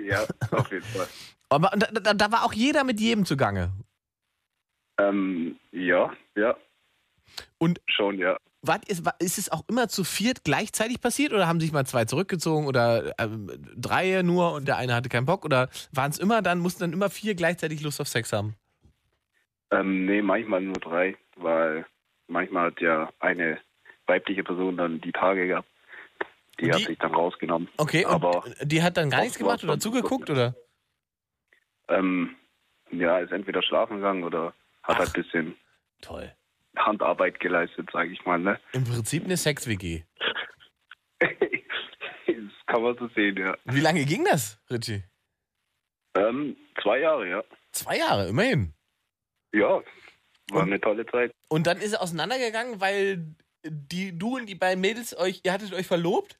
ja, auf jeden Fall. Aber da, da, da war auch jeder mit jedem zugange. Ähm, ja, ja. Und? Schon, ja. Wart ihr, war, ist es auch immer zu viert gleichzeitig passiert oder haben sich mal zwei zurückgezogen oder ähm, drei nur und der eine hatte keinen Bock oder waren es immer dann, mussten dann immer vier gleichzeitig Lust auf Sex haben? Ähm, nee, manchmal nur drei, weil manchmal hat ja eine weibliche Person dann die Tage gehabt. Die, hat sich dann rausgenommen. Okay, und aber die hat dann gar oft nichts gemacht war's dann oder zugeguckt oder? ähm, ja, ist entweder schlafen gegangen oder hat halt ein bisschen toll. Handarbeit geleistet, sage ich mal. Ne? Im Prinzip eine Sex-WG. Das kann man so sehen, ja. Wie lange ging das, Richie? Ähm, zwei Jahre, ja. Zwei Jahre, immerhin. Ja, war eine tolle Zeit. Und dann ist er auseinandergegangen, weil die, du und die beiden Mädels euch, ihr hattet euch verlobt?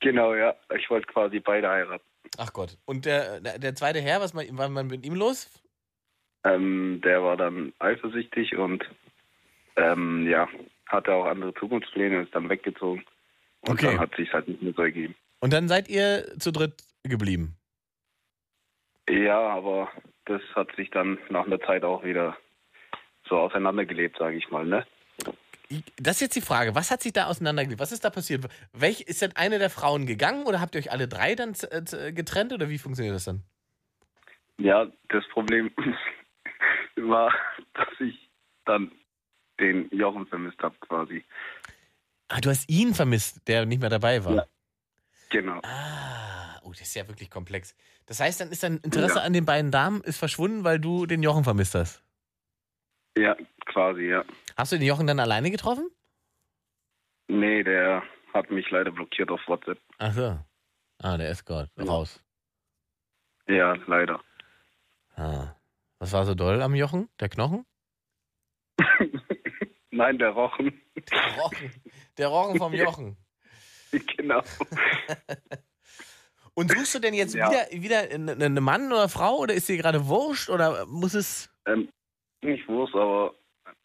Genau, ja. Ich wollte quasi beide heiraten. Ach Gott. Und der, der der zweite Herr, was man, war man mit ihm los? Ähm, der war dann eifersüchtig und ähm, ja, hatte auch andere Zukunftspläne und ist dann weggezogen. Und Okay. dann hat sich halt nicht mehr so ergeben. Und dann seid ihr zu dritt geblieben. Ja, aber das hat sich dann nach einer Zeit auch wieder so auseinandergelebt, sage ich mal, ne? Das ist jetzt die Frage. Was hat sich da auseinandergelebt? Was ist da passiert? Welch, ist denn eine der Frauen gegangen oder habt ihr euch alle drei dann z- äh, z- getrennt oder wie funktioniert das dann? Ja, das Problem war, dass ich dann den Jochen vermisst habe quasi. Ah, du hast ihn vermisst, der nicht mehr dabei war. Genau. Ah, oh, das ist ja wirklich komplex. Das heißt, dann ist dein Interesse an den beiden Damen ist verschwunden, weil du den Jochen vermisst hast. Ja, quasi, ja. Hast du den Jochen dann alleine getroffen? Nee, der hat mich leider blockiert auf WhatsApp. Ach so. Ah, der ist Gott. Raus. Ja, leider. Ah. Was war so doll am Jochen? Der Knochen? Nein, der Rochen. Der Rochen. Der Rochen vom Jochen. genau. Und suchst du denn jetzt Ja. wieder, wieder einen einen Mann oder Frau oder ist dir gerade wurscht oder muss es. Ähm, nicht Wurst, aber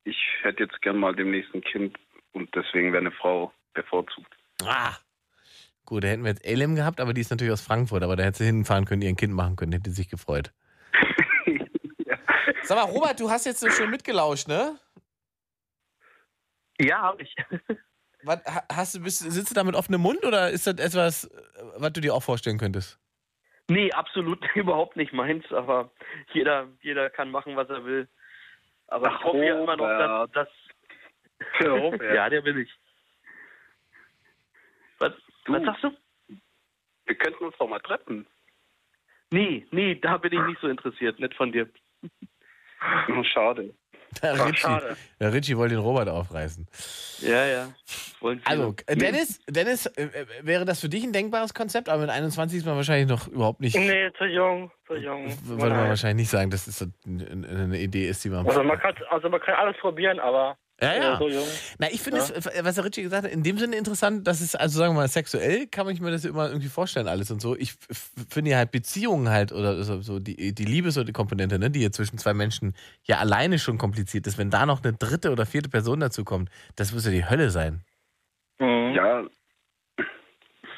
ich hätte jetzt gern mal demnächst ein Kind und deswegen wäre eine Frau bevorzugt. Ah! Gut, da hätten wir jetzt Elim gehabt, aber die ist natürlich aus Frankfurt, aber da hätte sie hinfahren können, ihr ein Kind machen können, hätte sie sich gefreut. Sag mal, Robert, du hast jetzt so schön mitgelauscht, ne? Ja, habe ich. Was, ha- hast du, bist, sitzt du da mit offenem Mund oder ist das etwas, äh, was du dir auch vorstellen könntest? Nee, absolut überhaupt nicht meins, aber jeder, jeder kann machen, was er will. Aber ich hoffe ja immer noch, dass. dass Robert. ja, der bin ich. Was, was sagst du? Wir könnten uns doch mal treffen. Nee, nee, da bin ich nicht so interessiert. Nett von dir. Schade. Der Ach, Ritchie, schade. der Ritchie wollte den Robert aufreißen. Ja, ja. Also, äh, Dennis, Dennis äh, äh, wäre das für dich ein denkbares Konzept, aber mit 21 ist man wahrscheinlich noch überhaupt nicht. Äh, Nee, zu jung, zu jung. Würde man wahrscheinlich nicht sagen, dass das so eine eine Idee ist, die man. Also man, kann, also man kann alles probieren, aber Ja, ja. äh, so jung. Na, ich finde Ja. es, äh, was der Richie gesagt hat, in dem Sinne interessant, dass es, also sagen wir mal, sexuell kann ich mir das immer irgendwie vorstellen, alles und so. Ich f- f- finde ja halt Beziehungen halt oder so, so die, die Liebe, so die Komponente, ne, die jetzt zwischen zwei Menschen ja alleine schon kompliziert ist. Wenn da noch eine dritte oder vierte Person dazu kommt, das muss ja die Hölle sein. Ja,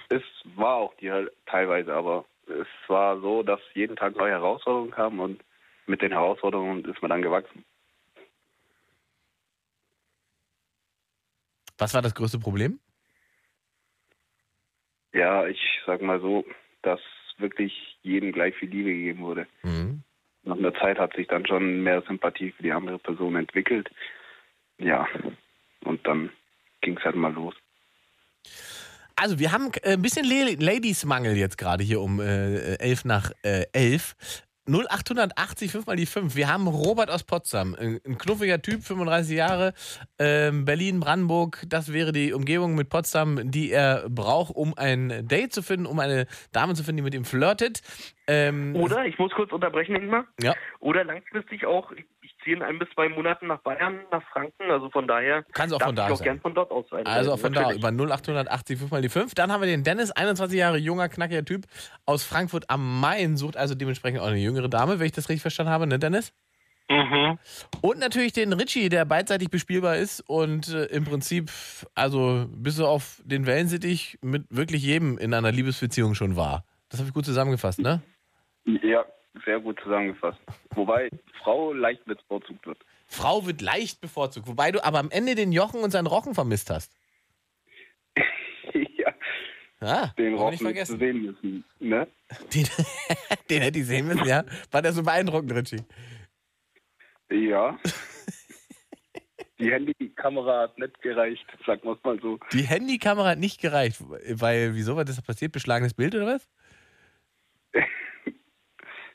es war auch die Hölle teilweise, aber es war so, dass jeden Tag neue Herausforderungen kamen und mit den Herausforderungen ist man dann gewachsen. Was war das größte Problem? Ja, ich sag mal so, dass wirklich jedem gleich viel Liebe gegeben wurde. Nach einer Zeit hat sich dann schon mehr Sympathie für die andere Person entwickelt. Ja, und dann ging es halt mal los. Also, wir haben äh, ein bisschen Le Ladies-Mangel jetzt gerade hier um äh, 11 nach äh, 11. 0880 5 mal die 5. Wir haben Robert aus Potsdam, ein, ein knuffiger Typ, 35 Jahre, ähm, Berlin, Brandenburg. Das wäre die Umgebung mit Potsdam, die er braucht, um ein Date zu finden, um eine Dame zu finden, die mit ihm flirtet. Ähm, Oder, ich muss kurz unterbrechen, Ingmar. Ja. Oder langfristig auch, ich ziehe in ein bis zwei Monaten nach Bayern, nach Franken, also von daher. Kannst auch darf von da ich auch sein. gern von dort aus sein. Also von da Natürlich. über 0880 5 mal die 5. Dann haben wir den Dennis, 21 Jahre junger, knackiger Typ aus Frankfurt am Main, sucht also dementsprechend auch eine jüngere Dame, wenn ich das richtig verstanden habe, ne Dennis? Und natürlich den Richie, der beidseitig bespielbar ist und äh, im Prinzip, also bis auf den Wellensittich, mit wirklich jedem in einer Liebesbeziehung schon war. Das habe ich gut zusammengefasst, ne? Ja, sehr gut zusammengefasst. Wobei Frau leicht bevorzugt wird. Frau wird leicht bevorzugt, wobei du aber am Ende den Jochen und seinen Rochen vermisst hast. ja. Ah, Den haben wir nicht Rochen nicht vergessen. zu sehen müssen, ne? Den hätte ich sehen müssen, ja. War der so beeindruckend, Richie? Ja. Die Handykamera hat nicht gereicht, sagen wir es mal so. Die Handykamera hat nicht gereicht, weil, wieso, was ist da passiert? Beschlagenes Bild oder was?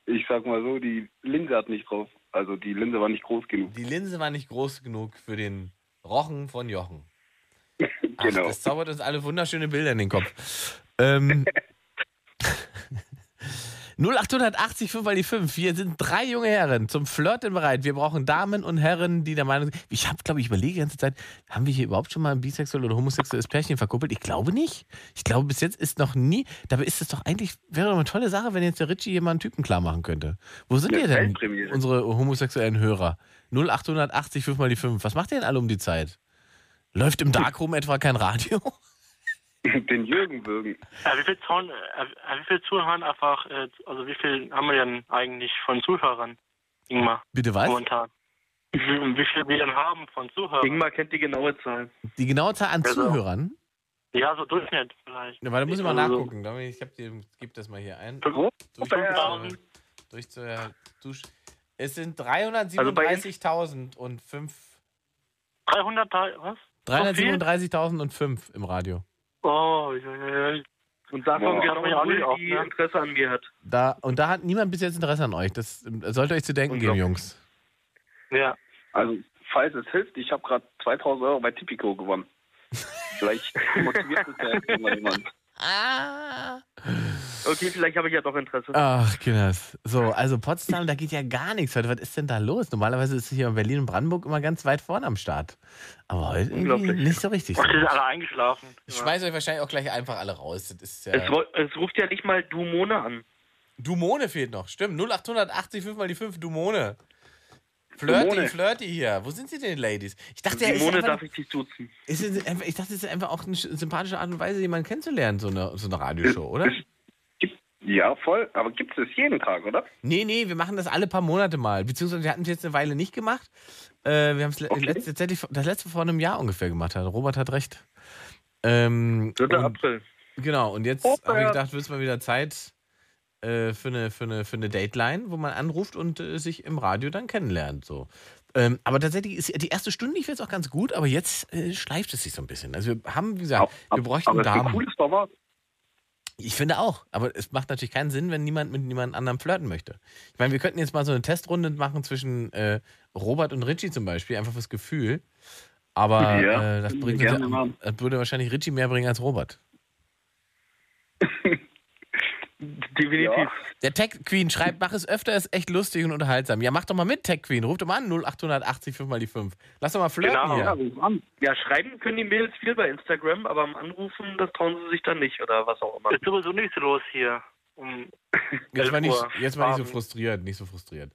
Ich sag mal so, die Linse hat nicht drauf. Also die Linse war nicht groß genug. Die Linse war nicht groß genug für den Rochen von Jochen. Genau. Das zaubert uns alle wunderschöne Bilder in den Kopf. Ähm, 0880 5 mal die 5. Hier sind drei junge Herren zum Flirten bereit. Wir brauchen Damen und Herren, die der Meinung sind. Ich habe, glaube ich, überlege die ganze Zeit, haben wir hier überhaupt schon mal ein bisexuell oder homosexuelles Pärchen verkuppelt? Ich glaube nicht. Ich glaube, bis jetzt ist noch nie. Dabei ist es doch eigentlich, wäre doch eine tolle Sache, wenn jetzt der Ritchie jemanden Typen klar machen könnte. Wo sind Ja, ihr denn, Weltpremiere. unsere homosexuellen Hörer? 0880 5 mal die 5. Was macht ihr denn alle um die Zeit? Läuft im Darkroom etwa kein Radio? Den Jürgen würgen. Äh, wie viel Zaun, äh, äh, wie viel Zuhören einfach, äh, also wie viel haben wir denn eigentlich von Zuhörern, Ingmar? Bitte was? Momentan. Wie, viel- wie viel wir denn haben von Zuhörern? Ingmar kennt die genaue Zahl. Die genaue Zahl an Also- Zuhörern? Ja, so Durchschnitt vielleicht. Ja, weil da muss ich mal Also- nachgucken. Dominik, Ich hab dir, gib das mal hier ein. Fünf- Durch, Fünftausend. durch zur Dusch. Es sind Also bei- 337.000 und 5. 300, was? So 337.005 im Radio. viel? oh, ja, ja, ja. Und Boah. davon genau ich auch nicht auf, die ne? Interesse an mir hat. Da, und da hat niemand bis jetzt Interesse an euch. Das ähm, sollte euch zu denken geben, Jungs. Ja. Also, falls es hilft, ich habe gerade 2000 Euro bei Tipico gewonnen. Vielleicht motiviert es ja irgendwann jemand. Okay, vielleicht habe ich ja doch Interesse. Ah. Ach, Kinders. So, also Potsdam, da geht ja gar nichts heute. Was ist denn da los? Normalerweise ist hier in Berlin und Brandenburg immer ganz weit vorne am Start. Aber heute irgendwie Unglaublich. nicht so richtig. Ach, die sind alle eingeschlafen. Ich schmeiße euch wahrscheinlich auch gleich einfach alle raus. Das ist ja Es, ru- es ruft ja nicht mal Dumone an. Dumone fehlt noch, stimmt. 0880 5 mal die 5, Dumone. Flirty, Dumone. flirty hier. Wo sind sie denn, Ladies? Ich dachte, er ist Dumone einfach, darf ich dich duzen. ist es einfach, ich dachte, es ist einfach auch eine sch- sympathische Art und Weise, jemanden kennenzulernen, so eine, so eine Radioshow, oder? Ja, voll. Aber gibt es jeden Tag, oder? Nee, nee, wir machen das alle paar Monate mal. Beziehungsweise wir hatten es jetzt eine Weile nicht gemacht. Äh, wir haben es le- letzt- tatsächlich vor- das letzte vor einem Jahr ungefähr gemacht. Hat. Robert hat recht. Ähm, 3. und- April. Genau, und jetzt Robert. habe ich gedacht, wird es mal wieder Zeit äh, für, eine, für, eine, für eine Dateline, wo man anruft und äh, sich im Radio dann kennenlernt. So. Ähm, aber tatsächlich ist die erste Stunde lief jetzt auch ganz gut, aber jetzt äh, schleift es sich so ein bisschen. Also wir haben, wie gesagt, wir bräuchten aber es ist ein Damen. cooles Format. Ich finde auch, aber es macht natürlich keinen Sinn, wenn niemand mit niemand anderem flirten möchte. Ich meine, wir könnten jetzt mal so eine Testrunde machen zwischen äh, Robert und Richie zum Beispiel, einfach fürs Gefühl. Aber Ja, äh, das, können wir bringt uns gerne ja, machen. das würde wahrscheinlich Richie mehr bringen als Robert. Definitiv. Der Tech Queen schreibt, mach es öfter, ist echt lustig und unterhaltsam. Ja, mach doch mal mit, Tech Queen. Ruf doch mal an, 0880 5 mal die 5. Lass doch mal flirten Genau. Genau. hier. Ja, schreiben können die Mädels viel bei Instagram, aber am Anrufen, das trauen sie sich dann nicht oder was auch immer. Ist sowieso nichts los hier. Um Jetzt 11 war, nicht, Uhr jetzt war nicht so abends. frustriert, nicht so frustriert.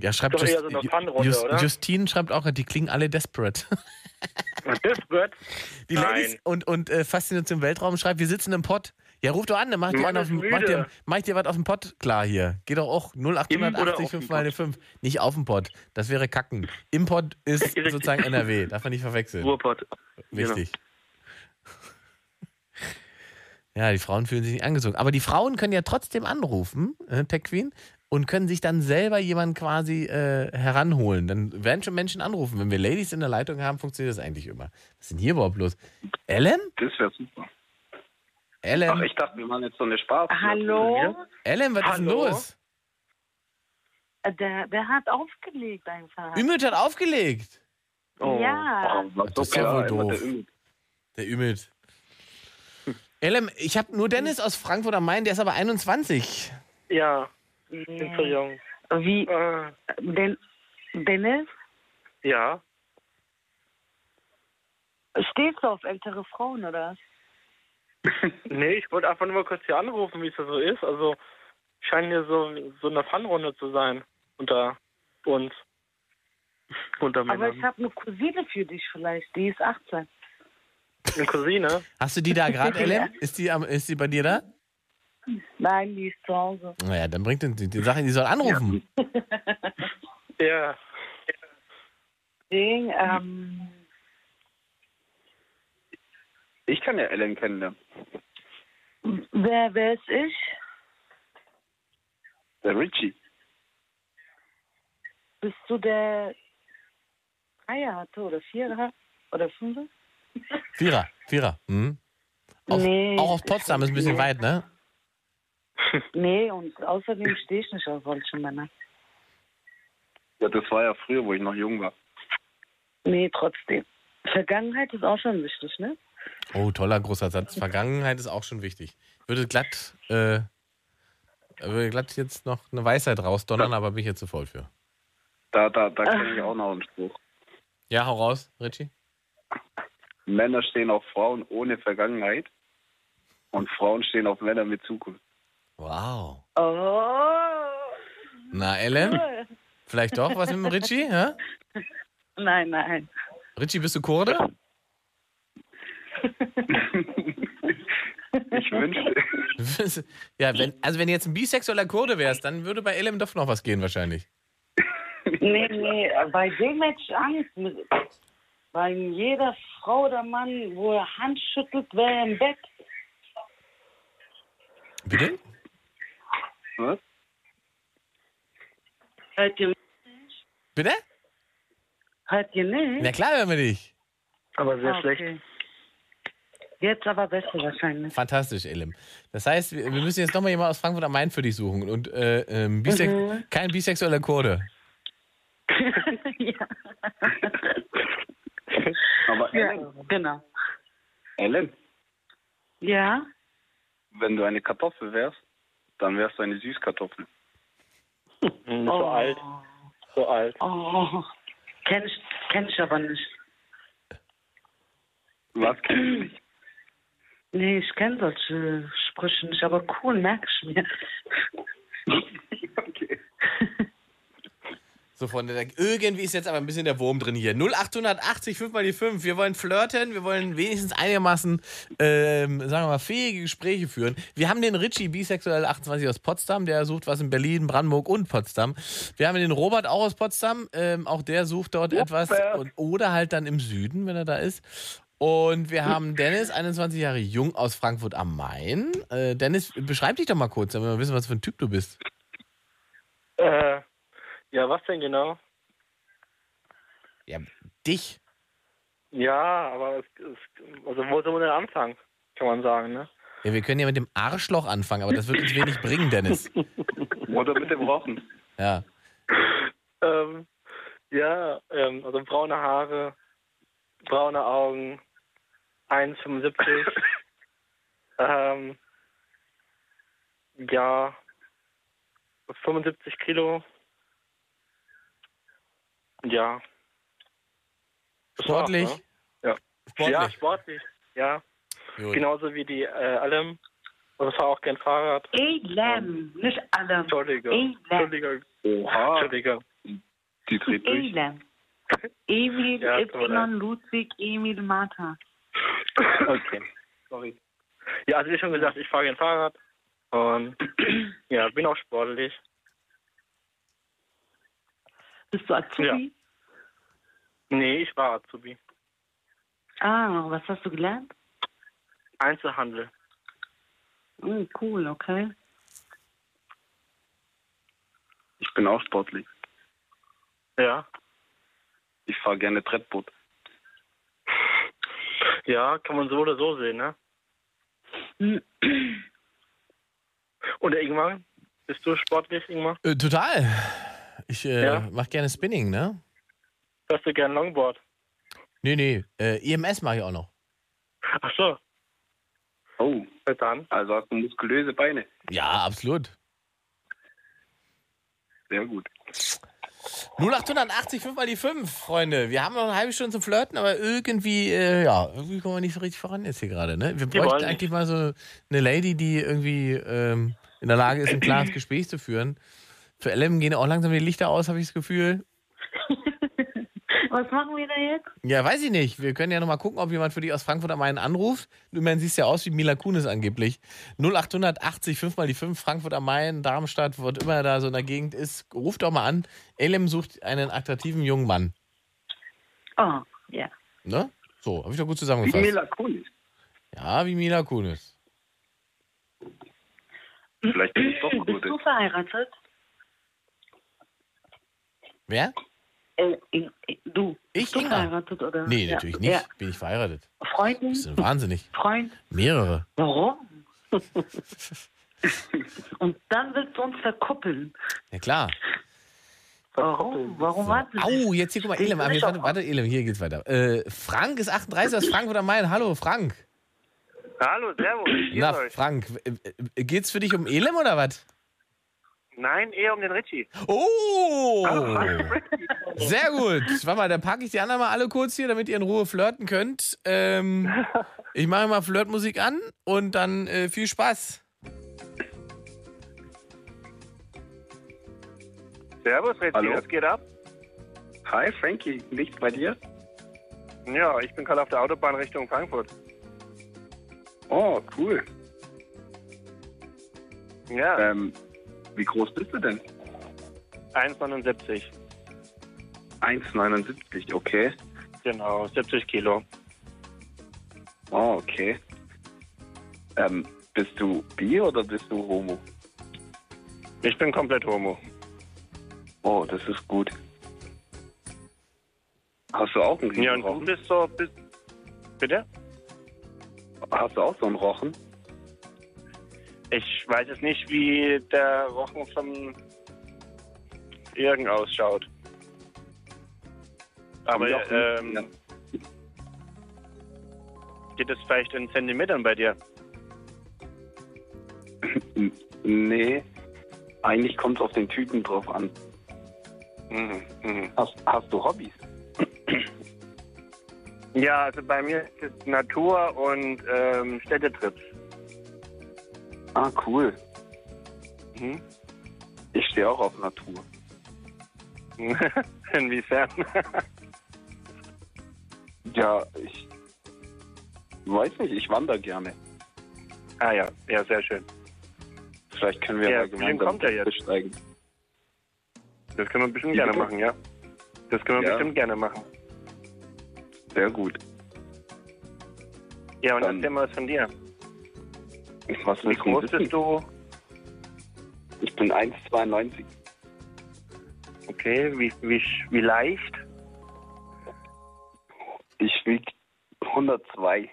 Ja, schreibt Doch Just, eher so eine Fun-Runde, Just, oder? Justine schreibt auch, die klingen alle desperate. Desperate? Die Ladies und, und äh, Faszination Weltraum schreibt, wir sitzen im Pott. Ja, ruf doch an, dann mach ich dir, Mann einen auf, ist dem- mach müde. dir, mach ich dir was aus dem Pott klar hier. Geht doch auch Im oder auf 0880 dem 5 mal eine 5. Nicht auf dem Pott, das wäre Kacken. Im Pott ist sozusagen NRW, darf man nicht verwechseln. Ruhrpott. Richtig. Ja, die Frauen fühlen sich nicht angezogen. Aber die Frauen können ja trotzdem anrufen, äh, Tech Queen, und können sich dann selber jemanden quasi äh, heranholen. Dann werden schon Menschen anrufen. Wenn wir Ladies in der Leitung haben, funktioniert das eigentlich immer. Was ist denn hier überhaupt los? Ellen? Das wäre super. Ellen? Ach, ich dachte, wir machen jetzt so eine Spaß. Ellen, was ist denn Hallo? los? Äh, Der, der hat aufgelegt einfach. Ümit hat aufgelegt. Oh, Ja. Das ist ja wohl doof. Der Ümit. Ellen, ich habe nur Dennis aus Frankfurt am Main, der ist aber 21. Ja, ich bin zu jung. Wie? Äh, Den, Dennis, ja. stehst du auf ältere Frauen, oder? Nee, ich wollte einfach nur mal kurz hier anrufen, wie es da so ist. Also scheint hier so, so eine Fun-Runde zu sein unter uns. Unter Aber ich habe eine Cousine für dich vielleicht, die ist 18. Eine Cousine. Hast du die da gerade, Ellen? Ist die, am, ist die bei dir da? Nein, die ist zu Hause. Naja, dann bringt den, die, die Sache, die soll anrufen. Ja. Deswegen, ähm, Ich kann ja Ellen kennenlernen. wer, wer ist ich? Der Richie. Bist du der Dreier hatte oder Vierer oder Fünfer? Vierer, Vierer. Hm. Auch, Nee, auch auf Potsdam ist ein bisschen nee. weit, ne? Nee, und außerdem stehe ich nicht auf solche Männer. Ja, das war ja früher, wo ich noch jung war. Nee, trotzdem. Vergangenheit ist auch schon wichtig, ne? Oh, toller großer Satz. Vergangenheit ist auch schon wichtig. Würde glatt, äh, würde glatt jetzt noch eine Weisheit rausdonnern, aber bin ich jetzt zu voll für. Da, da, da kenne ich auch noch einen Spruch. Ja, hau raus, Richie. Männer stehen auf Frauen ohne Vergangenheit und Frauen stehen auf Männer mit Zukunft. Wow. Oh, Na, Ellen, cool. vielleicht doch was mit dem Richie? Hä? Nein, nein. Richie, bist du Kurde? Ich wünschte. ja, wenn, also wenn du jetzt ein bisexueller Kurde wärst, dann würde bei Elem doch noch was gehen wahrscheinlich. Nee, nee, bei dem hätte ich Angst. Mit- Bei jeder Frau oder Mann, wo er Hand schüttelt, wäre er im Bett. Bitte? Was? Hört ihr mich? Bitte? Hört ihr nicht? Na klar hören wir dich. Aber sehr Ah, okay. schlecht. Jetzt aber besser wahrscheinlich. Fantastisch, Elim. Das heißt, wir wir müssen jetzt nochmal jemanden aus Frankfurt am Main für dich suchen. Und äh, ähm, bisex Mhm. kein bisexueller Kurde. Aber Ja, genau. Ellen, Ja? wenn du eine Kartoffel wärst, dann wärst du eine Süßkartoffel. Oh. alt. So alt. Oh, kenn ich, kenn ich aber nicht. Was kennst du nicht? Nee, ich kenne solche Sprüche nicht, aber cool, merke ich mir. So von der, irgendwie ist jetzt aber ein bisschen der Wurm drin hier. 0880 5 mal die 5. Wir wollen flirten, wir wollen wenigstens einigermaßen, ähm, sagen wir mal, fähige Gespräche führen. Wir haben den Richie, bisexuell 28 aus Potsdam, der sucht was in Berlin, Brandenburg und Potsdam. Wir haben den Robert auch aus Potsdam, ähm, auch der sucht dort etwas und, oder halt dann im Süden, wenn er da ist. Und wir haben Dennis, 21 Jahre jung aus Frankfurt am Main. Äh, Dennis, beschreib dich doch mal kurz, damit wir wissen, was für ein Typ du bist. Äh, ja, was denn genau? Ja, dich. Ja, aber es, es, also wo soll man denn anfangen, kann man sagen, ne? Ja, wir können ja mit dem Arschloch anfangen, aber das wird uns wenig bringen, Dennis. Oder mit dem Rochen. Ja. Ähm, ja, ähm, also braune Haare, braune Augen, 1,75. ähm, ja, 75 Kilo. Ja. Das war's, Sportlich? ne? Ja. Sportlich. Ja, sportlich. Ja. Gut. Genauso wie die äh, Alem. Und ich fahre auch gern Fahrrad. Elem, nicht Alem. Entschuldige. Elem. Entschuldige. Oha. Entschuldige. Die dreht durch. Elem. Emil, Ja, tut mir Y, leid. Ludwig, Emil, Martha. Okay. Sorry. Ja, also wie schon gesagt, ich fahre gern Fahrrad und ja, bin auch sportlich. Bist du Azubi? Nee, ich war Azubi. Ah, was hast du gelernt? Einzelhandel. Hm, cool, okay. Ich bin auch sportlich. Ja. Ich fahre gerne Trettboot. Ja, kann man so oder so sehen, ne? Äh, Und der Ingmar? Bist du sportlich, Ingmar? Äh, total. Ich äh, Ja. mach gerne Spinning, ne? Fährst du gern Longboard? Nee, nee. Äh, EMS mache ich auch noch. Ach so. Oh. Dann. Also hast du muskulöse Beine. Ja, absolut. Sehr gut. 0880 5 mal die 5, Freunde. Wir haben noch eine halbe Stunde zum Flirten, aber irgendwie, äh, ja, irgendwie kommen wir nicht so richtig voran jetzt hier gerade, ne? Wir Wir bräuchten wollen nicht. eigentlich mal so eine Lady, die irgendwie ähm, in der Lage ist, ein klares Gespräch zu führen. Für LM gehen auch langsam die Lichter aus, habe ich das Gefühl. Was machen wir da jetzt? Ja, weiß ich nicht. Wir können ja nochmal gucken, ob jemand für dich aus Frankfurt am Main anruft. Du meinst, siehst ja aus wie Mila Kunis angeblich. 0880, 5 mal die 5, Frankfurt am Main, Darmstadt, wo immer da so in der Gegend ist. Ruf doch mal an. Elem sucht einen attraktiven jungen Mann. Oh, ja. Ne? So, habe ich doch gut Wie zusammengefasst. Mila Kunis. ja, wie Mila Kunis. Vielleicht bin ich doch ein Bist du gutes. verheiratet? Wer? Äh, in- in- du. Ich? Bist du verheiratet, oder? Nee, Ja. natürlich nicht. Ja. Bin ich verheiratet. Freundin? Das ist wahnsinnig. Freund? Mehrere. Warum? Und dann willst du uns verkuppeln. Ja, klar. Warum? Warum warten Au, jetzt hier, guck mal, Elem. Warte, warte, warte, Elem, hier geht's weiter. Äh, Frank ist 38 aus Frankfurt am Main. Hallo, Frank. Hallo, Servus. hier Na, ist euch. Frank, w- äh, geht's für dich um Elem oder was? Nein, eher um den Richie. Ah, Oh! Sehr gut. Warte mal, dann packe ich die anderen mal alle kurz hier, damit ihr in Ruhe flirten könnt. Ähm, ich mache mal Flirtmusik an und dann äh, viel Spaß. Servus, Richie. Hallo. Was geht ab? Hi Frankie, nichts bei dir? Ja, ich bin gerade auf der Autobahn Richtung Frankfurt. Oh, cool. Ja. Ähm, wie groß bist du denn? 1,79. 1,79, okay. Genau, 70 Kilo. Oh, okay. Ähm, bist du bi oder bist du homo? Ich bin komplett homo. Oh, das ist gut. Hast du auch einen Ja, und du Rochen? bist so. Bist, bitte? Hast du auch so einen Rochen? Ich weiß jetzt nicht, wie der Rochen vom Jürgen ausschaut. Aber Jochen, ähm, geht es vielleicht in Zentimetern bei dir? N- Nee, eigentlich kommt es auf den Typen drauf an. Mhm, Hast, hast du Hobbys? Ja, also bei mir ist es Natur und ähm, Städtetrips. Ah, cool. Hm? Ich stehe auch auf Natur. Inwiefern? Ja, ich weiß nicht, ich wandere gerne. ah ja, ja, sehr schön. Vielleicht können wir Ja, mal gemeinsam kommt er jetzt. besteigen. Das können wir bestimmt Ja, gerne bitte. machen, ja. Das können wir Ja. bestimmt gerne machen. Sehr gut. Ja, und Dann- erzähl mal was von dir. Was Wie groß bist du? Ich bin 1,92. Okay, wie, wie, wie leicht? Ich wiege 102.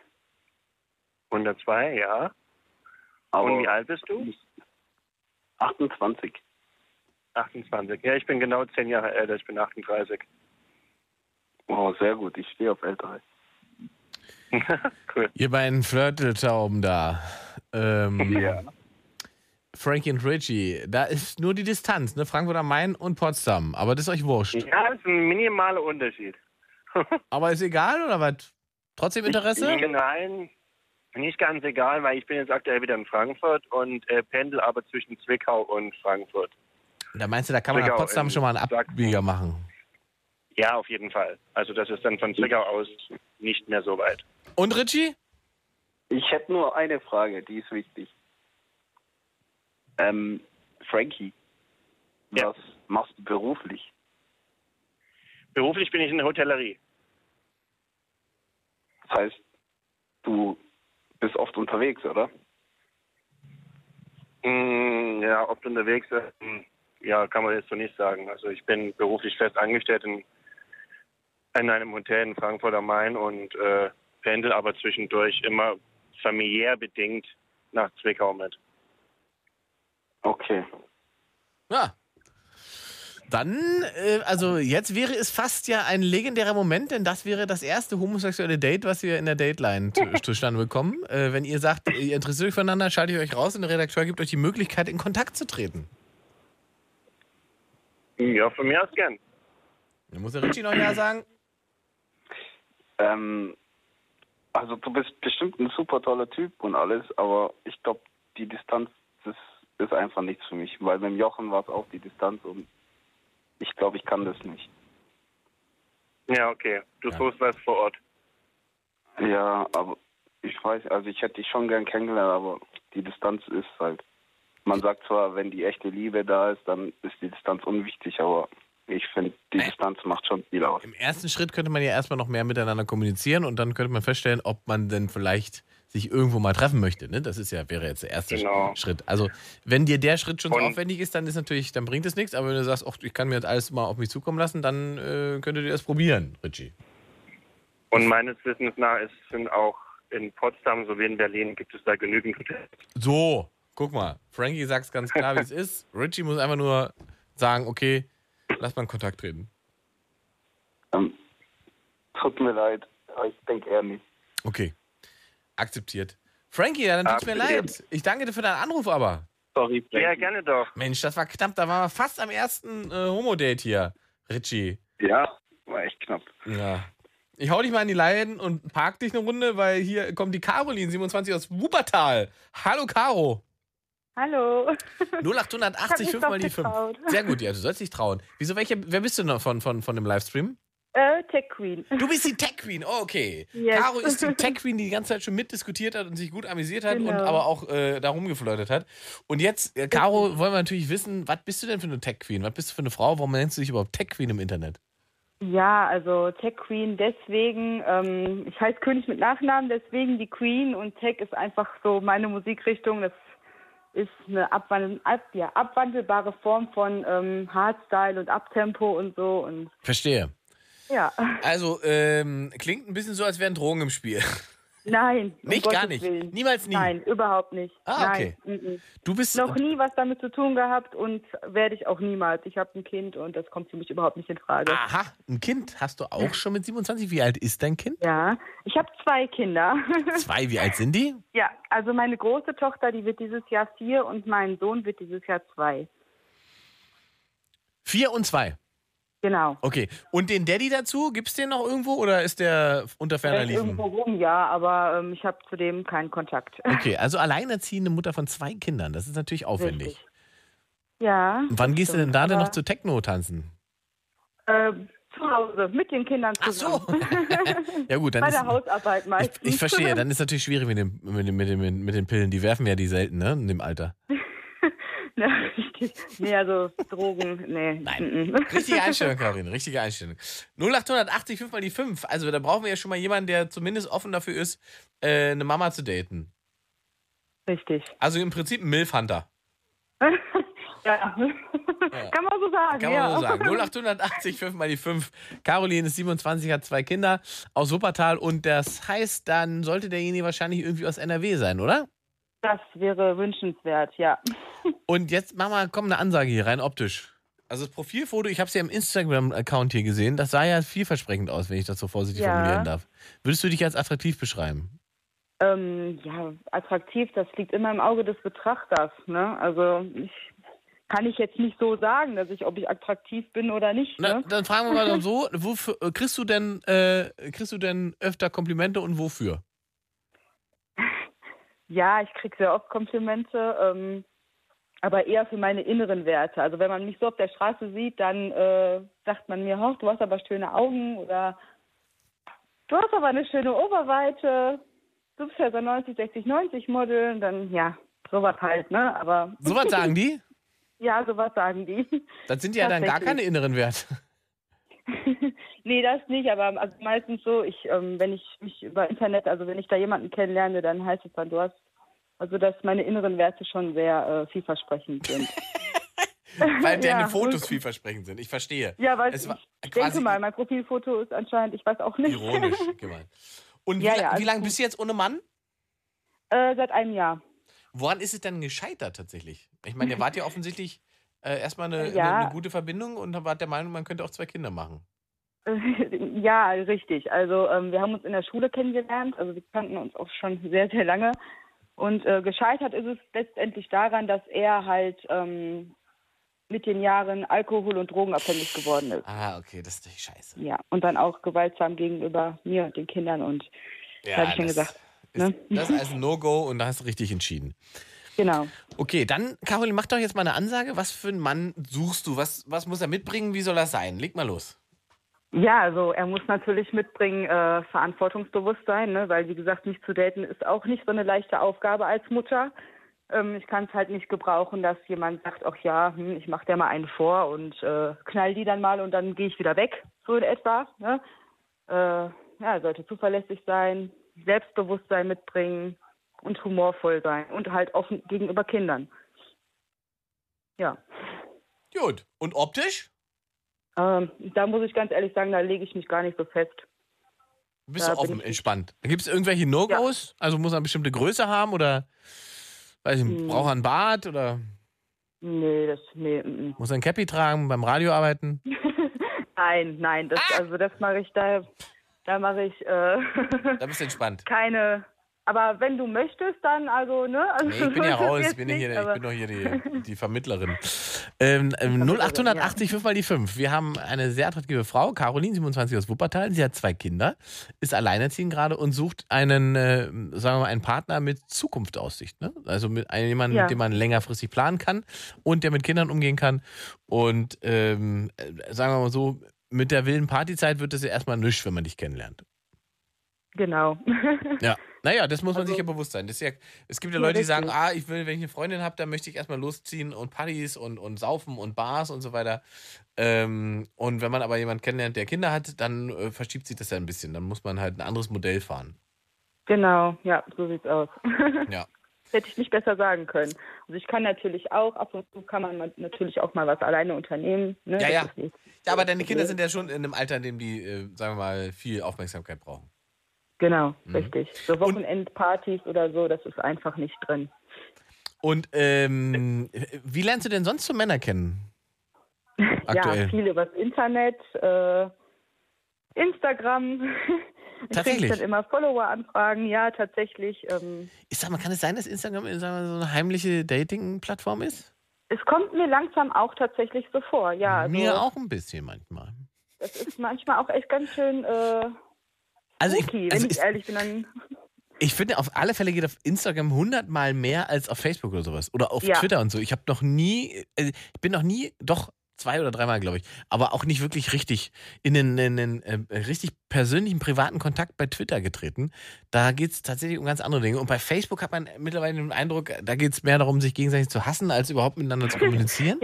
102, ja. Aber und wie alt bist du? 28. 28. Ja, ich bin genau 10 Jahre älter, ich bin 38. Oh, sehr gut. Ich stehe auf ältere. Ihr beiden Flirteltauben da. Ähm, Ja. Frankie und Richie, da ist nur die Distanz, ne? Frankfurt am Main und Potsdam. Aber das ist euch wurscht. Ja, ist ein minimaler Unterschied. Aber ist egal oder was? Trotzdem Interesse? Ich, nein, nicht ganz egal, weil ich bin jetzt aktuell wieder in Frankfurt und äh, pendel aber zwischen Zwickau und Frankfurt. Da meinst du, da kann man nach Zwickau Potsdam in schon mal einen Abbieger machen. Ja, auf jeden Fall. Also das ist dann von Zwickau aus nicht mehr so weit. Und Richie? Ich hätte nur eine Frage, die ist wichtig. Ähm, Frankie, was machst du beruflich? Beruflich bin ich in der Hotellerie. Das heißt, du bist oft unterwegs, oder? Mm, ja, oft unterwegs, ähm, ja, kann man jetzt so nicht sagen. Also ich bin beruflich fest angestellt in, in einem Hotel in Frankfurt am Main und äh, pendel aber zwischendurch immer familiär bedingt nach Zwickau mit. Okay. Ja. Dann, äh, also jetzt wäre es fast ja ein legendärer Moment, denn das wäre das erste homosexuelle Date, was wir in der Dateline zu- zustande bekommen. Äh, wenn ihr sagt, ihr interessiert euch voneinander, schaltet ihr euch raus und der Redakteur gibt euch die Möglichkeit, in Kontakt zu treten. Mm, Ja, von mir aus gern. Dann muss der Richie noch Ja sagen. Ähm, also du bist bestimmt ein super toller Typ und alles, aber ich glaube, die Distanz, das ist einfach nichts für mich, weil mit dem Jochen war es auch die Distanz und ich glaube, ich kann das nicht. Ja, okay. Du suchst was vor Ort. Ja, aber ich weiß, also ich hätte dich schon gern kennengelernt, aber die Distanz ist halt. Man sagt zwar, wenn die echte Liebe da ist, dann ist die Distanz unwichtig, aber ich finde, die Distanz macht schon viel aus. Im ersten Schritt könnte man ja erstmal noch mehr miteinander kommunizieren und dann könnte man feststellen, ob man denn vielleicht sich irgendwo mal treffen möchte. Ne? Das ist ja, wäre jetzt der erste Genau. Schritt. Also, wenn dir der Schritt schon so aufwendig ist, dann ist natürlich, dann bringt es nichts. Aber wenn du sagst, ach, ich kann mir das alles mal auf mich zukommen lassen, dann äh, könntet ihr das probieren, Richie. Und meines Wissens nach ist, sind auch in Potsdam sowie in Berlin gibt es da genügend Hotels. So, guck mal. Frankie sagt es ganz klar, wie es ist. Richie muss einfach nur sagen, okay, lass mal in Kontakt treten. Tut mir leid, aber ich denke eher nicht. Okay. Akzeptiert. Frankie, ja, dann tut's mir leid. Ich danke dir für deinen Anruf aber. Sorry, Ja, gerne doch. Mensch, das war knapp. Da waren wir fast am ersten äh, Homo-Date hier, Richie. Ja, war echt knapp. Ja. Ich hau dich mal in die Leiden und park dich eine Runde, weil hier kommt die Caroline, 27 aus Wuppertal. Hallo, Caro. Hallo. 0880 Ich hab mich 5 mal die doch 5. getraut. Sehr gut, ja, du sollst dich trauen. Wieso, welche, wer bist du noch von, von, von dem Livestream? Äh, Tech Queen. Du bist die Tech Queen, oh, okay. Yes. Caro ist die Tech Queen, die die ganze Zeit schon mitdiskutiert hat und sich gut amüsiert hat und Genau. aber auch äh, da rumgeflirtet hat. Und jetzt, äh, Caro, wollen wir natürlich wissen, was bist du denn für eine Tech Queen? Was bist du für eine Frau? Warum nennst du dich überhaupt Tech Queen im Internet? Ja, also Tech Queen deswegen, ähm, ich heiße König mit Nachnamen, deswegen die Queen und Tech ist einfach so meine Musikrichtung. Das ist eine abwandel ab, ja, abwandelbare Form von ähm, Hardstyle und Abtempo und so und Verstehe. ja, Also, ähm, klingt ein bisschen so, als wären Drogen im Spiel. nein. um Nicht, gar Gottes nicht. Willen. Niemals nie. Nein, überhaupt nicht. Ah, okay. Nein. mhm. Du bist noch nie was damit zu tun gehabt und werde ich auch niemals. Ich habe ein Kind und das kommt für mich überhaupt nicht in Frage. Aha, ein Kind hast du auch schon mit 27. Wie alt ist dein Kind? Ja, ich habe zwei Kinder. Zwei, wie alt sind die? Ja, also meine große Tochter, die wird dieses Jahr vier und mein Sohn wird dieses Jahr zwei. Vier und zwei. Genau. Okay. Und den Daddy dazu, gibt's den noch irgendwo oder ist der unter ferner Der ist Liefen? Äh, irgendwo rum, ja, aber ähm, ich habe zu dem keinen Kontakt. Okay, also alleinerziehende Mutter von zwei Kindern, das ist natürlich aufwendig. Ja. Und wann gehst du denn da denn aber- noch zu Techno tanzen? Ähm, zu Hause, mit den Kindern zusammen. Ach so. Ja, gut, dann Bei ist- der Hausarbeit meistens. Ich verstehe, dann ist natürlich schwierig mit, dem, mit, dem, mit, dem, mit den Pillen. Die werfen ja die selten, ne, in dem Alter. Na, richtig. Nee, also Drogen, nee. Mm, Nein. Mhm. Richtige Einstellung, Karin, richtige Einstellung. 0880, 5 mal die 5. Also da brauchen wir ja schon mal jemanden, der zumindest offen dafür ist, äh, eine Mama zu daten. Richtig. Also im Prinzip ein Milfhunter. Ja. Kann man so sagen, Kann man ja. so sagen. 0880, 5 mal die 5. Caroline ist 27, hat zwei Kinder aus Wuppertal und das heißt, dann sollte derjenige wahrscheinlich irgendwie aus NRW sein, oder? Das wäre wünschenswert, ja. Und jetzt, Mama, komm, eine Ansage hier rein optisch. Also das Profilfoto, ich habe es ja im Instagram-Account hier gesehen, das sah ja vielversprechend aus, wenn ich das so vorsichtig Ja. formulieren darf. Würdest du dich als attraktiv beschreiben? Ähm, ja, attraktiv, das liegt immer im Auge des Betrachters. Ne? Also ich, kann ich jetzt nicht so sagen, dass ich, ob ich attraktiv bin oder nicht. Na, Ne? Dann fragen wir mal so, wofür, äh, kriegst, du denn, äh, kriegst du denn öfter Komplimente und wofür? Ja, ich kriege sehr oft Komplimente, ähm, aber eher für meine inneren Werte. Also wenn man mich so auf der Straße sieht, dann äh, sagt man mir, hoch, du hast aber schöne Augen oder du hast aber eine schöne Oberweite, du bist ja so 90, 60, 90 Model, Und dann ja, sowas halt, ne? Aber Sowas sagen die? ja, sowas sagen die. Das sind ja dann gar Tatsächlich. keine inneren Werte. Nee, das nicht, aber also meistens so, ich, ähm, wenn ich mich über Internet, also wenn ich da jemanden kennenlerne, dann heißt es dann, du hast, also dass meine inneren Werte schon sehr äh, vielversprechend sind. Weil deine Ja. Fotos vielversprechend sind. Ich verstehe. ja, weil es ich war denke quasi mal, mein Profilfoto ist anscheinend, ich weiß auch nicht. ironisch gemeint. Und wie, Ja, la- ja, wie alles lange bist du jetzt ohne Mann? äh, seit einem Jahr. Woran ist es denn gescheitert tatsächlich? Ich meine, ihr wart ja offensichtlich äh, erstmal eine, Ja. eine, eine gute Verbindung und wart der Meinung, man könnte auch zwei Kinder machen. Äh, Ja, richtig. Also ähm, wir haben uns in der Schule kennengelernt, also wir kannten uns auch schon sehr, sehr lange. Und äh, gescheitert ist es letztendlich daran, dass er halt ähm, mit den Jahren alkohol- und drogenabhängig geworden ist. Ah, okay, das ist natürlich scheiße. Ja, und dann auch gewaltsam gegenüber mir und den Kindern. Und da habe ich dann das gesagt, Ist, ne? Das ist also ein No-Go und da hast du richtig entschieden. genau. Okay, dann, Caroline, mach doch jetzt mal eine Ansage. Was für einen Mann suchst du? Was, was muss er mitbringen? Wie soll das sein? Leg mal los. Ja, also er muss natürlich mitbringen äh, Verantwortungsbewusstsein, ne? weil wie gesagt, mich zu daten ist auch nicht so eine leichte Aufgabe als Mutter. Ähm, ich kann es halt nicht gebrauchen, dass jemand sagt, ach ja, hm, ich mache dir mal einen vor und äh, knall die dann mal und dann gehe ich wieder weg, so in etwa. Ne? Äh, ja, sollte zuverlässig sein, Selbstbewusstsein mitbringen und humorvoll sein und halt offen gegenüber Kindern. Ja. Gut. Und optisch? Ähm, da muss ich ganz ehrlich sagen, da lege ich mich gar nicht so fest. Bist Da du bin offen, entspannt. Gibt es irgendwelche No-Gos? Also muss er eine bestimmte Größe haben oder weiß ich, Hm. braucht er einen Bart oder Nee, das, nee, mm, mm. muss er ein Cappy tragen, beim Radio arbeiten? nein, nein, das, Ah! also das mache ich, da, da mache ich äh, Da bist du entspannt. keine, aber wenn du möchtest, dann, also, ne? Also, Nee, ich bin ja so ist es raus, ich jetzt bin, ja nicht, hier, ich aber- bin doch hier die, die Vermittlerin. Ähm, ähm, 0880 5 mal die 5. Wir haben eine sehr attraktive Frau, Caroline, 27 aus Wuppertal. Sie hat zwei Kinder, ist alleinerziehend gerade und sucht einen, äh, sagen wir mal, einen Partner mit Zukunftsaussicht. Ne? Also mit einem, jemanden, Ja. mit dem man längerfristig planen kann und der mit Kindern umgehen kann. Und ähm, äh, sagen wir mal so, mit der wilden Partyzeit wird das ja erstmal nichts, wenn man dich kennenlernt. Genau. Ja. Naja, das muss man sich ja bewusst sein. Das ist ja, es gibt ja Also Ja, Leute, die richtig. sagen, ah, ich will, wenn ich eine Freundin habe, dann möchte ich erstmal losziehen und Partys und, und saufen und Bars und so weiter. Ähm, und wenn man aber jemanden kennenlernt, der Kinder hat, dann äh, verschiebt sich das ja ein bisschen. Dann muss man halt ein anderes Modell fahren. Genau, ja, so sieht's aus. Ja. Hätte ich nicht besser sagen können. Also ich kann natürlich auch, ab und zu kann man ma- natürlich auch mal was alleine unternehmen. Ne? Ja, ja. Das ist nicht- Ja, aber deine Kinder sind ja schon in einem Alter, in dem die, äh, sagen wir mal, viel Aufmerksamkeit brauchen. Genau, Mhm. richtig. So Wochenendpartys oder so, das ist einfach nicht drin. Und ähm, wie lernst du denn sonst so Männer kennen? Ja, Aktuell. viel übers Internet, äh, Instagram. Tatsächlich? Ich krieg dann immer Follower-Anfragen, ja, tatsächlich. Ähm, Ich sag mal, kann es sein, dass Instagram äh, sagen wir, mal, so eine heimliche Dating-Plattform ist? es kommt mir langsam auch tatsächlich so vor, ja. Also, Mir auch ein bisschen manchmal. Das ist manchmal auch echt ganz schön äh, Also ich, spooky, wenn also ich ehrlich bin. Dann, Ich finde, auf alle Fälle geht auf Instagram hundertmal mehr als auf Facebook oder sowas. Oder auf Ja. Twitter und so. Ich habe noch nie, äh, ich bin noch nie, doch zwei oder dreimal, glaube ich, aber auch nicht wirklich richtig in einen, in einen äh, richtig persönlichen, privaten Kontakt bei Twitter getreten. Da geht es tatsächlich um ganz andere Dinge. Und bei Facebook hat man mittlerweile den Eindruck, da geht es mehr darum, sich gegenseitig zu hassen, als überhaupt miteinander zu kommunizieren.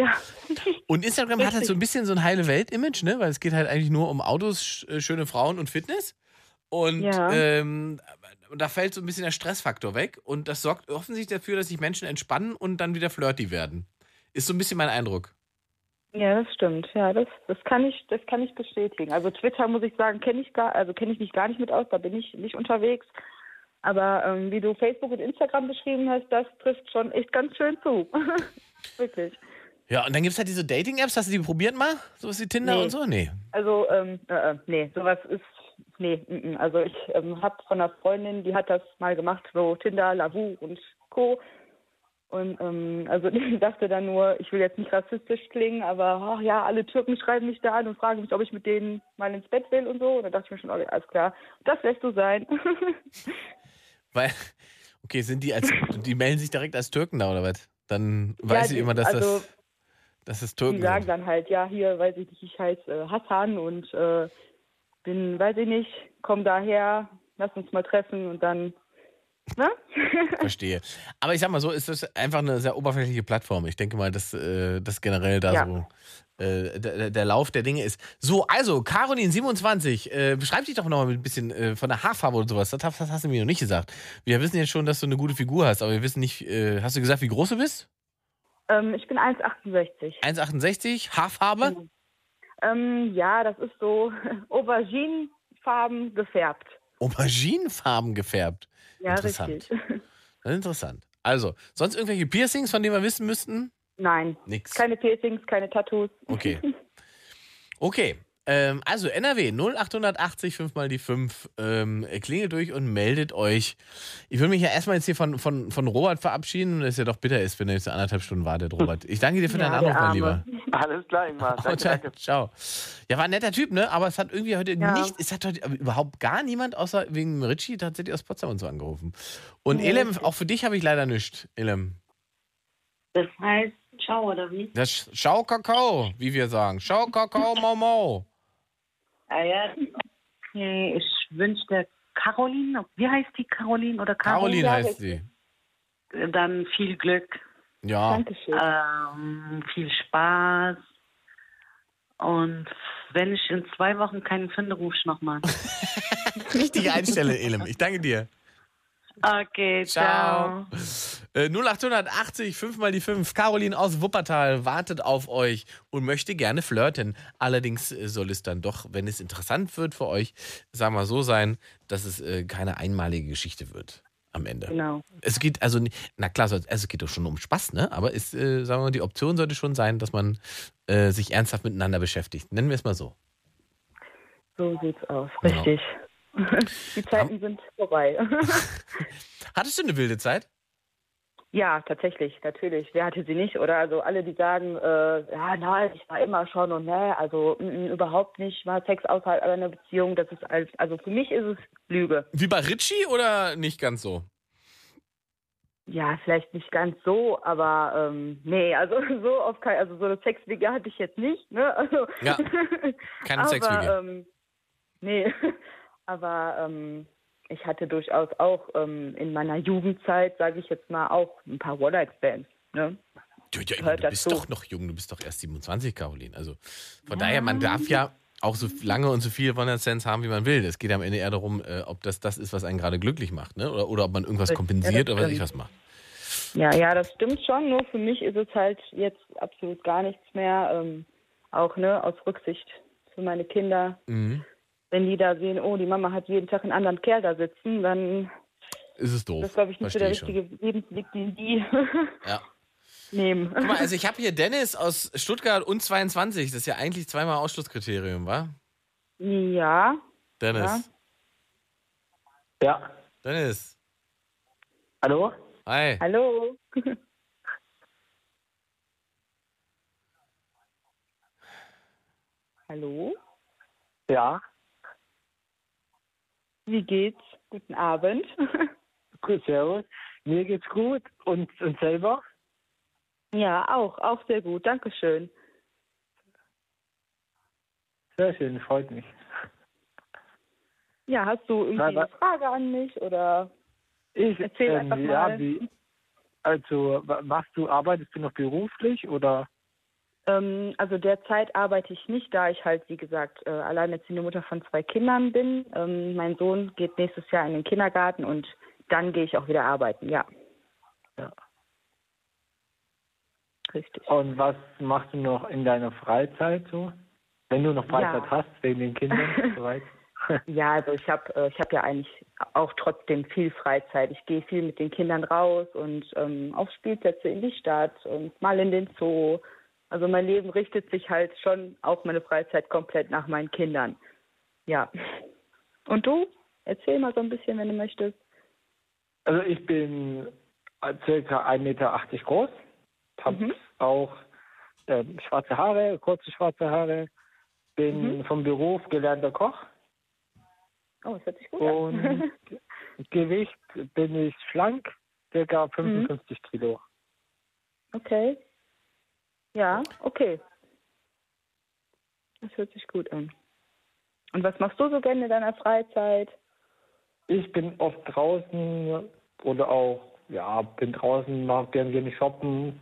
Und Instagram hat halt so ein bisschen so ein heile Welt-Image, ne? Weil es geht halt eigentlich nur um Autos, sch äh, schöne Frauen und Fitness. Und Ja. ähm, da fällt so ein bisschen der Stressfaktor weg. Und das sorgt offensichtlich dafür, dass sich Menschen entspannen und dann wieder flirty werden. Ist so ein bisschen mein Eindruck. ja, das stimmt. Ja, das, das kann ich, das kann ich bestätigen. Also Twitter muss ich sagen, kenne ich gar, also kenne ich mich gar nicht mit aus, da bin ich nicht unterwegs. Aber ähm, wie du Facebook und Instagram beschrieben hast, das trifft schon echt ganz schön zu. Wirklich. Ja, und dann gibt es halt diese Dating-Apps. Hast du die probiert mal? Sowas wie Tinder Nee. und so? Nee. Also, ähm, äh, äh, nee, sowas ist, nee, mm, mm. also ich ähm, habe von einer Freundin, die hat das mal gemacht, so Tinder, Lavu und Co. Und ähm, also die dachte dann nur, ich will jetzt nicht rassistisch klingen, aber ach ja, alle Türken schreiben mich da an und fragen mich, ob ich mit denen mal ins Bett will und so. Und dann dachte ich mir schon, okay, alles klar, das lässt du sein. Weil, okay, sind die als, die melden sich direkt als Türken da oder was? Dann weiß Ja, ich die- immer, dass also- das, dass das Die Türken sind. sagen dann halt, ja, hier, weiß ich nicht, ich heiße äh, Hassan und äh, bin, weiß ich nicht, komm daher, lass uns mal treffen und dann, ne? Verstehe. Aber ich sag mal so, es ist einfach eine sehr oberflächliche Plattform. Ich denke mal, dass, äh, dass generell da Ja. so äh, der, der Lauf der Dinge ist. So, also, Caroline27, äh, beschreib dich doch nochmal mit ein bisschen äh, von der Haarfarbe oder sowas. Das, hast- das hast du mir noch nicht gesagt. Wir wissen jetzt schon, dass du eine gute Figur hast, aber wir wissen nicht, äh, hast du gesagt, wie groß du bist? Ähm, ich bin 1,68. 1,68, Haarfarbe? Ähm, ja, das ist so Auberginenfarben gefärbt. Auberginenfarben gefärbt. Ja, Interessant. richtig. Interessant. Also, sonst irgendwelche Piercings, von denen wir wissen müssten? Nein. Nix. Keine Piercings, keine Tattoos. Okay. Okay. Ähm, also NRW 0880 5 mal die 5 ähm, klingelt durch und meldet euch. Ich will mich ja erstmal jetzt hier von, von, von Robert verabschieden, dass er doch bitter ist, wenn er jetzt eine anderthalb Stunden wartet, Robert. Ich danke dir für deinen Anruf, mein Lieber. Alles klar, Ingmar. Oh, Danke, danke. Ciao. Ja, war ein netter Typ, ne? Aber es hat irgendwie heute Ja. nicht, es hat heute überhaupt gar niemand außer wegen Richie tatsächlich aus Potsdam und so angerufen. Und Nee, Elem, richtig. auch für dich habe ich leider nichts, Elem. Das heißt, ciao, oder wie? Das Sch- Schau Kakao, wie wir sagen. Schau Kakao, Mau Mau. Ah ja. Okay, ich wünsche der Caroline, wie heißt die Caroline oder Caro? Caroline heißt sie. Dann viel Glück. Ja. Ähm, viel Spaß. Und wenn ich in zwei Wochen keinen finde, ruf ich nochmal. Richtige Einstelle, Elem. Ich danke dir. Okay, ciao. Äh, 0880, 5 mal die 5. Caroline aus Wuppertal wartet auf euch und möchte gerne flirten. Allerdings äh, soll es dann doch, wenn es interessant wird für euch, sagen wir so sein, dass es äh, keine einmalige Geschichte wird am Ende. Genau. Es geht also, ni- na klar, soll- also es geht doch schon um Spaß, ne? Aber ist, äh, sagen wir mal, die Option sollte schon sein, dass man äh, sich ernsthaft miteinander beschäftigt. Nennen wir es mal so. So sieht's aus. Genau. Richtig. Die Zeiten sind vorbei. Hattest du eine wilde Zeit? ja, tatsächlich, natürlich. Wer hatte sie nicht, oder? Also alle, die sagen, äh, ja, nein, ich war immer schon und ne, also mm, mm, überhaupt nicht, war Sex außerhalb einer Beziehung, das ist alles, also für mich ist es Lüge. Wie bei Ritchie oder nicht ganz so? Ja, vielleicht nicht ganz so, aber ähm, nee, also so auf kein, also so eine Sexwiege hatte ich jetzt nicht, ne? Also, Ja, keine aber, Sexwiege. Ähm, nee, aber ähm, ich hatte durchaus auch ähm, in meiner Jugendzeit, sage ich jetzt mal, auch ein paar One-Night-Stands, ne? Du, ja, Hört du bist dazu. doch noch jung, du bist doch erst 27, Caroline. Also von daher, man darf ja auch so lange und so viele Wonderstands haben, wie man will. Es geht am Ende eher darum, äh, ob das das ist, was einen gerade glücklich macht, ne? Oder, oder ob man irgendwas Ja, das kompensiert oder was ich stimmt. was macht. Ja, ja, das stimmt schon. Nur für mich ist es halt jetzt absolut gar nichts mehr. Ähm, auch ne, aus Rücksicht für meine Kinder. Mhm. Wenn die da sehen, oh, die Mama hat jeden Tag einen anderen Kerl da sitzen, dann Ist es ist doof. das, glaube ich, nicht so Versteh der ich schon. richtige Lebensweg, den die Ja. nehmen. Guck mal, also ich habe hier Dennis aus Stuttgart und 22. Das ist ja eigentlich zweimal Ausschlusskriterium, wa? ja. Dennis. Ja. Dennis. Hallo? Hi. Hallo. Hallo? Ja. Wie geht's? Guten Abend. Gut, servus. Mir geht's gut. Und, und selber? Ja, auch, auch sehr gut. Dankeschön. Sehr schön, freut mich. Ja, hast du irgendwie Nein, wa- eine Frage an mich oder Ich, erzähl ähm, einfach mal. ja, wie, also, wa- was du arbeitest du noch beruflich oder? Ähm, also derzeit arbeite ich nicht, da ich halt, wie gesagt, äh, alleinerziehende Mutter von zwei Kindern bin. Ähm, mein Sohn geht nächstes Jahr in den Kindergarten und dann gehe ich auch wieder arbeiten, ja. Richtig. Und was machst du noch in deiner Freizeit so? Wenn du noch Freizeit Ja. hast, wegen den Kindern und so weiter. Ja, also ich habe äh, ich hab ja eigentlich auch trotzdem viel Freizeit. Ich gehe viel mit den Kindern raus und ähm, auf Spielplätze in die Stadt und mal in den Zoo. Also mein Leben richtet sich halt schon auch meine Freizeit komplett nach meinen Kindern. Ja. Und du? Erzähl mal so ein bisschen, wenn du möchtest. Also ich bin circa 1,80 Meter groß, habe Mhm. auch ähm, schwarze Haare, kurze schwarze Haare, bin Mhm. vom Beruf gelernter Koch Oh, das hört sich gut an. und Gewicht bin ich schlank, circa Mhm. 55 Kilo. Okay. Ja, okay. Das hört sich gut an. Und was machst du so gerne in deiner Freizeit? Ich bin oft draußen oder auch, ja, bin draußen, mag gerne gerne shoppen.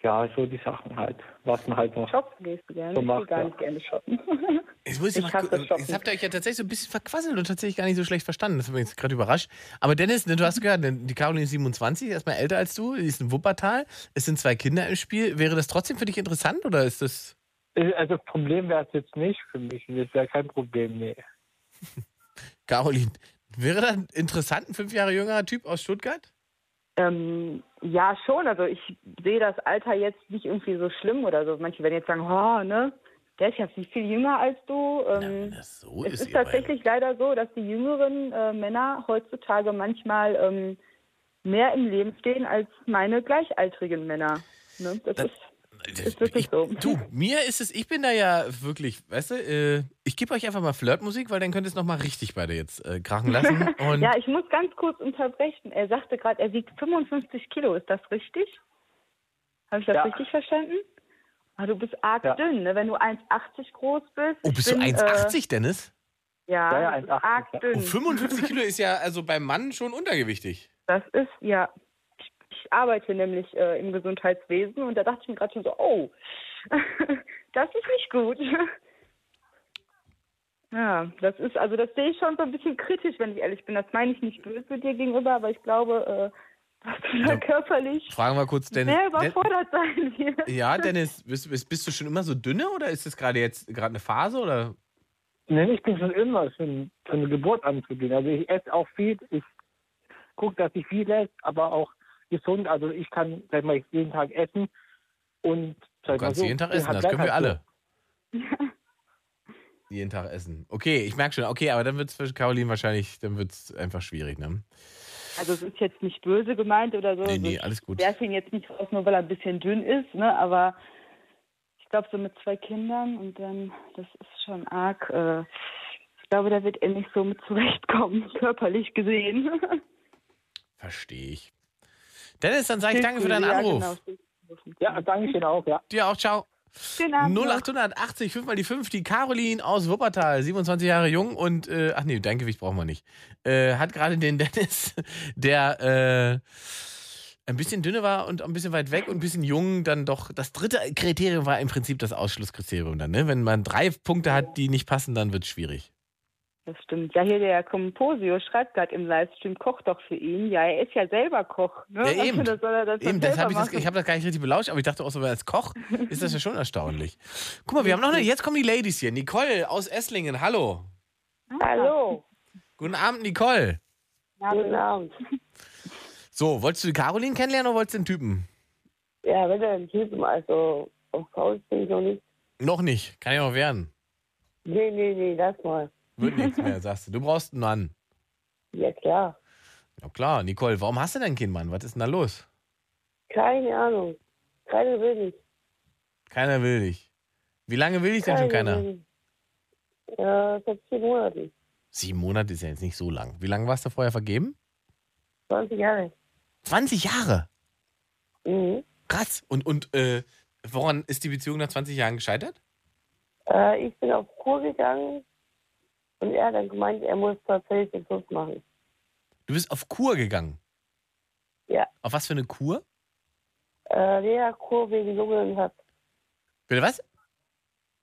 Ja, so die Sachen halt, was man halt noch. Shoppen gehst du gerne? So ich gehe macht gar er. nicht gerne shoppen. Jetzt, muss ich mal, gu- jetzt habt ihr euch ja tatsächlich so ein bisschen verquasselt und tatsächlich gar nicht so schlecht verstanden. Das hat mich jetzt gerade überrascht. Aber Dennis, ne, du hast gehört, ne, die Caroline ist 27, erstmal älter als du, die ist in Wuppertal, es sind zwei Kinder im Spiel. Wäre das trotzdem für dich interessant oder ist das. Also Problem wäre es jetzt nicht für mich, das wäre kein Problem, nee. Caroline, wäre das ein interessant, ein fünf Jahre jüngerer Typ aus Stuttgart? Ähm, ja, schon. Also ich sehe das Alter jetzt nicht irgendwie so schlimm oder so. Manche werden jetzt sagen, oh, ne, der ist ja viel, viel jünger als du. Ähm, so es ist ist ihr tatsächlich leider so, dass die jüngeren äh, Männer heutzutage manchmal ähm, mehr im Leben stehen als meine gleichaltrigen Männer. Ne? Das, ist, ist wirklich so. Du, mir ist es, ich bin da ja wirklich, weißt du, äh, ich gebe euch einfach mal Flirtmusik, weil dann könnt ihr es nochmal richtig beide jetzt äh, krachen lassen. Und ja, ich muss ganz kurz unterbrechen. Er sagte gerade, er wiegt 55 Kilo. Ist das richtig? Habe ich das richtig verstanden? Ah, du bist arg dünn, ne? wenn du 1,80 groß bist. oh, Ich bist du bin, 1,80, Dennis? Äh, ja, Ja, ja, du bist arg dünn. Oh, 55 Kilo ist ja also beim Mann schon untergewichtig. Das ist, ja. Ich, ich arbeite nämlich äh, im Gesundheitswesen und da dachte ich mir gerade schon so, oh, das ist nicht gut. Ja, das ist, also das sehe ich schon so ein bisschen kritisch, wenn ich ehrlich bin. Das meine ich nicht böse dir gegenüber, aber ich glaube, äh, dass du da körperlich Fragen wir kurz Dennis. sehr Den- überfordert sein wirst. Ja, Dennis, bist, bist, bist du schon immer so dünne oder ist das gerade jetzt gerade eine Phase oder? Nee, ich bin schon immer schon von der Geburt an zu gehen. Also ich esse auch viel, ich gucke, dass ich viel esse, aber auch gesund. Also ich kann, sag ich mal, jeden Tag essen und Du sag ich mal kannst so, jeden Tag bin essen, halt das können wir Leibhaftig. alle. jeden Tag essen. Okay, ich merke schon. Okay, aber dann wird es für Caroline wahrscheinlich, dann wird es einfach schwierig, ne? Also es ist jetzt nicht böse gemeint oder so. Nee, So, nee, alles gut. Ich werfe ihn jetzt nicht raus, nur weil er ein bisschen dünn ist, ne? aber ich glaube, so mit zwei Kindern und dann, das ist schon arg. Äh, ich glaube, da wird er nicht so mit zurechtkommen, körperlich gesehen. Verstehe ich. Dennis, dann sage ich danke für deinen Ja, Anruf. genau. Ja, danke schön auch, ja. Dir auch, ciao. Schönen Genau. Abend noch. 0880, 5 mal die 5, die Caroline aus Wuppertal, 27 Jahre jung und, äh, ach nee, dein Gewicht brauchen wir nicht. Äh, hat gerade den Dennis, der äh, ein bisschen dünne war und ein bisschen weit weg und ein bisschen jung, dann doch. Das dritte Kriterium war im Prinzip das Ausschlusskriterium dann, ne? Wenn man drei Punkte hat, die nicht passen, dann wird es schwierig. Das stimmt. Ja, hier der Composio schreibt gerade im Livestream, koch doch für ihn. Ja, er ist ja selber Koch. Ne? Ja, eben. Also, das soll er dann Eben, schon das selber hab ich das, machen. ich habe das gar nicht richtig belauscht, aber ich dachte auch so, als Koch ist das ja schon erstaunlich. Guck mal, wir haben noch eine, jetzt kommen die Ladies hier. Nicole aus Esslingen, hallo. Ah. Hallo. Guten Abend, Nicole. Guten Abend. So, wolltest du die Caroline kennenlernen oder wolltest du den Typen? Ja, wenn der Typen, also auf Couch bin ich noch nicht. Noch nicht, kann ja noch werden. Nee, nee, nee, lass mal. Wird nichts mehr, sagst du. Du brauchst einen Mann. Ja, klar. Na klar, Nicole, warum hast du denn keinen Mann? Was ist denn da los? Keine Ahnung. Keine will nicht. Keiner will dich. Wie lange will dich denn schon keiner? will nicht. Ja, seit vier Monaten. Sieben Monate ist ja jetzt nicht so lang. Wie lange warst du vorher vergeben? 20 Jahre. 20 Jahre? Mhm. Krass. Und, und äh, woran ist die Beziehung nach 20 Jahren gescheitert? Äh, ich bin auf Kur gegangen und er hat dann gemeint, er muss tatsächlich den Schluss machen. Du bist auf Kur gegangen. Ja. Auf was für eine Kur? Äh, der Kur wegen Lunge und hat. Bitte was?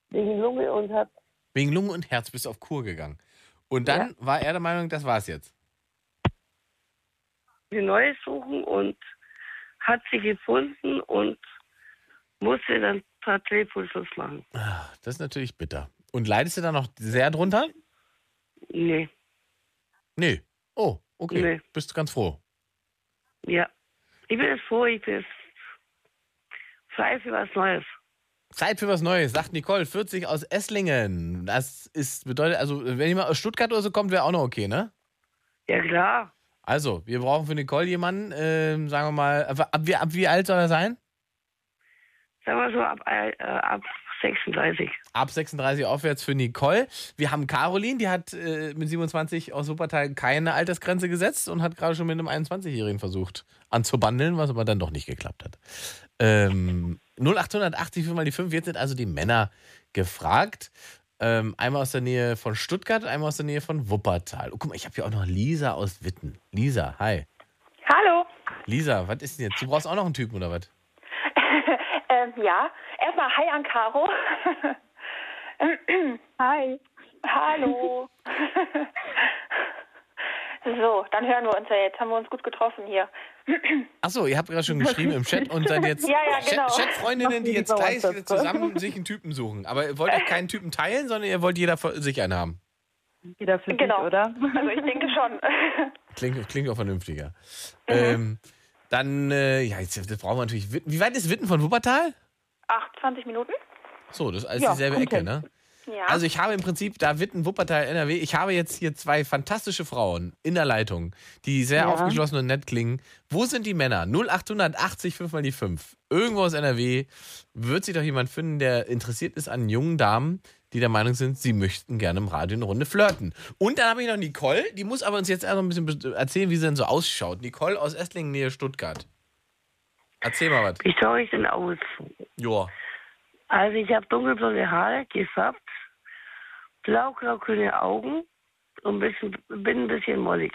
Wegen Lunge und hat. Wegen Lunge und Herz bist du auf Kur gegangen. Und dann war er der Meinung, das war's jetzt. die Neues suchen und hat sie gefunden und musste dann tatsächlich Schluss machen. Das ist natürlich bitter. Und leidest du da noch sehr drunter? Nee. Nee. Oh, okay. Nee. Bist ganz froh. Ja. Ich bin jetzt froh, ich bin jetzt frei für was Neues. Zeit für was Neues, sagt Nicole, 40 aus Esslingen. Das ist, bedeutet, also, wenn jemand aus Stuttgart oder so kommt, wäre auch noch okay, ne? Ja, klar. Also, wir brauchen für Nicole jemanden, ähm, sagen wir mal, ab, ab, wie- ab wie alt soll er sein? Sagen wir so ab, äh, ab 36. Ab 36 aufwärts für Nicole. Wir haben Caroline, die hat äh, mit 27 aus Wuppertal keine Altersgrenze gesetzt und hat gerade schon mit einem 21-Jährigen versucht anzubandeln, was aber dann doch nicht geklappt hat. Ähm, 0880 5 mal die 5, jetzt sind also die Männer gefragt. Ähm, einmal aus der Nähe von Stuttgart, einmal aus der Nähe von Wuppertal. Oh, guck mal, ich habe hier auch noch Lisa aus Witten. Lisa, hi. Hallo. Lisa, was ist denn jetzt? Du brauchst auch noch einen Typen oder was? ähm, ja, erstmal hi an Caro. hi. Hallo. so, dann hören wir uns ja jetzt. Haben wir uns gut getroffen hier. Achso, ihr habt gerade schon geschrieben im Chat und seid jetzt Ja, ja, Chat- genau. Chat-Freundinnen, die jetzt Mach die gleich über WhatsApp. zusammen sich einen Typen suchen. Aber ihr wollt euch keinen Typen teilen, sondern ihr wollt jeder für sich einen haben. Jeder für genau. sich, oder? Also ich denke schon. Klingt, klingt auch vernünftiger. Mhm. Ähm, dann, äh, ja, jetzt, jetzt brauchen wir natürlich Witten. Wie weit ist Witten von Wuppertal? Acht, 20 Minuten? So, das ist alles Ja, dieselbe kommt Ecke, hin. ne? Ja. Also ich habe im Prinzip da Witten, Wuppertal, NRW, ich habe jetzt hier zwei fantastische Frauen in der Leitung, die sehr Ja. aufgeschlossen und nett klingen. Wo sind die Männer? 0880 5 mal die 5. Irgendwo aus NRW wird sich doch jemand finden, der interessiert ist an jungen Damen, die der Meinung sind, sie möchten gerne im Radio eine Runde flirten. Und dann habe ich noch Nicole, die muss aber uns jetzt einfach ein bisschen bes- erzählen, wie sie denn so ausschaut. Nicole aus Esslingen, Nähe Stuttgart. Erzähl mal was. Wie schaue ich denn aus? Joa. Also ich habe dunkelblonde Haare gefärbt, blau-grau-grüne Augen und ein bisschen, bin ein bisschen mollig.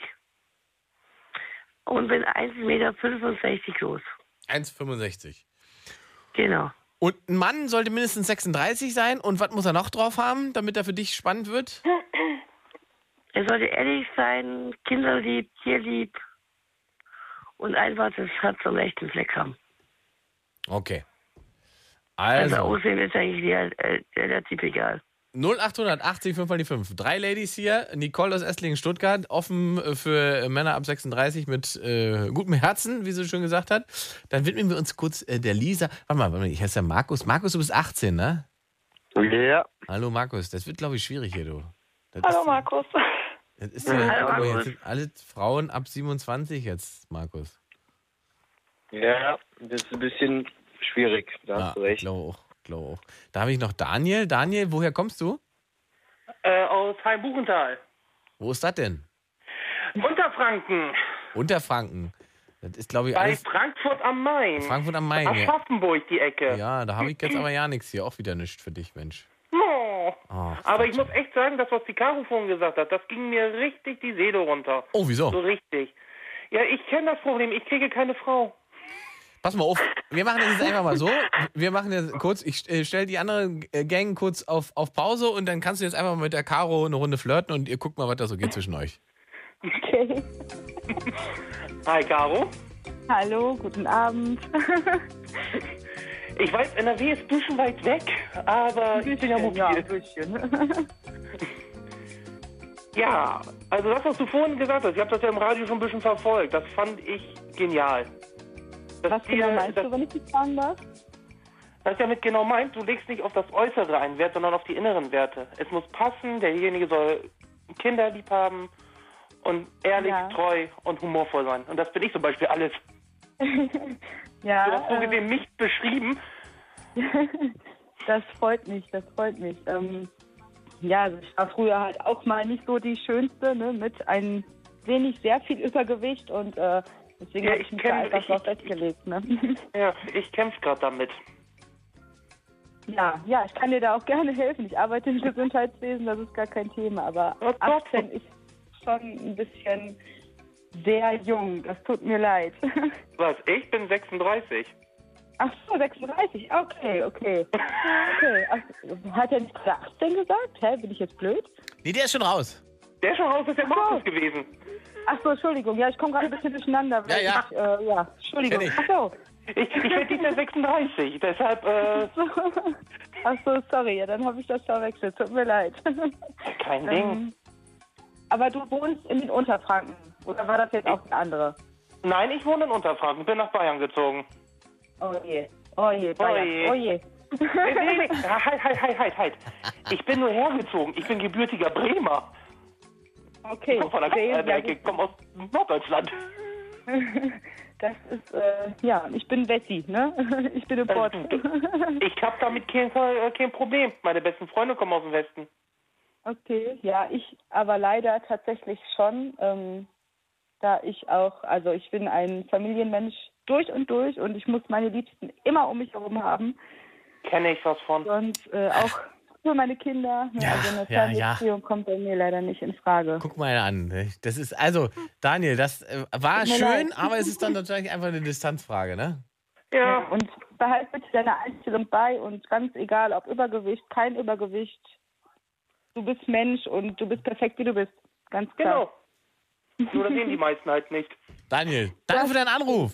Und bin 1,65 Meter groß. 1,65. Genau. Und ein Mann sollte mindestens 36 sein. Und was muss er noch drauf haben, damit er für dich spannend wird? Er sollte ehrlich sein, kinderlieb, tierlieb und einfach das Herz am rechten Fleck haben. Okay. Also, Also, Aussehen ist eigentlich real- äh, relativ egal. 0880 5 mal die 5. Drei Ladies hier. Nicole aus Esslingen, Stuttgart. Offen äh, für Männer ab 36 mit äh, gutem Herzen, wie sie schon gesagt hat. Dann widmen wir uns kurz äh, der Lisa. Warte mal, warte mal, ich heiße ja Markus. Markus, du bist 18, ne? Ja. Hallo Markus, das wird, glaube ich, schwierig hier, du. Das Hallo Markus. Das ist Mhm. ja, Hallo, aber jetzt Markus. sind alle Frauen ab 27 jetzt, Markus. Ja, das ist ein bisschen schwierig, da Ah. hast du recht. Glaube auch, glaube auch. Da habe ich noch Daniel. Daniel, woher kommst du? Äh, aus Heimbuchental. Wo ist das denn? Unterfranken. Unterfranken. Das ist, glaube ich, Bei alles Frankfurt am Main. Frankfurt am Main. Ja, Aschaffenburg die Ecke. ja da habe ich jetzt aber ja nichts hier. Auch wieder nichts für dich, Mensch. No. Oh, Aber ich muss echt sagen, das, was die Caro vorhin gesagt hat, das ging mir richtig die Seele runter. Oh, wieso? So richtig. Ja, ich kenne das Problem, ich kriege keine Frau. Pass mal auf, wir machen das jetzt einfach mal so. Wir machen jetzt kurz, ich äh, stelle die andere äh, Gang kurz auf, auf Pause und dann kannst du jetzt einfach mal mit der Caro eine Runde flirten und ihr guckt mal, was da so geht zwischen euch. Okay. Hi, Caro. Hallo, guten Abend. Ich weiß, NRW ist ein bisschen weit weg, aber ich bin ja mobil. Ja, ja, also das, was du vorhin gesagt hast, ich habe das ja im Radio schon ein bisschen verfolgt, das fand ich genial. Das Was genau meinst du, wenn ich dich fragen darf? Was ich damit genau meint, du legst nicht auf das Äußere einen Wert, sondern auf die inneren Werte. Es muss passen, derjenige soll Kinder lieb haben und ehrlich, Ja. treu und humorvoll sein. Und das bin ich zum Beispiel alles. du ja, hast so äh, gesehen mich beschrieben. das freut mich, das freut mich. Ähm, ja, also ich war früher halt auch mal nicht so die Schönste, ne, mit ein wenig, sehr viel Übergewicht und äh, deswegen Ja, habe ich ich mich kenn- da einfach ich- drauf festgelegt. Ne? Ja, ich kämpfe gerade damit. Ja, ja, ich kann dir da auch gerne helfen. Ich arbeite im Gesundheitswesen, das ist gar kein Thema. Aber Oh, 18 ist schon ein bisschen sehr jung. Das tut mir leid. Was? Ich bin 36. Ach so, 36. Okay, okay. okay. Ach, hat er nicht gerade 18 gesagt? Hä, bin ich jetzt blöd? Nee, der ist schon raus. Der schon raus ist ja Markus gewesen. Ach so, Entschuldigung. Ja, ich komme gerade ein bisschen durcheinander. Weil Ja, Ich, äh, ja, Entschuldigung. Kenn ich. Ach so. Ich, ich bin dieser 36, deshalb, äh, Ach so, sorry. Ja, dann habe ich das verwechselt. Tut mir leid. kein Ding. Ähm, Aber du wohnst in den Unterfranken. Oder war das jetzt auch der andere? Nein, ich wohne in Unterfranken, bin nach Bayern gezogen. Oh je, oh je, Bayern. je. Oh je. Nee, nee, nee. Halt, halt, halt, halt, halt. Ich bin nur hergezogen. Ich bin gebürtiger Bremer. Okay. Ich komme von der okay, Kreisler ja, Ecke, ich komme aus Norddeutschland. gut. Das ist, äh, ja, ich bin Bessie, ne? Ich bin im Äh, Pott. Ich habe damit kein, äh, kein Problem. Meine besten Freunde kommen aus dem Westen. Okay, ja, ich aber leider tatsächlich schon, ähm, da ich auch, also ich bin ein Familienmensch durch und durch und ich muss meine Liebsten immer um mich herum haben. Kenne ich was von. Und äh, auch für meine Kinder. ne, also eine ja, ja. Fernbeziehung kommt bei mir leider nicht in Frage. Guck mal an. Das ist, also, Daniel, das äh, war Tut mir schön, leid. aber es ist dann natürlich einfach eine Distanzfrage, ne? Ja. Und behalt bitte deine Einstellung bei und ganz egal, ob Übergewicht, kein Übergewicht, du bist Mensch und du bist perfekt, wie du bist. Ganz Genau. klar. Nur das sehen die meisten halt nicht. Daniel, danke für deinen Anruf.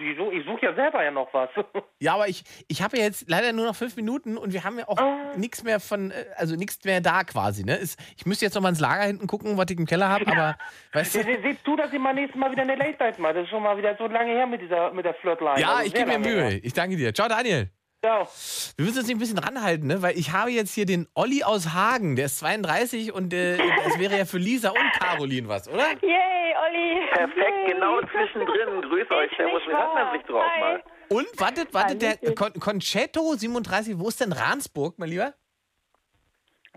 Wieso? Ich suche ja selber ja noch was. Ja, aber ich, ich habe ja jetzt leider nur noch fünf Minuten und wir haben ja auch Oh. nichts mehr von, äh, also nichts mehr da quasi. Ne? Ist, ich müsste jetzt noch mal ins Lager hinten gucken, was ich im Keller habe, aber weißt Se, du, se, seht du, dass ihr mal nächstes Mal wieder eine Late Night macht? Das ist schon mal wieder so lange her mit dieser mit der Flirtline. ja, Also ich sehr gebe mir lange Mühe. her. Ich danke dir. Ciao, Daniel. Ciao. Wir müssen uns ein bisschen ranhalten, ne? weil ich habe jetzt hier den Olli aus Hagen, der ist 32 und äh, das wäre ja für Lisa und Caroline was, oder? Yay, Olli. Perfekt, Yay. genau zwischendrin. Grüß euch, Servus, wie hat man sich drauf mal? Und wartet, wartet, der Con Concetto 37, wo ist denn Ransburg, mein Lieber?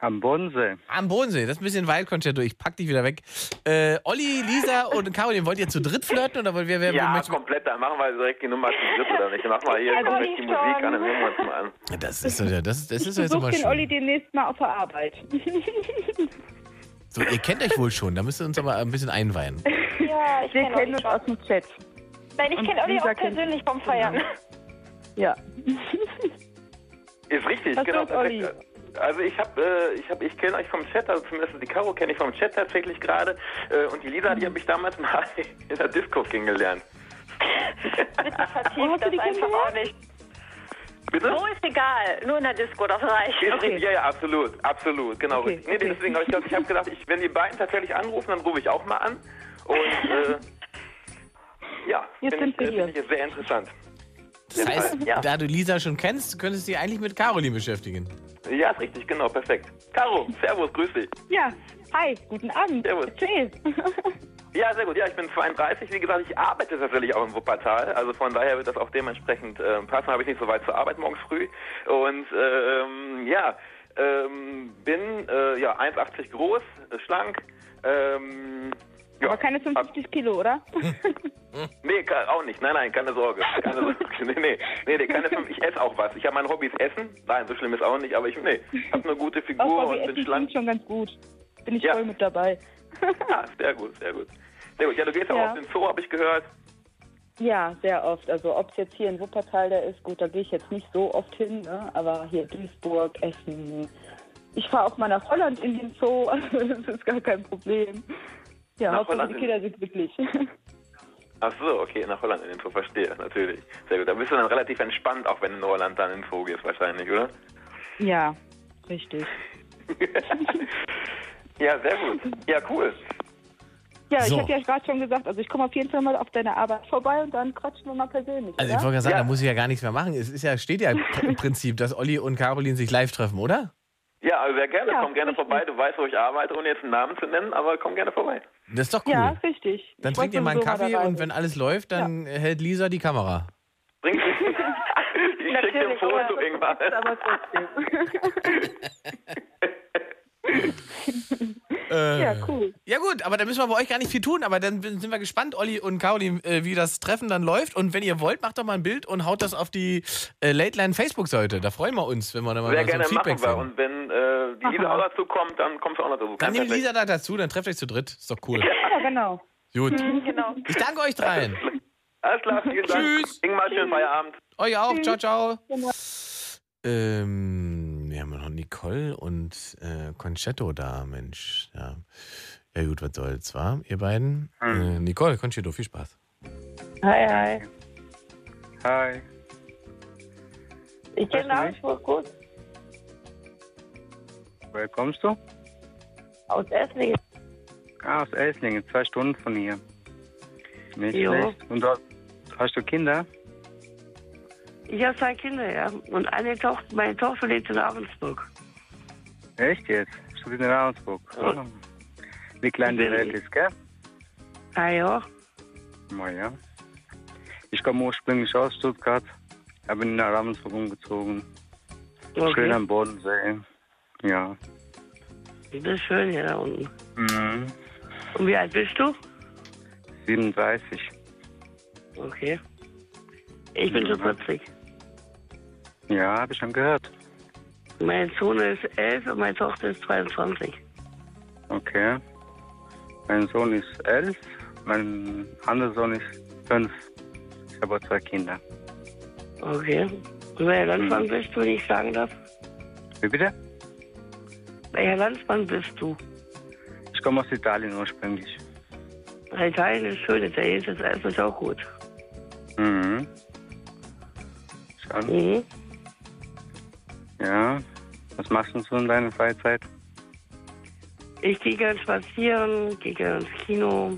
Am Bodensee. Am Bodensee, das ist ein bisschen weit, Concetto, ich pack dich wieder weg. Äh, Olli, Lisa und Caroline, wollt ihr zu dritt flirten oder wollt ihr, wer, Ja, möchte- komplett, dann machen wir also direkt die Nummer zu dritt, oder nicht? Dann machen wir hier Also komplett nicht die Musik schon. an, dann hören wir uns mal an. Das ist, ja- das, ist- das ist ja jetzt Such immer den schön. Olli demnächst mal auf der Arbeit. So, ihr kennt euch wohl schon, da müsst ihr uns aber ein bisschen einweihen. ja, ich Wir kennen uns aus dem Chat. Nein, ich Und kenne Olli Lisa auch kennt- persönlich vom Feiern. Ja. Ist richtig, Was genau. sagt Olli? perfekt. Also ich habe, äh, ich habe, ich kenne euch vom Chat, also zumindest die Caro kenne ich vom Chat tatsächlich gerade. Äh, und die Lisa, die habe ich damals mal in der Disco kennengelernt. Vertieft das einfach auch nicht. Bitte? So ist egal, nur in der Disco, das reicht. Ist richtig, Ja, ja, absolut, absolut, genau. richtig. Nee, deswegen habe ich, gedacht, ich habe gedacht, ich, wenn die beiden tatsächlich anrufen, dann rufe ich auch mal an. Und äh, ja, Jetzt finde sind wir ich, äh, hier. find ich sehr interessant. Das heißt, da du Lisa schon kennst, könntest du dich eigentlich mit Caroline beschäftigen. Ja, ist richtig, genau, perfekt. Caro, Servus, grüß dich. Ja, hi, guten Abend. Servus. Tschüss. Ja, sehr gut. Ja, ich bin 32. Wie gesagt, ich arbeite tatsächlich auch in Wuppertal. Also von daher wird das auch dementsprechend äh, passen. Habe ich nicht so weit zur Arbeit morgens früh. Und äh, ähm, ja, ähm, bin äh, ja 1,80 groß, äh, schlank. Ähm, Aber keine 55 Kilo, oder? Nee, kann, auch nicht. Nein, nein, keine Sorge. Keine Sorge. Nee, nee, nee, nee keine fünf. Ich esse auch was. Ich habe mein Hobbys Essen. Nein, so schlimm ist auch nicht, aber ich nee, habe eine gute Figur Auch wir und bin essen schlank. klingt schon ganz gut. Bin ich voll mit dabei. Ja, sehr gut, sehr gut. Sehr gut. Ja, du gehst auch Ja. auf den Zoo, habe ich gehört. Ja, sehr oft. Also ob es jetzt hier in Wuppertal da ist, gut, da gehe ich jetzt nicht so oft hin, ne? aber hier Duisburg, Essen. Ich fahre auch mal nach Holland in den Zoo, also das ist gar kein Problem. Ja, Nach Hauptsache Holland die in- Kinder sind glücklich. Ach so, okay, nach Holland in den Zoo, verstehe, natürlich. Sehr gut. Da bist du dann relativ entspannt, auch wenn du in Holland dann in den Zoo gehst, wahrscheinlich, oder? ja, richtig. Ja, sehr gut. Ja, cool. Ja, So. ich habe ja gerade schon gesagt, also ich komme auf jeden Fall mal auf deine Arbeit vorbei und dann quatschen wir mal persönlich. Also ich oder? wollte gerade sagen, da muss ich ja gar nichts mehr machen. Es ist ja, steht ja im Prinzip, dass Olli und Caroline sich live treffen, oder? Ja, also sehr gerne. komm gerne vorbei. Du weißt, wo ich arbeite, ohne jetzt einen Namen zu nennen, aber komm gerne vorbei. Das ist doch cool. Ja, richtig. Dann trinkt Ich wollte ihr mal einen sowieso Kaffee dabei und wenn alles läuft, dann hält Lisa die Kamera. Ich schicke dir ein Natürlich, aber Foto, Ingmar. Äh, Ja, cool. Ja gut, aber da müssen wir bei euch gar nicht viel tun, aber dann bin- sind wir gespannt, Olli und Caroline, äh, wie das Treffen dann läuft. Und wenn ihr wollt, macht doch mal ein Bild und haut das auf die äh, Facebook-Seite. Da freuen wir uns, wenn wir da mal Sehr so ein gerne Feedback machen wir. kriegen. Und wenn äh, die Lisa auch dazu kommt, dann kommst du auch noch dazu. Dann Kein nehmt Lisa da dazu, dann trefft euch zu dritt. Ist doch cool. Ja, genau. Gut. Mhm, genau. Ich danke euch dreien. Alles klar, vielen Dank. Tschüss. Ingmar, schönen Feierabend. Oh, Euch auch. Ciao, ciao. Ähm, wir haben noch Nicole und äh, Concetto da, Mensch. Ja. ja gut, was soll's, wa? Ihr beiden? Hm. Äh, Nicole, Concetto, viel Spaß. Hi, hi. Hi. Ich kenne Augsburg gut. Woher kommst du? Aus Esslingen. Ah, aus Esslingen, zwei Stunden von hier. Nicht Jo. schlecht. Und dort hast du Kinder? Ich habe zwei Kinder, ja. Und eine Tochter, meine Tochter lebt in Ravensburg. Echt jetzt? Du bist in Ravensburg. Ja. Ah. Wie klein die Welt ist, gell? Ah ja. Na ja. Ich komme ursprünglich aus Stuttgart, aber bin nach Ravensburg umgezogen. Okay. Schön am Bodensee. Ja. Das ist schön hier da unten. Mhm. Und wie alt bist du? 37. Okay. Ich bin schon 40. Ja, habe ich schon gehört. Mein Sohn ist 11 und meine Tochter ist 22. Okay. Mein Sohn ist elf, mein anderer Sohn ist fünf. Ich habe zwei Kinder. Okay. Und welcher Landsmann Mhm. bist du, wenn ich sagen darf? Wie bitte? Welcher Landsmann bist du? Ich komme aus Italien ursprünglich. Italien ist schön, italienisches Essen ist auch gut. Mhm. Schon? Mhm. Ja. Was machst du so in deiner Freizeit? Ich gehe gern spazieren, gehe gern ins Kino,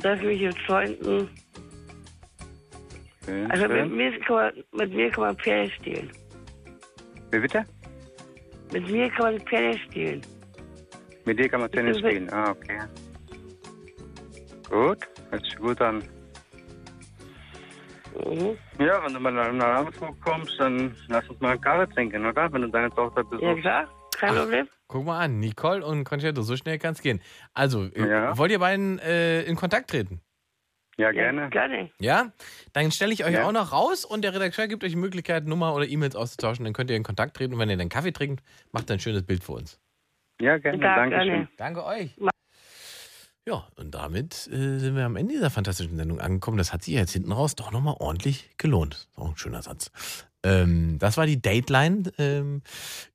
treffe mich mit Freunden. Schön, Also mit schön. mir, kann man, mit mir kann man Pferde stehlen. Wie bitte? Mit mir kann man Pferde stehlen. Mit dir kann man Tennis bin- spielen. Ah, okay. Gut, hört sich gut an. Mhm. Ja, wenn du mal nach nach Ravensburg kommst, dann lass uns mal einen Kaffee trinken, oder? Wenn du deine Tochter besuchst. kein Problem. Guck mal an, Nicole und Concetto, so schnell kann's gehen. Also, äh, Ja. wollt ihr beiden äh, in Kontakt treten? Ja, gerne. gerne. Ja? Dann stelle ich euch Ja. auch noch raus und der Redakteur gibt euch die Möglichkeit, Nummer oder E-Mails auszutauschen. Dann könnt ihr in Kontakt treten und wenn ihr dann Kaffee trinkt, macht ein schönes Bild für uns. Ja, gerne. Ja, Danke schön. gerne. Danke euch. Ja, und damit äh, sind wir am Ende dieser fantastischen Sendung angekommen. Das hat sich jetzt hinten raus doch nochmal ordentlich gelohnt. Ist Auch ein schöner Satz. Ähm, das war die Dateline. Ähm,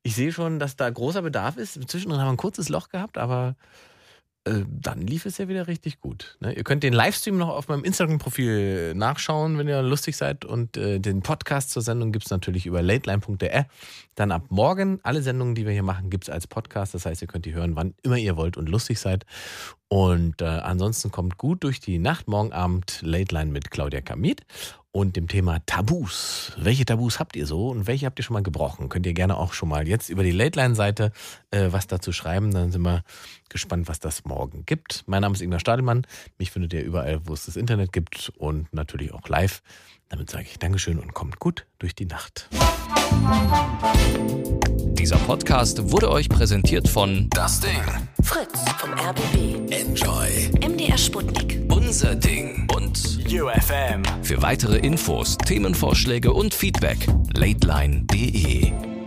ich sehe schon, dass da großer Bedarf ist. Zwischendrin haben wir ein kurzes Loch gehabt, aber äh, dann lief es ja wieder richtig gut. Ne? Ihr könnt den Livestream noch auf meinem Instagram-Profil nachschauen, wenn ihr lustig seid. Und äh, den Podcast zur Sendung gibt es natürlich über lateline.de. Dann ab morgen alle Sendungen, die wir hier machen, gibt es als Podcast. Das heißt, ihr könnt die hören, wann immer ihr wollt und lustig seid. Und äh, ansonsten kommt gut durch die Nacht. Morgen Abend Lateline mit Claudia Kamit und dem Thema Tabus. Welche Tabus habt ihr so und welche habt ihr schon mal gebrochen? Könnt ihr gerne auch schon mal jetzt über die Lateline-Seite äh, was dazu schreiben. Dann sind wir gespannt, was das morgen gibt. Mein Name ist Ingmar Stadelmann. Mich findet ihr überall, wo es das Internet gibt und natürlich auch live Damit sage ich Dankeschön und kommt gut durch die Nacht. Dieser Podcast wurde euch präsentiert von Das Ding. Fritz vom RBB. Enjoy. MDR Sputnik. Unser Ding. Und UFM. Für weitere Infos, Themenvorschläge und Feedback, lateline.de.